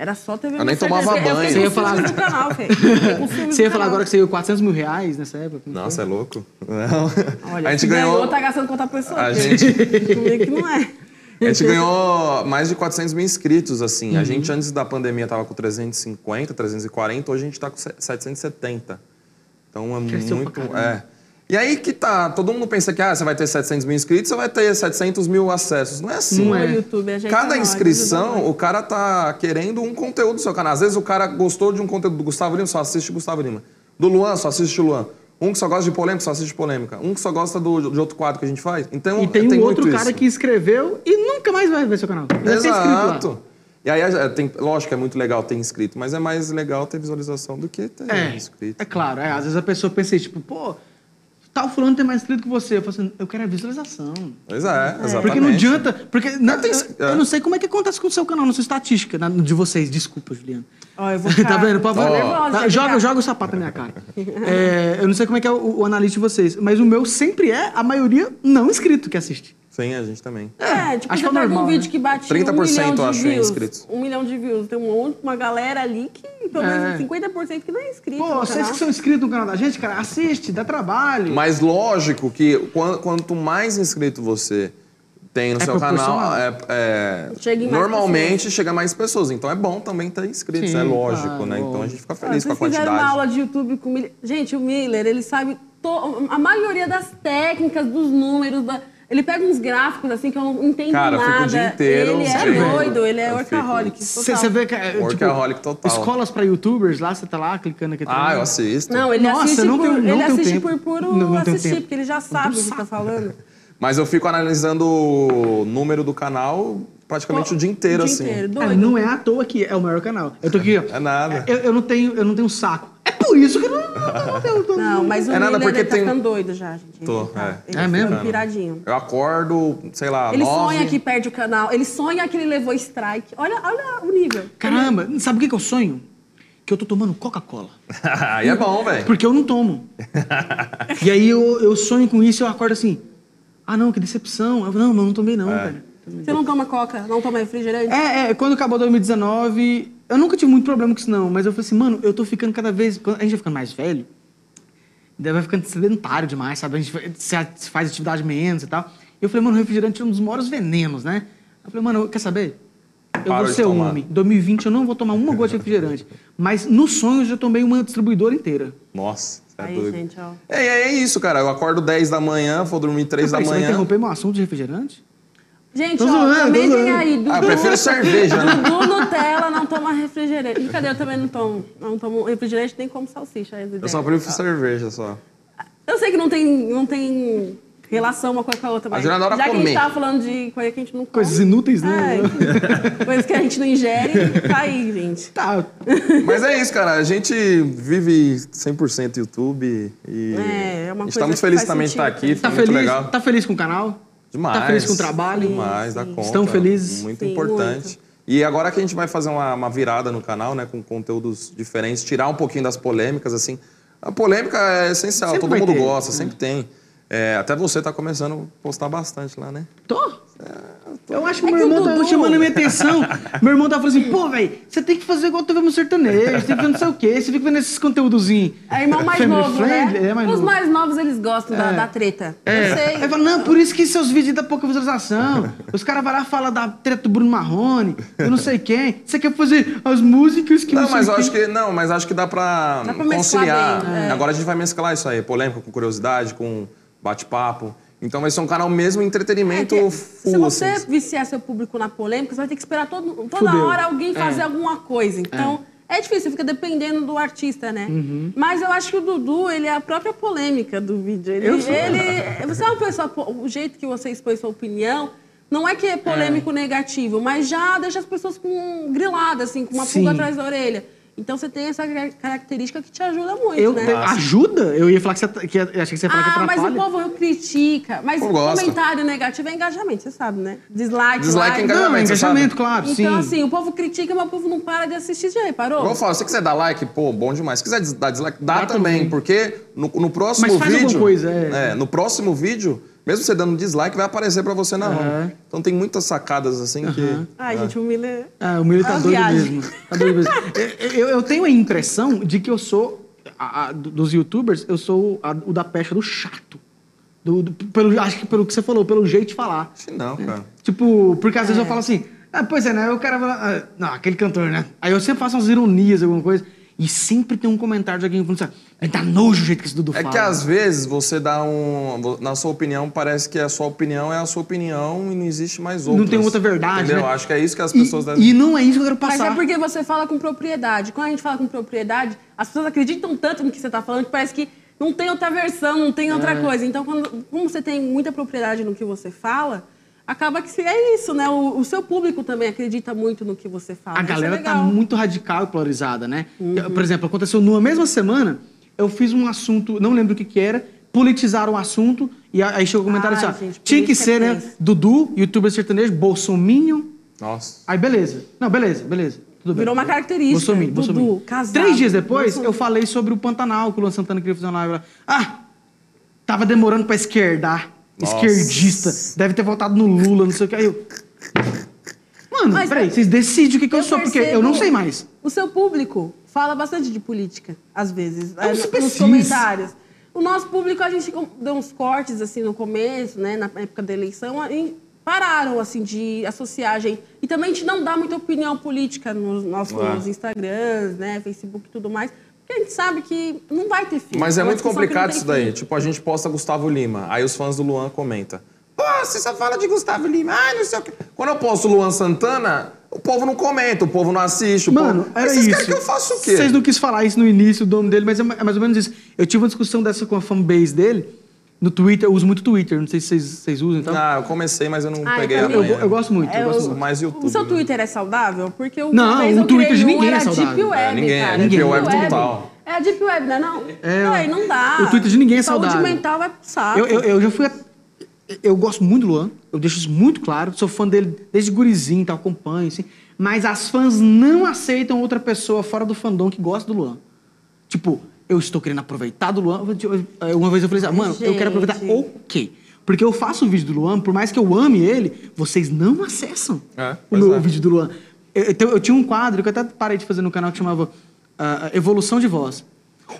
Speaker 3: era só assim, TV
Speaker 2: Eu nem tomava banho.
Speaker 1: Você ia
Speaker 3: Você ia
Speaker 1: falar-
Speaker 3: falar. é, Do canal, Fê.
Speaker 1: <laughs>
Speaker 3: Fiquei com ciúmes
Speaker 1: Você ia falar
Speaker 3: do canal.
Speaker 1: agora que você ganhou 400 mil reais nessa época? como
Speaker 2: Nossa,
Speaker 1: foi?
Speaker 2: é louco? Não.
Speaker 3: Olha,
Speaker 2: a gente
Speaker 3: se
Speaker 2: ganhou.
Speaker 3: tá gastando com outra pessoa.
Speaker 2: A
Speaker 3: <laughs> Fê. Comigo que não é.
Speaker 2: A
Speaker 1: <laughs>
Speaker 2: gente ganhou mais de 400 mil inscritos, assim.
Speaker 1: Uhum.
Speaker 2: A gente, antes da pandemia, tava com 350, 340, hoje a gente tá com se- 770. Então é
Speaker 1: Cresceu pra
Speaker 2: muito.
Speaker 1: caramba.
Speaker 2: É. E aí que tá, todo mundo pensa que ah, você vai ter 700 mil inscritos, você vai ter 700 mil acessos. Não é assim.
Speaker 1: Não
Speaker 3: No
Speaker 1: é.
Speaker 3: YouTube, a gente
Speaker 2: Cada
Speaker 3: não,
Speaker 2: inscrição,
Speaker 3: ajuda
Speaker 2: o cara tá querendo um conteúdo do seu canal. Às vezes o cara gostou de um conteúdo do Gustavo Lima, só assiste Gustavo Lima. Do Luan, só assiste o Luan. Um que só gosta de polêmica, só assiste polêmica. Um que só gosta do, de outro quadro que a gente faz. Então,
Speaker 1: E tem um
Speaker 2: muito
Speaker 1: outro cara
Speaker 2: isso.
Speaker 1: que escreveu e nunca mais vai ver seu canal. Ele vai ser inscrito lá.
Speaker 2: Exato. E aí, é, tem, lógico, é muito legal ter inscrito, mas é mais legal ter visualização do que ter
Speaker 1: É,
Speaker 2: inscrito.
Speaker 1: é claro. é, às vezes a pessoa pensa isso, tipo, pô, tal fulano tem mais inscrito que você. Eu falo assim, eu quero a visualização.
Speaker 2: Pois é, exatamente.
Speaker 1: Porque não adianta. Porque não,
Speaker 2: tem-
Speaker 1: eu, eu não sei como é que acontece com o seu canal, na sua estatística, na- de vocês. Desculpa, Juliano.
Speaker 3: Ó, eu
Speaker 1: <laughs>
Speaker 3: vou
Speaker 1: tá
Speaker 3: ficar-
Speaker 1: vendo? Pô,
Speaker 3: Tô nervosa,
Speaker 1: tá,
Speaker 3: fica-
Speaker 1: joga, joga o sapato na minha cara. É, eu não sei como é que é o, o analista de vocês, mas o meu sempre é a maioria não inscrito que assiste.
Speaker 2: Sim, a gente também.
Speaker 3: É, tipo,
Speaker 1: Acho
Speaker 3: você
Speaker 1: que é
Speaker 3: pega
Speaker 1: normal,
Speaker 3: um vídeo
Speaker 1: né?
Speaker 3: que bate
Speaker 2: 30%
Speaker 3: 30% um milhão de
Speaker 2: eu acho, hein,
Speaker 3: views.
Speaker 2: inscritos.
Speaker 3: Um milhão de views. Tem um monte- uma galera ali que pelo menos
Speaker 1: É.
Speaker 3: uns 50% que não é inscrito.
Speaker 1: Pô,
Speaker 3: no
Speaker 1: vocês
Speaker 3: canal.
Speaker 1: que são inscritos no canal da gente, cara, assiste, dá trabalho.
Speaker 2: Mas lógico que quan- quanto mais inscrito você tem no
Speaker 1: É
Speaker 2: seu canal,
Speaker 1: proporcional.
Speaker 2: é- é-
Speaker 3: Chega em mais
Speaker 2: normalmente
Speaker 3: pessoas.
Speaker 2: chega mais pessoas. Então é bom também ter inscritos,
Speaker 1: Sim,
Speaker 2: é lógico,
Speaker 1: claro,
Speaker 2: né? Então a
Speaker 1: lógico.
Speaker 2: gente fica
Speaker 3: Olha,
Speaker 2: feliz com a
Speaker 3: Ah, Vocês fizeram uma
Speaker 2: quantidade.
Speaker 3: aula de YouTube com o Miller. Gente, o Miller, ele sabe to- a maioria das técnicas, dos números. da- Ele pega uns gráficos assim que eu não entendo
Speaker 2: Cara, eu
Speaker 3: nada.
Speaker 2: fico o dia inteiro
Speaker 3: ele é
Speaker 2: escrevendo.
Speaker 3: doido, ele é
Speaker 2: Eu fico.
Speaker 3: workaholic.
Speaker 1: Você
Speaker 3: total.
Speaker 1: você vê que. é, tipo,
Speaker 2: Workaholic total.
Speaker 1: Escolas pra youtubers lá, você tá lá clicando aqui
Speaker 2: Ah, eu
Speaker 1: atrás.
Speaker 2: assisto.
Speaker 3: Não, ele
Speaker 1: Nossa,
Speaker 3: assiste,
Speaker 1: não
Speaker 3: por,
Speaker 1: tenho- não
Speaker 3: ele
Speaker 1: tenho
Speaker 3: assiste
Speaker 1: tempo.
Speaker 3: por puro
Speaker 1: Não, não tenho
Speaker 3: assistir,
Speaker 1: tempo.
Speaker 3: porque ele já
Speaker 1: tenho
Speaker 3: sabe o que tá falando.
Speaker 2: Mas eu fico analisando o número do canal praticamente o dia inteiro,
Speaker 3: O dia
Speaker 2: assim.
Speaker 3: inteiro,
Speaker 1: É,
Speaker 3: doido.
Speaker 1: não é à toa que é o maior canal. Eu tô aqui, ó.
Speaker 2: É nada.
Speaker 1: Eu, eu não tenho, eu não tenho saco. É por isso que eu não. não, não, não,
Speaker 3: Não, mas o
Speaker 2: É nada,
Speaker 3: Miller
Speaker 2: porque
Speaker 3: ele tá
Speaker 2: tem-
Speaker 3: ficando doido já, gente. Ele
Speaker 2: Tô,
Speaker 3: tá-
Speaker 2: é.
Speaker 3: ele
Speaker 1: É
Speaker 3: tá
Speaker 1: mesmo?
Speaker 3: ficando piradinho.
Speaker 2: Eu acordo, sei lá,
Speaker 3: Ele
Speaker 2: nove.
Speaker 3: sonha que perde o canal, ele sonha que ele levou strike. Olha, olha o nível.
Speaker 1: Caramba, sabe o que, que eu sonho? Que eu tô tomando Coca-Cola.
Speaker 2: <laughs> Aí é
Speaker 1: <laughs>
Speaker 2: bom, velho.
Speaker 1: Porque eu não
Speaker 2: <laughs>
Speaker 1: tomo. e aí eu, eu sonho com isso e eu acordo assim. Ah, não, que decepção. Eu, não, mas eu não tomei,
Speaker 2: É.
Speaker 1: não, velho.
Speaker 3: Você não toma coca, não toma refrigerante?
Speaker 1: É, é, quando acabou 2019, eu nunca tive muito problema com isso, não. Mas eu falei assim, mano, eu tô ficando cada vez. quando A gente vai ficando mais velho, daí vai ficando sedentário demais, sabe? A gente vai- se a- se faz atividade menos e tal. E eu falei, mano, o refrigerante é um dos maiores venenos, né? Eu falei, mano, quer saber? Eu
Speaker 2: Para
Speaker 1: vou
Speaker 2: de
Speaker 1: ser
Speaker 2: tomar.
Speaker 1: homem. Em 2020 eu não vou tomar uma gota de refrigerante. Mas nos sonhos eu já tomei uma distribuidora inteira.
Speaker 2: Nossa, é
Speaker 3: Aí,
Speaker 2: doido.
Speaker 3: gente, ó.
Speaker 2: É, é, é isso, cara. Eu acordo 10 da manhã, vou dormir 3 da
Speaker 1: Peraí, Você vai
Speaker 2: manhã.
Speaker 1: interromper meu assunto de refrigerante?
Speaker 3: Gente,
Speaker 1: Tô
Speaker 3: ó,
Speaker 1: zoando,
Speaker 3: também
Speaker 1: tô
Speaker 3: tem
Speaker 1: zoando.
Speaker 3: aí. Dudu,
Speaker 2: Ah, eu prefiro cerveja, né?
Speaker 3: Dudu Nutella não toma refrigerante. Brincadeira, eu também não tomo. Não tomo refrigerante nem como salsicha. as
Speaker 2: Eu
Speaker 3: ideias.
Speaker 2: só prefiro cerveja só.
Speaker 3: Eu sei que não tem, não tem relação uma coisa com a outra, mas.
Speaker 2: A Juliana adora
Speaker 3: já que a
Speaker 2: comer.
Speaker 3: gente tava falando de coisa que a gente não come.
Speaker 1: Coisas inúteis, né?
Speaker 3: É, enfim, coisas que a gente não ingere, tá aí, gente.
Speaker 1: Tá.
Speaker 2: Mas é isso, cara. A gente vive 100% YouTube e.
Speaker 3: É, é uma
Speaker 2: a gente
Speaker 3: coisa
Speaker 2: tá muito
Speaker 3: que
Speaker 2: feliz
Speaker 3: faz
Speaker 2: também de estar
Speaker 3: sentido.
Speaker 2: aqui. Foi
Speaker 1: Tá
Speaker 2: muito
Speaker 1: feliz,
Speaker 2: legal.
Speaker 1: tá feliz com o canal?
Speaker 2: Demais.
Speaker 1: Tá feliz com o trabalho?
Speaker 2: Demais, dá conta.
Speaker 1: Estão felizes?
Speaker 2: Muito
Speaker 3: Sim,
Speaker 2: importante. E agora que a gente vai fazer uma, uma virada no canal, né? Com conteúdos diferentes, tirar um pouquinho das polêmicas, assim. A polêmica é essencial,
Speaker 1: Sempre
Speaker 2: todo
Speaker 1: vai
Speaker 2: mundo
Speaker 1: ter.
Speaker 2: gosta, sempre tem. É, até você tá começando a postar bastante lá, né?
Speaker 1: Tô. Eu acho que
Speaker 3: É
Speaker 1: meu
Speaker 3: que o
Speaker 1: irmão tava
Speaker 3: Dudu-
Speaker 1: chamando a minha atenção. meu irmão tava falando assim, pô, velho, você tem que fazer igual tu vê no sertanejo, você tem que fazer não sei o quê, você fica vendo esses conteúdozinhos.
Speaker 3: É irmão mais
Speaker 1: Family
Speaker 3: novo,
Speaker 1: friendly,
Speaker 3: né?
Speaker 1: É mais
Speaker 3: Os
Speaker 1: novo.
Speaker 3: mais novos, eles gostam da, da treta.
Speaker 1: É.
Speaker 3: Eu sei.
Speaker 1: Aí fala, não, por isso que seus vídeos dão pouca visualização. Os caras vão lá e falam da treta do Bruno Marrone, eu não sei quem. Você quer fazer as músicas que
Speaker 2: Não,
Speaker 1: sei
Speaker 2: mas eu
Speaker 1: quem.
Speaker 2: acho que não, mas acho que dá pra,
Speaker 3: Dá pra mesclar
Speaker 2: conciliar.
Speaker 3: bem, né?
Speaker 2: Agora a gente vai mesclar isso aí, polêmica com curiosidade, com bate-papo. Então vai ser um canal mesmo entretenimento
Speaker 3: É que
Speaker 2: full,
Speaker 3: se você
Speaker 2: assim.
Speaker 3: viciar seu público na polêmica, você vai ter que esperar todo- toda
Speaker 1: Fudeu.
Speaker 3: hora alguém fazer
Speaker 1: É.
Speaker 3: alguma coisa. Então, é. difícil, você fica dependendo do artista, né?
Speaker 1: Uhum.
Speaker 3: Mas eu acho que o Dudu, ele é a própria polêmica do vídeo. Ele,
Speaker 1: Eu sou. <laughs>
Speaker 3: ele- você é uma pessoa, po- o jeito que você expõe sua opinião, não é que é polêmico negativo, mas já deixa as pessoas com griladas, assim, com uma
Speaker 1: Sim.
Speaker 3: pulga atrás da orelha. Então você tem essa car- característica que te ajuda muito,
Speaker 1: Eu
Speaker 3: né?
Speaker 1: te- ajuda? Eu ia falar que você. at- Que, eu achei que você ia falar que
Speaker 3: Ah, mas
Speaker 1: atrapalha.
Speaker 3: o povo critica. Mas
Speaker 2: O povo gosta.
Speaker 3: comentário negativo é engajamento, você sabe, né? Dislike,
Speaker 2: Dislike
Speaker 3: like.
Speaker 2: é engajamento.
Speaker 1: Não, é
Speaker 2: você
Speaker 1: engajamento,
Speaker 2: sabe?
Speaker 1: claro,
Speaker 3: Então,
Speaker 1: sim.
Speaker 3: assim, o povo critica, mas o povo não para de assistir. Já reparou?
Speaker 2: Igual eu falo, se quiser dar like, pô, bom demais. Se quiser des- dar dislike, dá,
Speaker 1: Dá
Speaker 2: também,
Speaker 1: também.
Speaker 2: porque no, no próximo
Speaker 1: Mas faz
Speaker 2: vídeo.
Speaker 1: alguma coisa, é.
Speaker 2: no próximo vídeo, mesmo você dando dislike, vai aparecer pra você na hora. Então tem muitas sacadas assim que.
Speaker 3: Ai, gente, o Miller...
Speaker 1: Ah, o Miller tá
Speaker 3: As
Speaker 1: doido
Speaker 3: viagens.
Speaker 1: mesmo. Tá doido
Speaker 3: <laughs>
Speaker 1: mesmo. Eu, eu- eu tenho a impressão de que eu sou, a- a- do- dos youtubers, eu sou a- o da pecha do chato. Do- do- pelo, acho que pelo que você falou, pelo jeito de falar.
Speaker 2: Acho que não, cara.
Speaker 1: Tipo, porque às
Speaker 3: É.
Speaker 1: vezes eu falo assim, ah, pois é, né? Aí o cara fala, ah, não, aquele cantor, né? Aí eu sempre faço umas ironias, alguma coisa, e sempre tem um comentário de alguém falando assim, "Ai, dá nojo o jeito que esse Dudu
Speaker 2: É
Speaker 1: fala.
Speaker 2: que às vezes você dá um. vo- Na sua opinião, parece que a sua opinião é a sua opinião e não existe mais outra.
Speaker 1: Não tem outra verdade,
Speaker 2: Entendeu?
Speaker 1: né?
Speaker 2: Acho que é isso que as
Speaker 1: E-
Speaker 2: pessoas devem.
Speaker 1: E não é isso que eu quero
Speaker 3: Mas
Speaker 1: passar.
Speaker 3: é porque você fala com propriedade. Quando a gente fala com propriedade, as pessoas acreditam tanto no que você tá falando que parece que não tem outra versão, não tem outra
Speaker 1: É.
Speaker 3: coisa. Então, quando, como você tem muita propriedade no que você fala, acaba que se- é isso, né? O, o seu público também acredita muito no que você fala.
Speaker 1: A
Speaker 3: Isso é
Speaker 1: galera tá
Speaker 3: legal. Uhum.
Speaker 1: muito radical e polarizada, né? Por exemplo, aconteceu numa mesma semana, eu fiz um assunto, não lembro o que que era, politizaram o assunto, e a- aí chegou o comentário
Speaker 3: Ai,
Speaker 1: assim, ó,
Speaker 3: Ah, gente,
Speaker 1: tinha que
Speaker 3: política
Speaker 1: ser, né,
Speaker 3: é tenso.
Speaker 1: Dudu, youtuber sertanejo, bolsominho,
Speaker 2: Nossa.
Speaker 1: aí beleza. Não, beleza, beleza. Tudo bem.
Speaker 3: Virou uma característica,
Speaker 1: Bolsominho,
Speaker 3: Dudu,
Speaker 1: bolsominho.
Speaker 3: casado,
Speaker 1: Três dias depois,
Speaker 3: bolsominho.
Speaker 1: eu falei sobre o Pantanal, que o Luan Santana queria fazer uma live lá. Ah, tava demorando pra esquerdar.
Speaker 2: Nossa.
Speaker 1: Esquerdista. Deve ter votado no Lula, não sei o que. Aí eu... Mano,
Speaker 3: Mas-
Speaker 1: peraí, vocês decidem o que, que eu, sou, porque eu não
Speaker 3: percebo
Speaker 1: sei mais.
Speaker 3: O seu público fala bastante de política, às vezes,
Speaker 1: É um
Speaker 3: eh, nos
Speaker 1: especiz.
Speaker 3: comentários. O nosso público, a gente com- deu uns cortes, assim, no começo, né, na época da eleição, aí pararam, assim, de associar a gente. E também a gente não dá muita opinião política nos nossos
Speaker 2: É.
Speaker 3: Instagrams, né, Facebook e tudo mais, porque a gente sabe que não vai ter fim.
Speaker 2: Mas é
Speaker 3: uma
Speaker 2: muito
Speaker 3: discussão que não
Speaker 2: complicado
Speaker 3: tem
Speaker 2: isso daí.
Speaker 3: fim.
Speaker 2: Tipo, a gente posta Gustavo Lima, aí os fãs do Luan comentam. Pô, você só fala de Gustavo Lima, ai, não sei o quê. Quando eu posto Luan Santana, o povo não comenta, o povo não assiste. O
Speaker 1: Mano,
Speaker 2: povo... Aí
Speaker 1: era
Speaker 2: vocês
Speaker 1: isso.
Speaker 2: querem que eu faça o quê?
Speaker 1: Vocês não quis falar isso no início, o dono dele, mas é ma- é mais ou menos isso. Eu tive uma discussão dessa com a fanbase dele no Twitter. Eu uso muito Twitter, não sei se vocês, vocês usam e tal.
Speaker 2: Ah, eu comecei, mas eu não
Speaker 3: Ah, eu
Speaker 2: peguei a
Speaker 3: também.
Speaker 1: eu,
Speaker 2: manha.
Speaker 1: go- então? eu gosto muito.
Speaker 3: É,
Speaker 1: eu gosto
Speaker 3: eu-
Speaker 1: muito.
Speaker 2: mais YouTube,
Speaker 3: O seu
Speaker 2: né?
Speaker 3: Twitter é saudável? Porque o
Speaker 1: Não,
Speaker 3: vez
Speaker 1: o
Speaker 3: eu
Speaker 1: Twitter de
Speaker 3: criei um,
Speaker 1: ninguém é
Speaker 3: era
Speaker 1: saudável.
Speaker 3: Deep Web,
Speaker 2: É, ninguém é.
Speaker 3: cara.
Speaker 2: Deep Web
Speaker 3: Web.
Speaker 2: total.
Speaker 3: É a Deep Web, não é não?
Speaker 1: É,
Speaker 3: não, aí não dá.
Speaker 1: o Twitter de ninguém é saudável.
Speaker 3: Saúde mental vai pro saco.
Speaker 1: Eu, eu- eu já fui. a- Eu gosto muito do Luan, eu deixo isso muito claro. Sou fã dele desde gurizinho, e tal, acompanho, assim. Mas as fãs não aceitam outra pessoa fora do fandom que gosta do Luan. Tipo, eu estou querendo aproveitar do Luan. Eu- eu- Uma vez eu falei assim, ah, mano, eu quero aproveitar
Speaker 3: Gente.
Speaker 1: o quê? Porque eu faço o vídeo do Luan, por mais que eu ame ele, vocês não acessam
Speaker 2: É,
Speaker 1: o
Speaker 2: pois
Speaker 1: meu
Speaker 2: é.
Speaker 1: vídeo vídeo do Luan. Eu, eu tenho- eu tinha um quadro que eu até parei de fazer no canal que chamava ah, Evolução de Voz.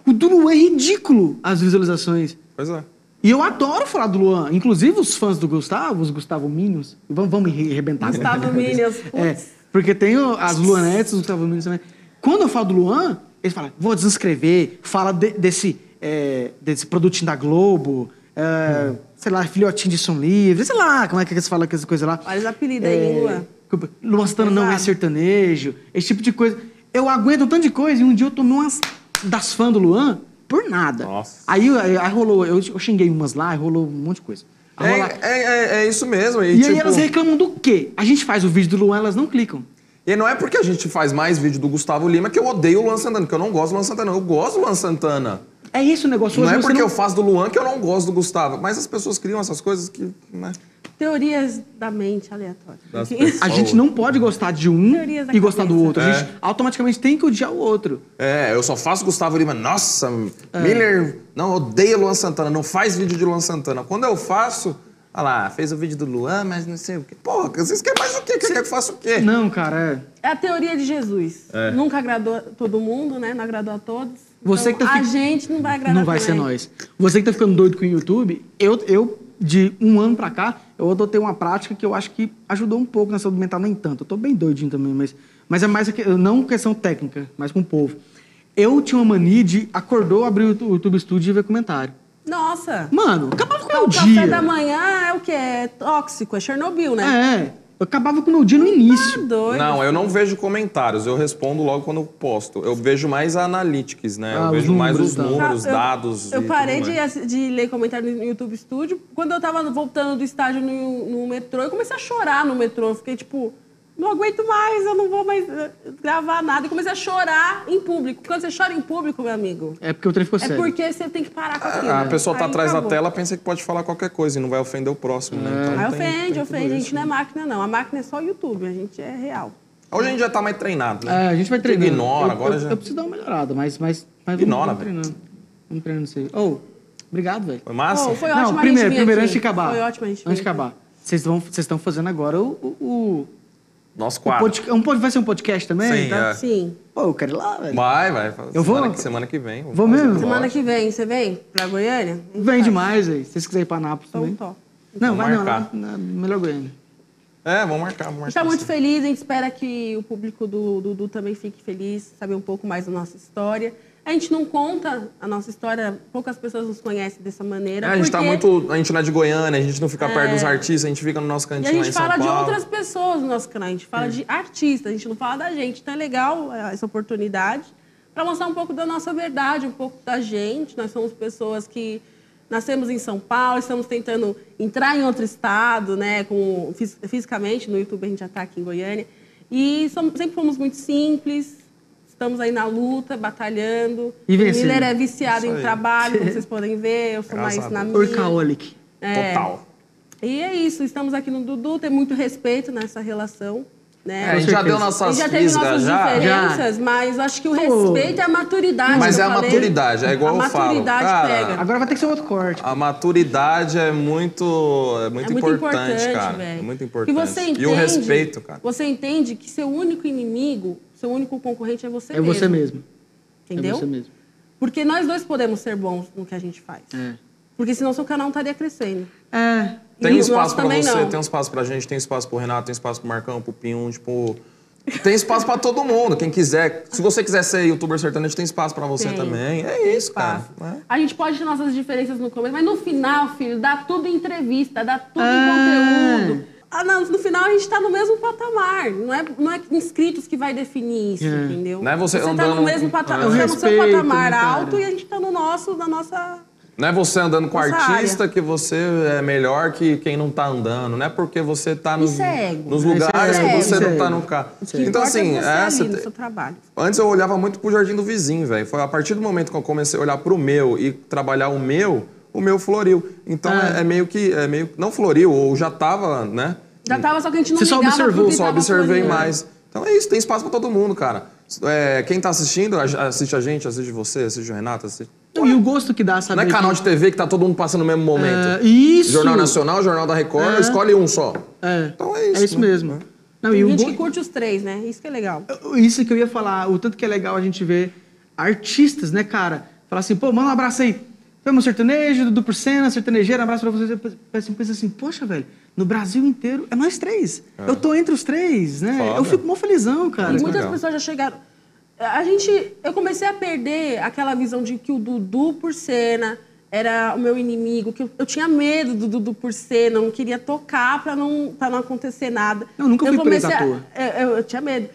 Speaker 1: O do Luan é ridículo as visualizações.
Speaker 2: Pois é.
Speaker 1: E eu adoro falar do Luan. Inclusive os fãs do Gustavo, os Gustavo Minions. Vamos, vamos me arrebentar. <laughs>
Speaker 3: Gustavo Minions,
Speaker 1: É,
Speaker 3: putz.
Speaker 1: porque tem o- as Luanetes, os Gustavo Minions também. Quando eu falo do Luan, eles falam, vou desinscrever. Fala de- desse, é, desse produtinho da Globo. é, Sei lá, filhotinho de som livre. Sei lá, como é que eles falam aquelas coisas lá. É,
Speaker 3: Olha os apelidos aí, hein, Luan.
Speaker 1: Desculpa, Luan Santana não é
Speaker 3: Exato.
Speaker 1: sertanejo, esse tipo de coisa. Eu aguento um tanto de coisa e um dia eu tomei umas das fãs do Luan por nada.
Speaker 2: Nossa.
Speaker 1: Aí, aí, aí rolou, eu, eu xinguei umas lá, e rolou um monte de coisa. Aí rola-
Speaker 2: É, é, é- é isso mesmo. E,
Speaker 1: e aí
Speaker 2: tipo,
Speaker 1: elas reclamam do quê? A gente faz o vídeo do Luan, elas não clicam.
Speaker 2: E não é porque a gente faz mais vídeo do Gustavo Lima que eu odeio o Luan Santana, que eu não gosto do Luan Santana. Eu gosto do Luan Santana.
Speaker 1: É isso o negócio.
Speaker 2: Não
Speaker 1: hoje
Speaker 2: é
Speaker 1: você
Speaker 2: porque
Speaker 1: não-
Speaker 2: eu faço do Luan que eu não gosto do Gustavo. Mas as pessoas criam essas coisas que. né?
Speaker 3: Teorias da mente aleatória.
Speaker 2: Das
Speaker 3: Enfim.
Speaker 1: A gente não pode gostar de um
Speaker 3: Teorias da
Speaker 1: e gostar do
Speaker 3: cabeça.
Speaker 1: outro. A
Speaker 2: É.
Speaker 1: gente automaticamente tem que odiar o outro.
Speaker 2: É, eu só faço Gustavo Lima. Nossa, Miller não odeia Luan Santana, não faz vídeo de Luan Santana. Quando eu faço, olha lá, fez o vídeo do Luan, mas não sei o quê. Porra, vocês querem mais o quê? Quer que eu faça o quê?
Speaker 1: Não, cara, é.
Speaker 3: É a teoria de Jesus.
Speaker 2: É.
Speaker 3: Nunca agradou a todo mundo, né? Não agradou a todos.
Speaker 1: Você
Speaker 3: Então,
Speaker 1: que tá
Speaker 3: A
Speaker 1: fi-
Speaker 3: gente não vai agradar
Speaker 1: Não vai ser
Speaker 3: também.
Speaker 1: nós. Você que tá ficando doido com o YouTube, eu, eu de um ano pra cá, eu adotei uma prática que eu acho que ajudou um pouco na saúde mental, nem tanto. Eu tô bem doidinho também, mas, mas é mais que- não questão técnica, mas com o povo. Eu tinha uma mania de acordou, abrir o tu- o YouTube Studio e ver comentário.
Speaker 3: Nossa. Então,
Speaker 1: Mano, acabava com o
Speaker 3: O
Speaker 1: meu
Speaker 3: café
Speaker 1: dia.
Speaker 3: da manhã é o quê? É tóxico, é Chernobyl, né?
Speaker 1: É, eu acabava com o meu dia no início.
Speaker 3: Tá doido.
Speaker 2: Não, eu não vejo comentários, eu respondo logo quando eu posto. Eu vejo mais a analytics, né?
Speaker 1: Ah,
Speaker 2: eu
Speaker 1: os
Speaker 2: vejo mais
Speaker 1: números,
Speaker 2: os
Speaker 1: tá.
Speaker 2: números,
Speaker 3: Eu-
Speaker 2: dados.
Speaker 3: Eu
Speaker 2: e
Speaker 3: parei
Speaker 2: tudo
Speaker 3: de,
Speaker 2: mais.
Speaker 3: assi- de ler comentário no YouTube Studio. Quando eu tava voltando do estágio no, no metrô, eu comecei a chorar no metrô. Eu fiquei tipo, não aguento mais, eu não vou mais eh, gravar nada. E comecei a chorar em público. Quando você chora em público, meu amigo,
Speaker 1: É porque o trem ficou
Speaker 3: é
Speaker 1: sério.
Speaker 3: porque você tem que parar com aquilo.
Speaker 2: A pessoa tá
Speaker 3: Aí
Speaker 2: atrás
Speaker 3: acabou.
Speaker 2: da tela, pensa que pode falar qualquer coisa e não vai ofender o próximo,
Speaker 1: É.
Speaker 2: né? Então,
Speaker 3: Aí
Speaker 2: tem- tem
Speaker 3: ofende,
Speaker 2: tudo
Speaker 3: ofende. A
Speaker 2: isso.
Speaker 3: gente não é máquina, não. A máquina é só o YouTube, a gente é real.
Speaker 2: Hoje a gente já tá mais treinado, né?
Speaker 1: É, a gente vai treinando.
Speaker 2: Ignora,
Speaker 1: Eu-
Speaker 2: agora
Speaker 1: eu,
Speaker 2: já-
Speaker 1: Eu preciso dar uma melhorada, mas... mas, mas
Speaker 2: Ignora,
Speaker 1: vamos, vamos treinando. Vamos treinando isso aí. Ô, obrigado, velho.
Speaker 2: Foi é massa?
Speaker 3: Oh, foi
Speaker 1: Não,
Speaker 3: ótimo a gente
Speaker 1: primeiro,
Speaker 3: vir
Speaker 1: primeiro
Speaker 3: aqui.
Speaker 1: antes de acabar.
Speaker 3: Foi ótimo a gente vir
Speaker 1: Antes de
Speaker 3: aqui.
Speaker 1: acabar. Vocês vão- vocês estão fazendo agora o. o, o-
Speaker 2: Nosso
Speaker 1: o
Speaker 2: quadro.
Speaker 1: podca- um pod- vai ser um podcast também?
Speaker 2: Sim,
Speaker 1: tá?
Speaker 2: É.
Speaker 3: Sim.
Speaker 1: Pô, eu quero ir lá, velho.
Speaker 2: Vai, vai.
Speaker 1: Eu vou?
Speaker 2: Semana que, semana que vem.
Speaker 1: Vou mesmo?
Speaker 3: Semana que vem, você vem pra Goiânia?
Speaker 1: Vem demais, velho. Se vocês quiserem ir pra Nápoles
Speaker 3: Então,
Speaker 1: também.
Speaker 3: top.
Speaker 1: Não,
Speaker 2: Vamos
Speaker 1: vai não. Lá,
Speaker 2: marcar.
Speaker 1: na, melhor Goiânia.
Speaker 2: É, vamos marcar, vamos marcar.
Speaker 3: A gente tá muito
Speaker 2: sim.
Speaker 3: feliz, a gente espera que o público do Dudu também fique feliz, saber um pouco mais da nossa história. A gente não conta a nossa história, poucas pessoas nos conhecem dessa
Speaker 2: É,
Speaker 3: maneira.
Speaker 2: a gente tá
Speaker 3: porque- É.
Speaker 2: muito. A gente não é de Goiânia, a gente não fica perto dos artistas, a gente fica no nosso
Speaker 3: E
Speaker 2: cantinho
Speaker 3: a
Speaker 2: lá
Speaker 3: gente
Speaker 2: em São
Speaker 3: fala de
Speaker 2: Paulo. É.
Speaker 3: outras pessoas no nosso canal, a gente fala de artistas, a gente não fala da gente. Então é legal eh, essa oportunidade para mostrar um pouco da nossa verdade, um pouco da gente. Nós somos pessoas que nascemos em São Paulo, estamos tentando entrar em outro estado, né? Com, fis- fisicamente, no YouTube a gente já está aqui em Goiânia. E somos- sempre fomos muito simples, estamos aí na luta, batalhando.
Speaker 1: E
Speaker 3: o
Speaker 1: vencendo.
Speaker 3: Miller é viciado
Speaker 2: Isso
Speaker 3: em
Speaker 2: aí. <laughs>
Speaker 3: trabalho, como vocês podem ver, eu sou
Speaker 2: Graças
Speaker 3: mais
Speaker 2: a
Speaker 3: na
Speaker 2: Deus.
Speaker 3: minha.
Speaker 1: Orcaolic.
Speaker 3: É.
Speaker 2: Total.
Speaker 3: E é isso, estamos aqui no Dudu, tem muito respeito nessa relação,
Speaker 2: É,
Speaker 3: né?
Speaker 2: a gente
Speaker 1: Com
Speaker 2: já deu
Speaker 1: certeza.
Speaker 3: A
Speaker 2: nossas
Speaker 3: gente já teve
Speaker 2: fisgas
Speaker 3: nossas
Speaker 2: já.
Speaker 3: diferenças, mas acho que o respeito é a maturidade.
Speaker 2: Mas
Speaker 3: que
Speaker 2: é
Speaker 3: eu
Speaker 2: a
Speaker 3: falei.
Speaker 2: maturidade, é igual
Speaker 3: a
Speaker 2: eu falo,
Speaker 3: maturidade
Speaker 2: cara, é
Speaker 3: pega. É
Speaker 1: Agora vai ter que ser um outro corte.
Speaker 2: A maturidade é muito, é muito,
Speaker 3: é muito
Speaker 2: importante,
Speaker 3: importante,
Speaker 2: cara.
Speaker 3: velho.
Speaker 2: É muito
Speaker 3: E
Speaker 2: importante.
Speaker 3: você entende,
Speaker 2: e o respeito, cara.
Speaker 3: Você entende que seu único inimigo, seu único concorrente é você
Speaker 1: É você mesmo.
Speaker 3: Entendeu?
Speaker 4: É você mesmo.
Speaker 3: Porque nós dois podemos ser bons no que a gente faz.
Speaker 4: É.
Speaker 3: Porque senão seu canal não estaria crescendo.
Speaker 1: É.
Speaker 2: Tem
Speaker 3: E
Speaker 2: um
Speaker 3: o
Speaker 2: espaço
Speaker 3: nosso
Speaker 2: pra
Speaker 3: também
Speaker 2: você,
Speaker 3: não.
Speaker 2: tem um espaço pra gente, tem espaço pro Renato, tem espaço pro Marcão, pro Pinho, tipo. Tem espaço pra todo mundo, quem quiser. Se você quiser ser youtuber sertanejo, tem espaço pra você
Speaker 3: Tem.
Speaker 2: também. É isso, cara.
Speaker 3: Espaço.
Speaker 2: né?
Speaker 3: A gente pode ter nossas diferenças no começo, mas no final, filho, dá tudo em entrevista, dá tudo
Speaker 1: Ah.
Speaker 3: em conteúdo. Ah, não, no final a gente tá no mesmo patamar. Não é, não é inscritos que vai definir isso,
Speaker 1: É.
Speaker 3: entendeu?
Speaker 2: Não é você
Speaker 3: tá
Speaker 2: andando- Ah.
Speaker 3: no mesmo
Speaker 1: É.
Speaker 3: patamar, você tá no seu
Speaker 1: Respeito,
Speaker 3: patamar
Speaker 1: né, cara?
Speaker 3: alto e a gente tá no nosso, na nossa.
Speaker 2: Não é você andando com
Speaker 3: Essa
Speaker 2: artista que você é melhor que quem não tá andando. Não é porque você tá nos,
Speaker 3: Isso é ego.
Speaker 2: nos
Speaker 3: Isso é
Speaker 2: lugares
Speaker 3: ego.
Speaker 2: que você
Speaker 1: Isso é
Speaker 2: não tá
Speaker 1: ego.
Speaker 2: no carro.
Speaker 3: O que
Speaker 2: Então,
Speaker 3: importa
Speaker 2: assim,
Speaker 3: é você
Speaker 2: é,
Speaker 3: ali
Speaker 2: você
Speaker 3: no
Speaker 2: te-
Speaker 3: seu trabalho.
Speaker 2: Antes eu olhava muito pro jardim do vizinho, velho. Foi a partir do momento que eu comecei a olhar pro meu e trabalhar o meu, o meu floriu. Então
Speaker 3: Ah.
Speaker 2: é, é meio que. É meio, não floriu, ou já tava, né?
Speaker 3: Já tava só que a gente não
Speaker 1: Você só
Speaker 3: ligava
Speaker 1: observou,
Speaker 3: porque
Speaker 2: Eu só
Speaker 3: tava
Speaker 2: observei
Speaker 3: fluindo.
Speaker 2: mais. Então é isso, tem espaço pra todo mundo, cara. É, quem tá assistindo, a- assiste a gente, assiste você, assiste o Renato, assiste.
Speaker 1: Não, e o gosto que dá
Speaker 2: Não
Speaker 1: saber.
Speaker 2: é canal
Speaker 1: que-
Speaker 2: de TV que tá todo mundo passando no mesmo momento.
Speaker 1: É, isso!
Speaker 2: Jornal Nacional, Jornal da Record,
Speaker 1: É.
Speaker 2: escolhe um só.
Speaker 1: É.
Speaker 2: Então é isso,
Speaker 1: É isso
Speaker 2: né?
Speaker 1: mesmo. Não, e
Speaker 3: Tem
Speaker 1: o
Speaker 3: gente
Speaker 1: go-
Speaker 3: que curte os três, né? Isso que é legal.
Speaker 1: Isso que eu ia falar, o tanto que é legal a gente ver artistas, né, cara? Falar assim, pô, manda um abraço aí. Vamos sertanejo, Dudu Porcena, sertanejeira, abraço pra vocês. Eu penso- penso assim, poxa, velho, no Brasil inteiro é nós três. Eu tô entre os três, né?
Speaker 2: Foda.
Speaker 1: Eu fico mó felizão, cara.
Speaker 3: E muitas
Speaker 2: legal.
Speaker 3: pessoas já chegaram. A gente. Eu comecei a perder aquela visão de que o Dudu por cena era o meu inimigo, que eu, eu tinha medo do Dudu por cena, eu não queria tocar pra não, pra não acontecer nada.
Speaker 1: Eu nunca fui presa à toa.
Speaker 3: Eu, É, eu- eu tinha medo.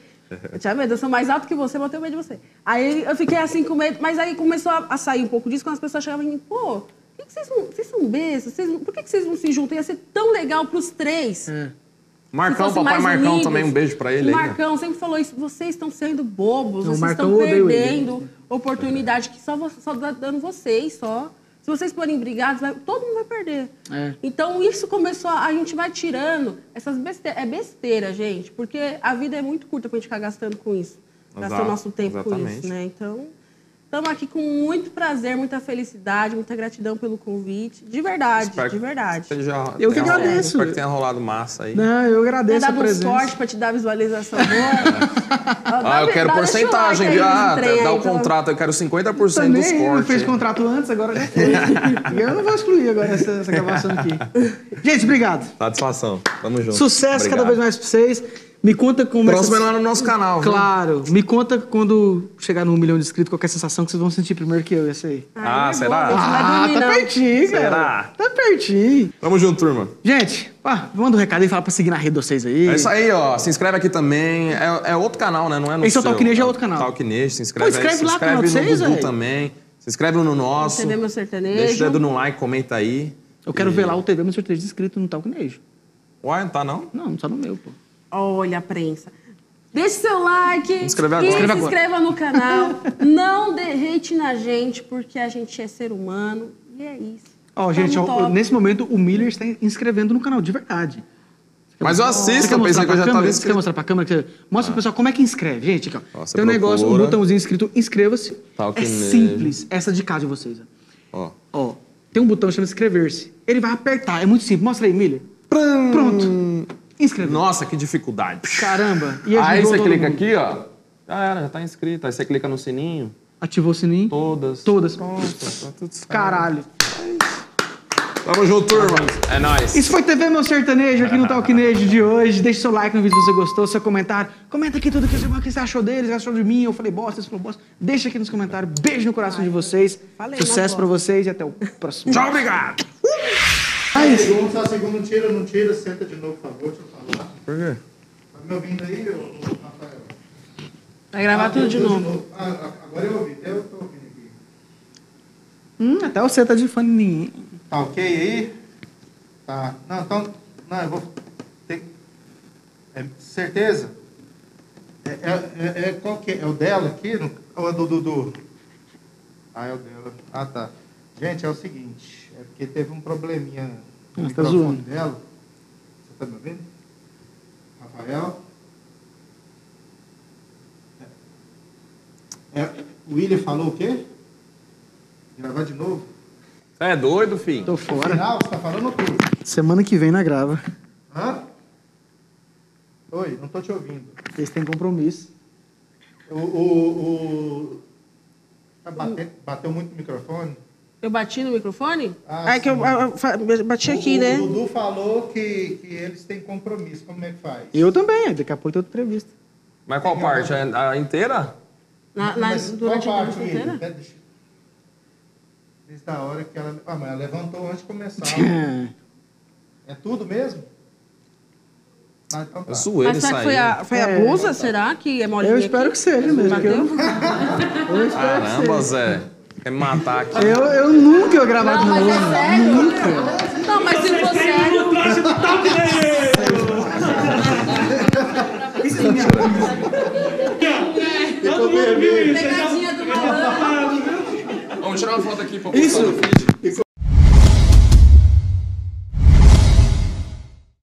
Speaker 3: Eu tinha medo, eu sou mais alto que você, mas eu tenho medo de você. Aí eu fiquei assim com medo, mas aí começou a, a sair um pouco disso, quando as pessoas chegavam em mim, pô, por que, que vocês, não, vocês são bestas? Vocês não- por que, que vocês não se juntam? Ia ser tão legal pros três.
Speaker 2: Marcão,
Speaker 3: Se fosse
Speaker 2: papai
Speaker 3: mais
Speaker 2: Marcão
Speaker 3: amigos.
Speaker 2: também, um beijo pra ele
Speaker 3: O
Speaker 2: aí. né?
Speaker 3: Marcão sempre falou isso. Vocês estão sendo bobos,
Speaker 1: Não, o
Speaker 3: vocês
Speaker 1: Marcão
Speaker 3: estão
Speaker 1: odeia o Elias.
Speaker 3: perdendo oportunidade que só, vo- só tá dando vocês, só. Se vocês forem brigados, vai- todo mundo vai perder.
Speaker 1: É.
Speaker 3: Então, isso começou, a a gente vai tirando essas besteiras. É besteira, gente, porque a vida é muito curta pra gente ficar gastando com isso.
Speaker 2: Exato,
Speaker 3: Gastando nosso tempo com
Speaker 2: exatamente.
Speaker 3: isso, né? Então, estamos aqui com muito prazer, muita felicidade, muita gratidão pelo convite. De verdade,
Speaker 2: Espero
Speaker 3: de
Speaker 2: que
Speaker 3: verdade.
Speaker 2: esteja-
Speaker 1: Eu que
Speaker 2: tenha-
Speaker 1: agradeço.
Speaker 2: Espero que tenha rolado massa aí.
Speaker 1: Não, eu
Speaker 3: Ter
Speaker 1: agradeço a
Speaker 3: dado um
Speaker 1: presença.
Speaker 3: sorte pra te dar visualização boa.
Speaker 2: Ah, eu quero porcentagem, viu? Ah, dá
Speaker 3: um-
Speaker 2: o contrato, eu quero 50% dos
Speaker 1: então. Também não
Speaker 2: cortes.
Speaker 1: fez contrato antes, agora já foi.
Speaker 2: <laughs>
Speaker 1: eu não vou excluir agora essa, essa gravação aqui. Gente, obrigado.
Speaker 2: Satisfação. Tamo junto.
Speaker 1: Sucesso cada
Speaker 2: Obrigado.
Speaker 1: vez mais pra vocês. Me conta como
Speaker 2: Próximo é
Speaker 1: essas-
Speaker 2: lá no nosso canal, viu?
Speaker 1: Claro. Me conta quando chegar no um milhão de inscritos, qual que é a sensação que vocês vão sentir primeiro que eu, essa aí.
Speaker 2: Ah,
Speaker 3: é
Speaker 2: será?
Speaker 1: Ah, tá pertinho, cara.
Speaker 2: Será?
Speaker 1: Tá pertinho.
Speaker 2: Tamo junto, turma.
Speaker 1: Gente, ó, manda um recado aí, fala pra seguir na rede de vocês aí.
Speaker 2: É isso aí, ó. Se inscreve aqui também. É, é outro canal, né? Não é no
Speaker 1: Esse é o
Speaker 2: seu.
Speaker 1: Talkinejo, é outro canal.
Speaker 2: Talkinejo, se inscreve
Speaker 1: Pô, escreve
Speaker 2: aí. Se
Speaker 1: lá o canal
Speaker 2: inscreve
Speaker 1: de
Speaker 2: no
Speaker 1: vocês,
Speaker 2: Dudu
Speaker 1: velho.
Speaker 2: também. Se inscreve no nosso.
Speaker 3: TV Meu Sertanejo.
Speaker 2: Deixa o dedo no like, comenta aí.
Speaker 1: Eu quero ver lá o TV, meu sorteio de inscrito no Talkinejo.
Speaker 2: Uai, não tá não?
Speaker 1: Não, só no meu, pô.
Speaker 3: Olha a prensa. Deixe seu like.
Speaker 2: Inscreve agora.
Speaker 3: E
Speaker 2: Inscreve
Speaker 3: se
Speaker 1: agora.
Speaker 3: inscreva no canal. Não derrete na gente, porque a gente é ser humano. E é isso.
Speaker 1: Ó,
Speaker 3: Tamo
Speaker 1: gente, ó,
Speaker 3: top.
Speaker 1: nesse momento o Miller está inscrevendo no canal, de verdade.
Speaker 2: Mas eu
Speaker 1: Você
Speaker 2: assisto,
Speaker 1: quer mostrar
Speaker 2: eu pensei
Speaker 1: pra
Speaker 2: que eu já
Speaker 1: câmera?
Speaker 2: tava
Speaker 1: Você quer
Speaker 2: inscrito.
Speaker 1: mostra pra câmera? Que você- Mostra pro pessoal como é que inscreve, gente. Aqui, ó.
Speaker 2: Ó, você
Speaker 1: Tem um negócio, um
Speaker 2: procura. Tá
Speaker 1: botãozinho escrito inscreva-se. É
Speaker 2: Talkinejo.
Speaker 1: simples. Essa é de cá de vocês, ó.
Speaker 2: Ó.
Speaker 1: Ó, tem um botão que chama inscrever-se. Ele vai apertar, é muito simples. Mostra aí, Miller. Pronto. Inscreveu.
Speaker 2: Nossa, que dificuldade.
Speaker 1: Caramba. E
Speaker 2: Aí
Speaker 1: ajudou
Speaker 2: você
Speaker 1: todo
Speaker 2: clica
Speaker 1: mundo.
Speaker 2: aqui, ó. Já era, já tá inscrito. Aí você clica no sininho.
Speaker 1: Ativou o sininho.
Speaker 2: Todas.
Speaker 1: Todas.
Speaker 2: Pronto, tá tudo certo.
Speaker 1: Caralho.
Speaker 2: Tamo junto, turma. É nóis.
Speaker 1: Isso foi TV Meu Sertanejo aqui no Talkinejo de hoje. Deixe seu like no vídeo se você gostou, seu comentário. Comenta aqui tudo que você, o que você achou deles, achou de mim. Eu falei bosta, você falou bosta. Deixa aqui nos comentários. Beijo no coração de vocês.
Speaker 3: falei,
Speaker 1: Sucesso
Speaker 3: não
Speaker 1: pra vocês e até o próximo. <laughs>
Speaker 2: Tchau, obrigado.
Speaker 5: Pergunta, a segunda não um tira, não tira, senta de novo, por favor, deixa eu falar.
Speaker 2: Por quê?
Speaker 5: Tá me ouvindo aí, ô, ô, Rafael?
Speaker 3: Vai gravar tudo de
Speaker 5: Eu tô
Speaker 3: novo.
Speaker 5: Ah, ah, agora eu ouvi, até eu tô ouvindo aqui.
Speaker 1: Hum, até você tá de fã de mim. hein?
Speaker 5: Tá ok aí? Tá. Não, então, não, eu vou ter que- é, certeza? É, é, é- é qual que é? É o dela aqui? no- Ou é do Dudu? Ah, é o dela. Ah, tá. Gente, é o seguinte, é porque teve um probleminha no
Speaker 1: Ah, tá
Speaker 5: microfone
Speaker 1: zoando.
Speaker 5: dela. Você tá me ouvindo? Rafael? É, é- o William falou o quê? Gravar de novo?
Speaker 2: Você é doido, filho?
Speaker 1: Tô fora.
Speaker 5: Final, você tá falando o quê?
Speaker 1: Semana que vem na grava.
Speaker 5: Hã? Oi, não tô te ouvindo.
Speaker 1: Eles têm compromisso.
Speaker 5: O, o, o, bate- bateu muito no microfone.
Speaker 3: Eu bati no microfone?
Speaker 5: Ah,
Speaker 4: é que eu,
Speaker 5: sim.
Speaker 4: eu- eu fa- bati aqui,
Speaker 5: o,
Speaker 4: né?
Speaker 5: O Dudu falou que, que eles têm compromisso. Como é que faz?
Speaker 1: Eu também, é, daqui a pouco tem outra entrevista.
Speaker 2: Mas qual parte? É A, a inteira?
Speaker 3: Na, na,
Speaker 5: Mas
Speaker 3: durante
Speaker 5: qual
Speaker 3: a
Speaker 5: parte,
Speaker 3: entrevista
Speaker 5: William?
Speaker 3: inteira?
Speaker 5: Pera, deixa- Desde a hora que ela... Ah, mas ela levantou antes
Speaker 4: <laughs>
Speaker 5: de começar. é tudo mesmo? Ah, então tá.
Speaker 2: Eu zoei É
Speaker 3: Mas
Speaker 2: isso
Speaker 3: será que
Speaker 2: aí.
Speaker 3: foi a, foi a
Speaker 1: É.
Speaker 3: blusa? Será que é molinha
Speaker 1: Eu espero
Speaker 3: aqui?
Speaker 1: que seja mesmo, <laughs>
Speaker 3: Bateu?
Speaker 1: Eu espero que seja.
Speaker 2: Caramba, Zé. Quer me matar aqui.
Speaker 1: Eu, eu nunca ia gravar
Speaker 3: Não,
Speaker 1: de
Speaker 3: mas
Speaker 1: novo.
Speaker 3: é sério. Não, mas se é for sério...
Speaker 6: traje do Top Todo mundo viu isso.
Speaker 3: Pegadinha do malandro.
Speaker 2: Vamos tirar uma foto aqui pra
Speaker 1: Isso.
Speaker 2: postar no feed.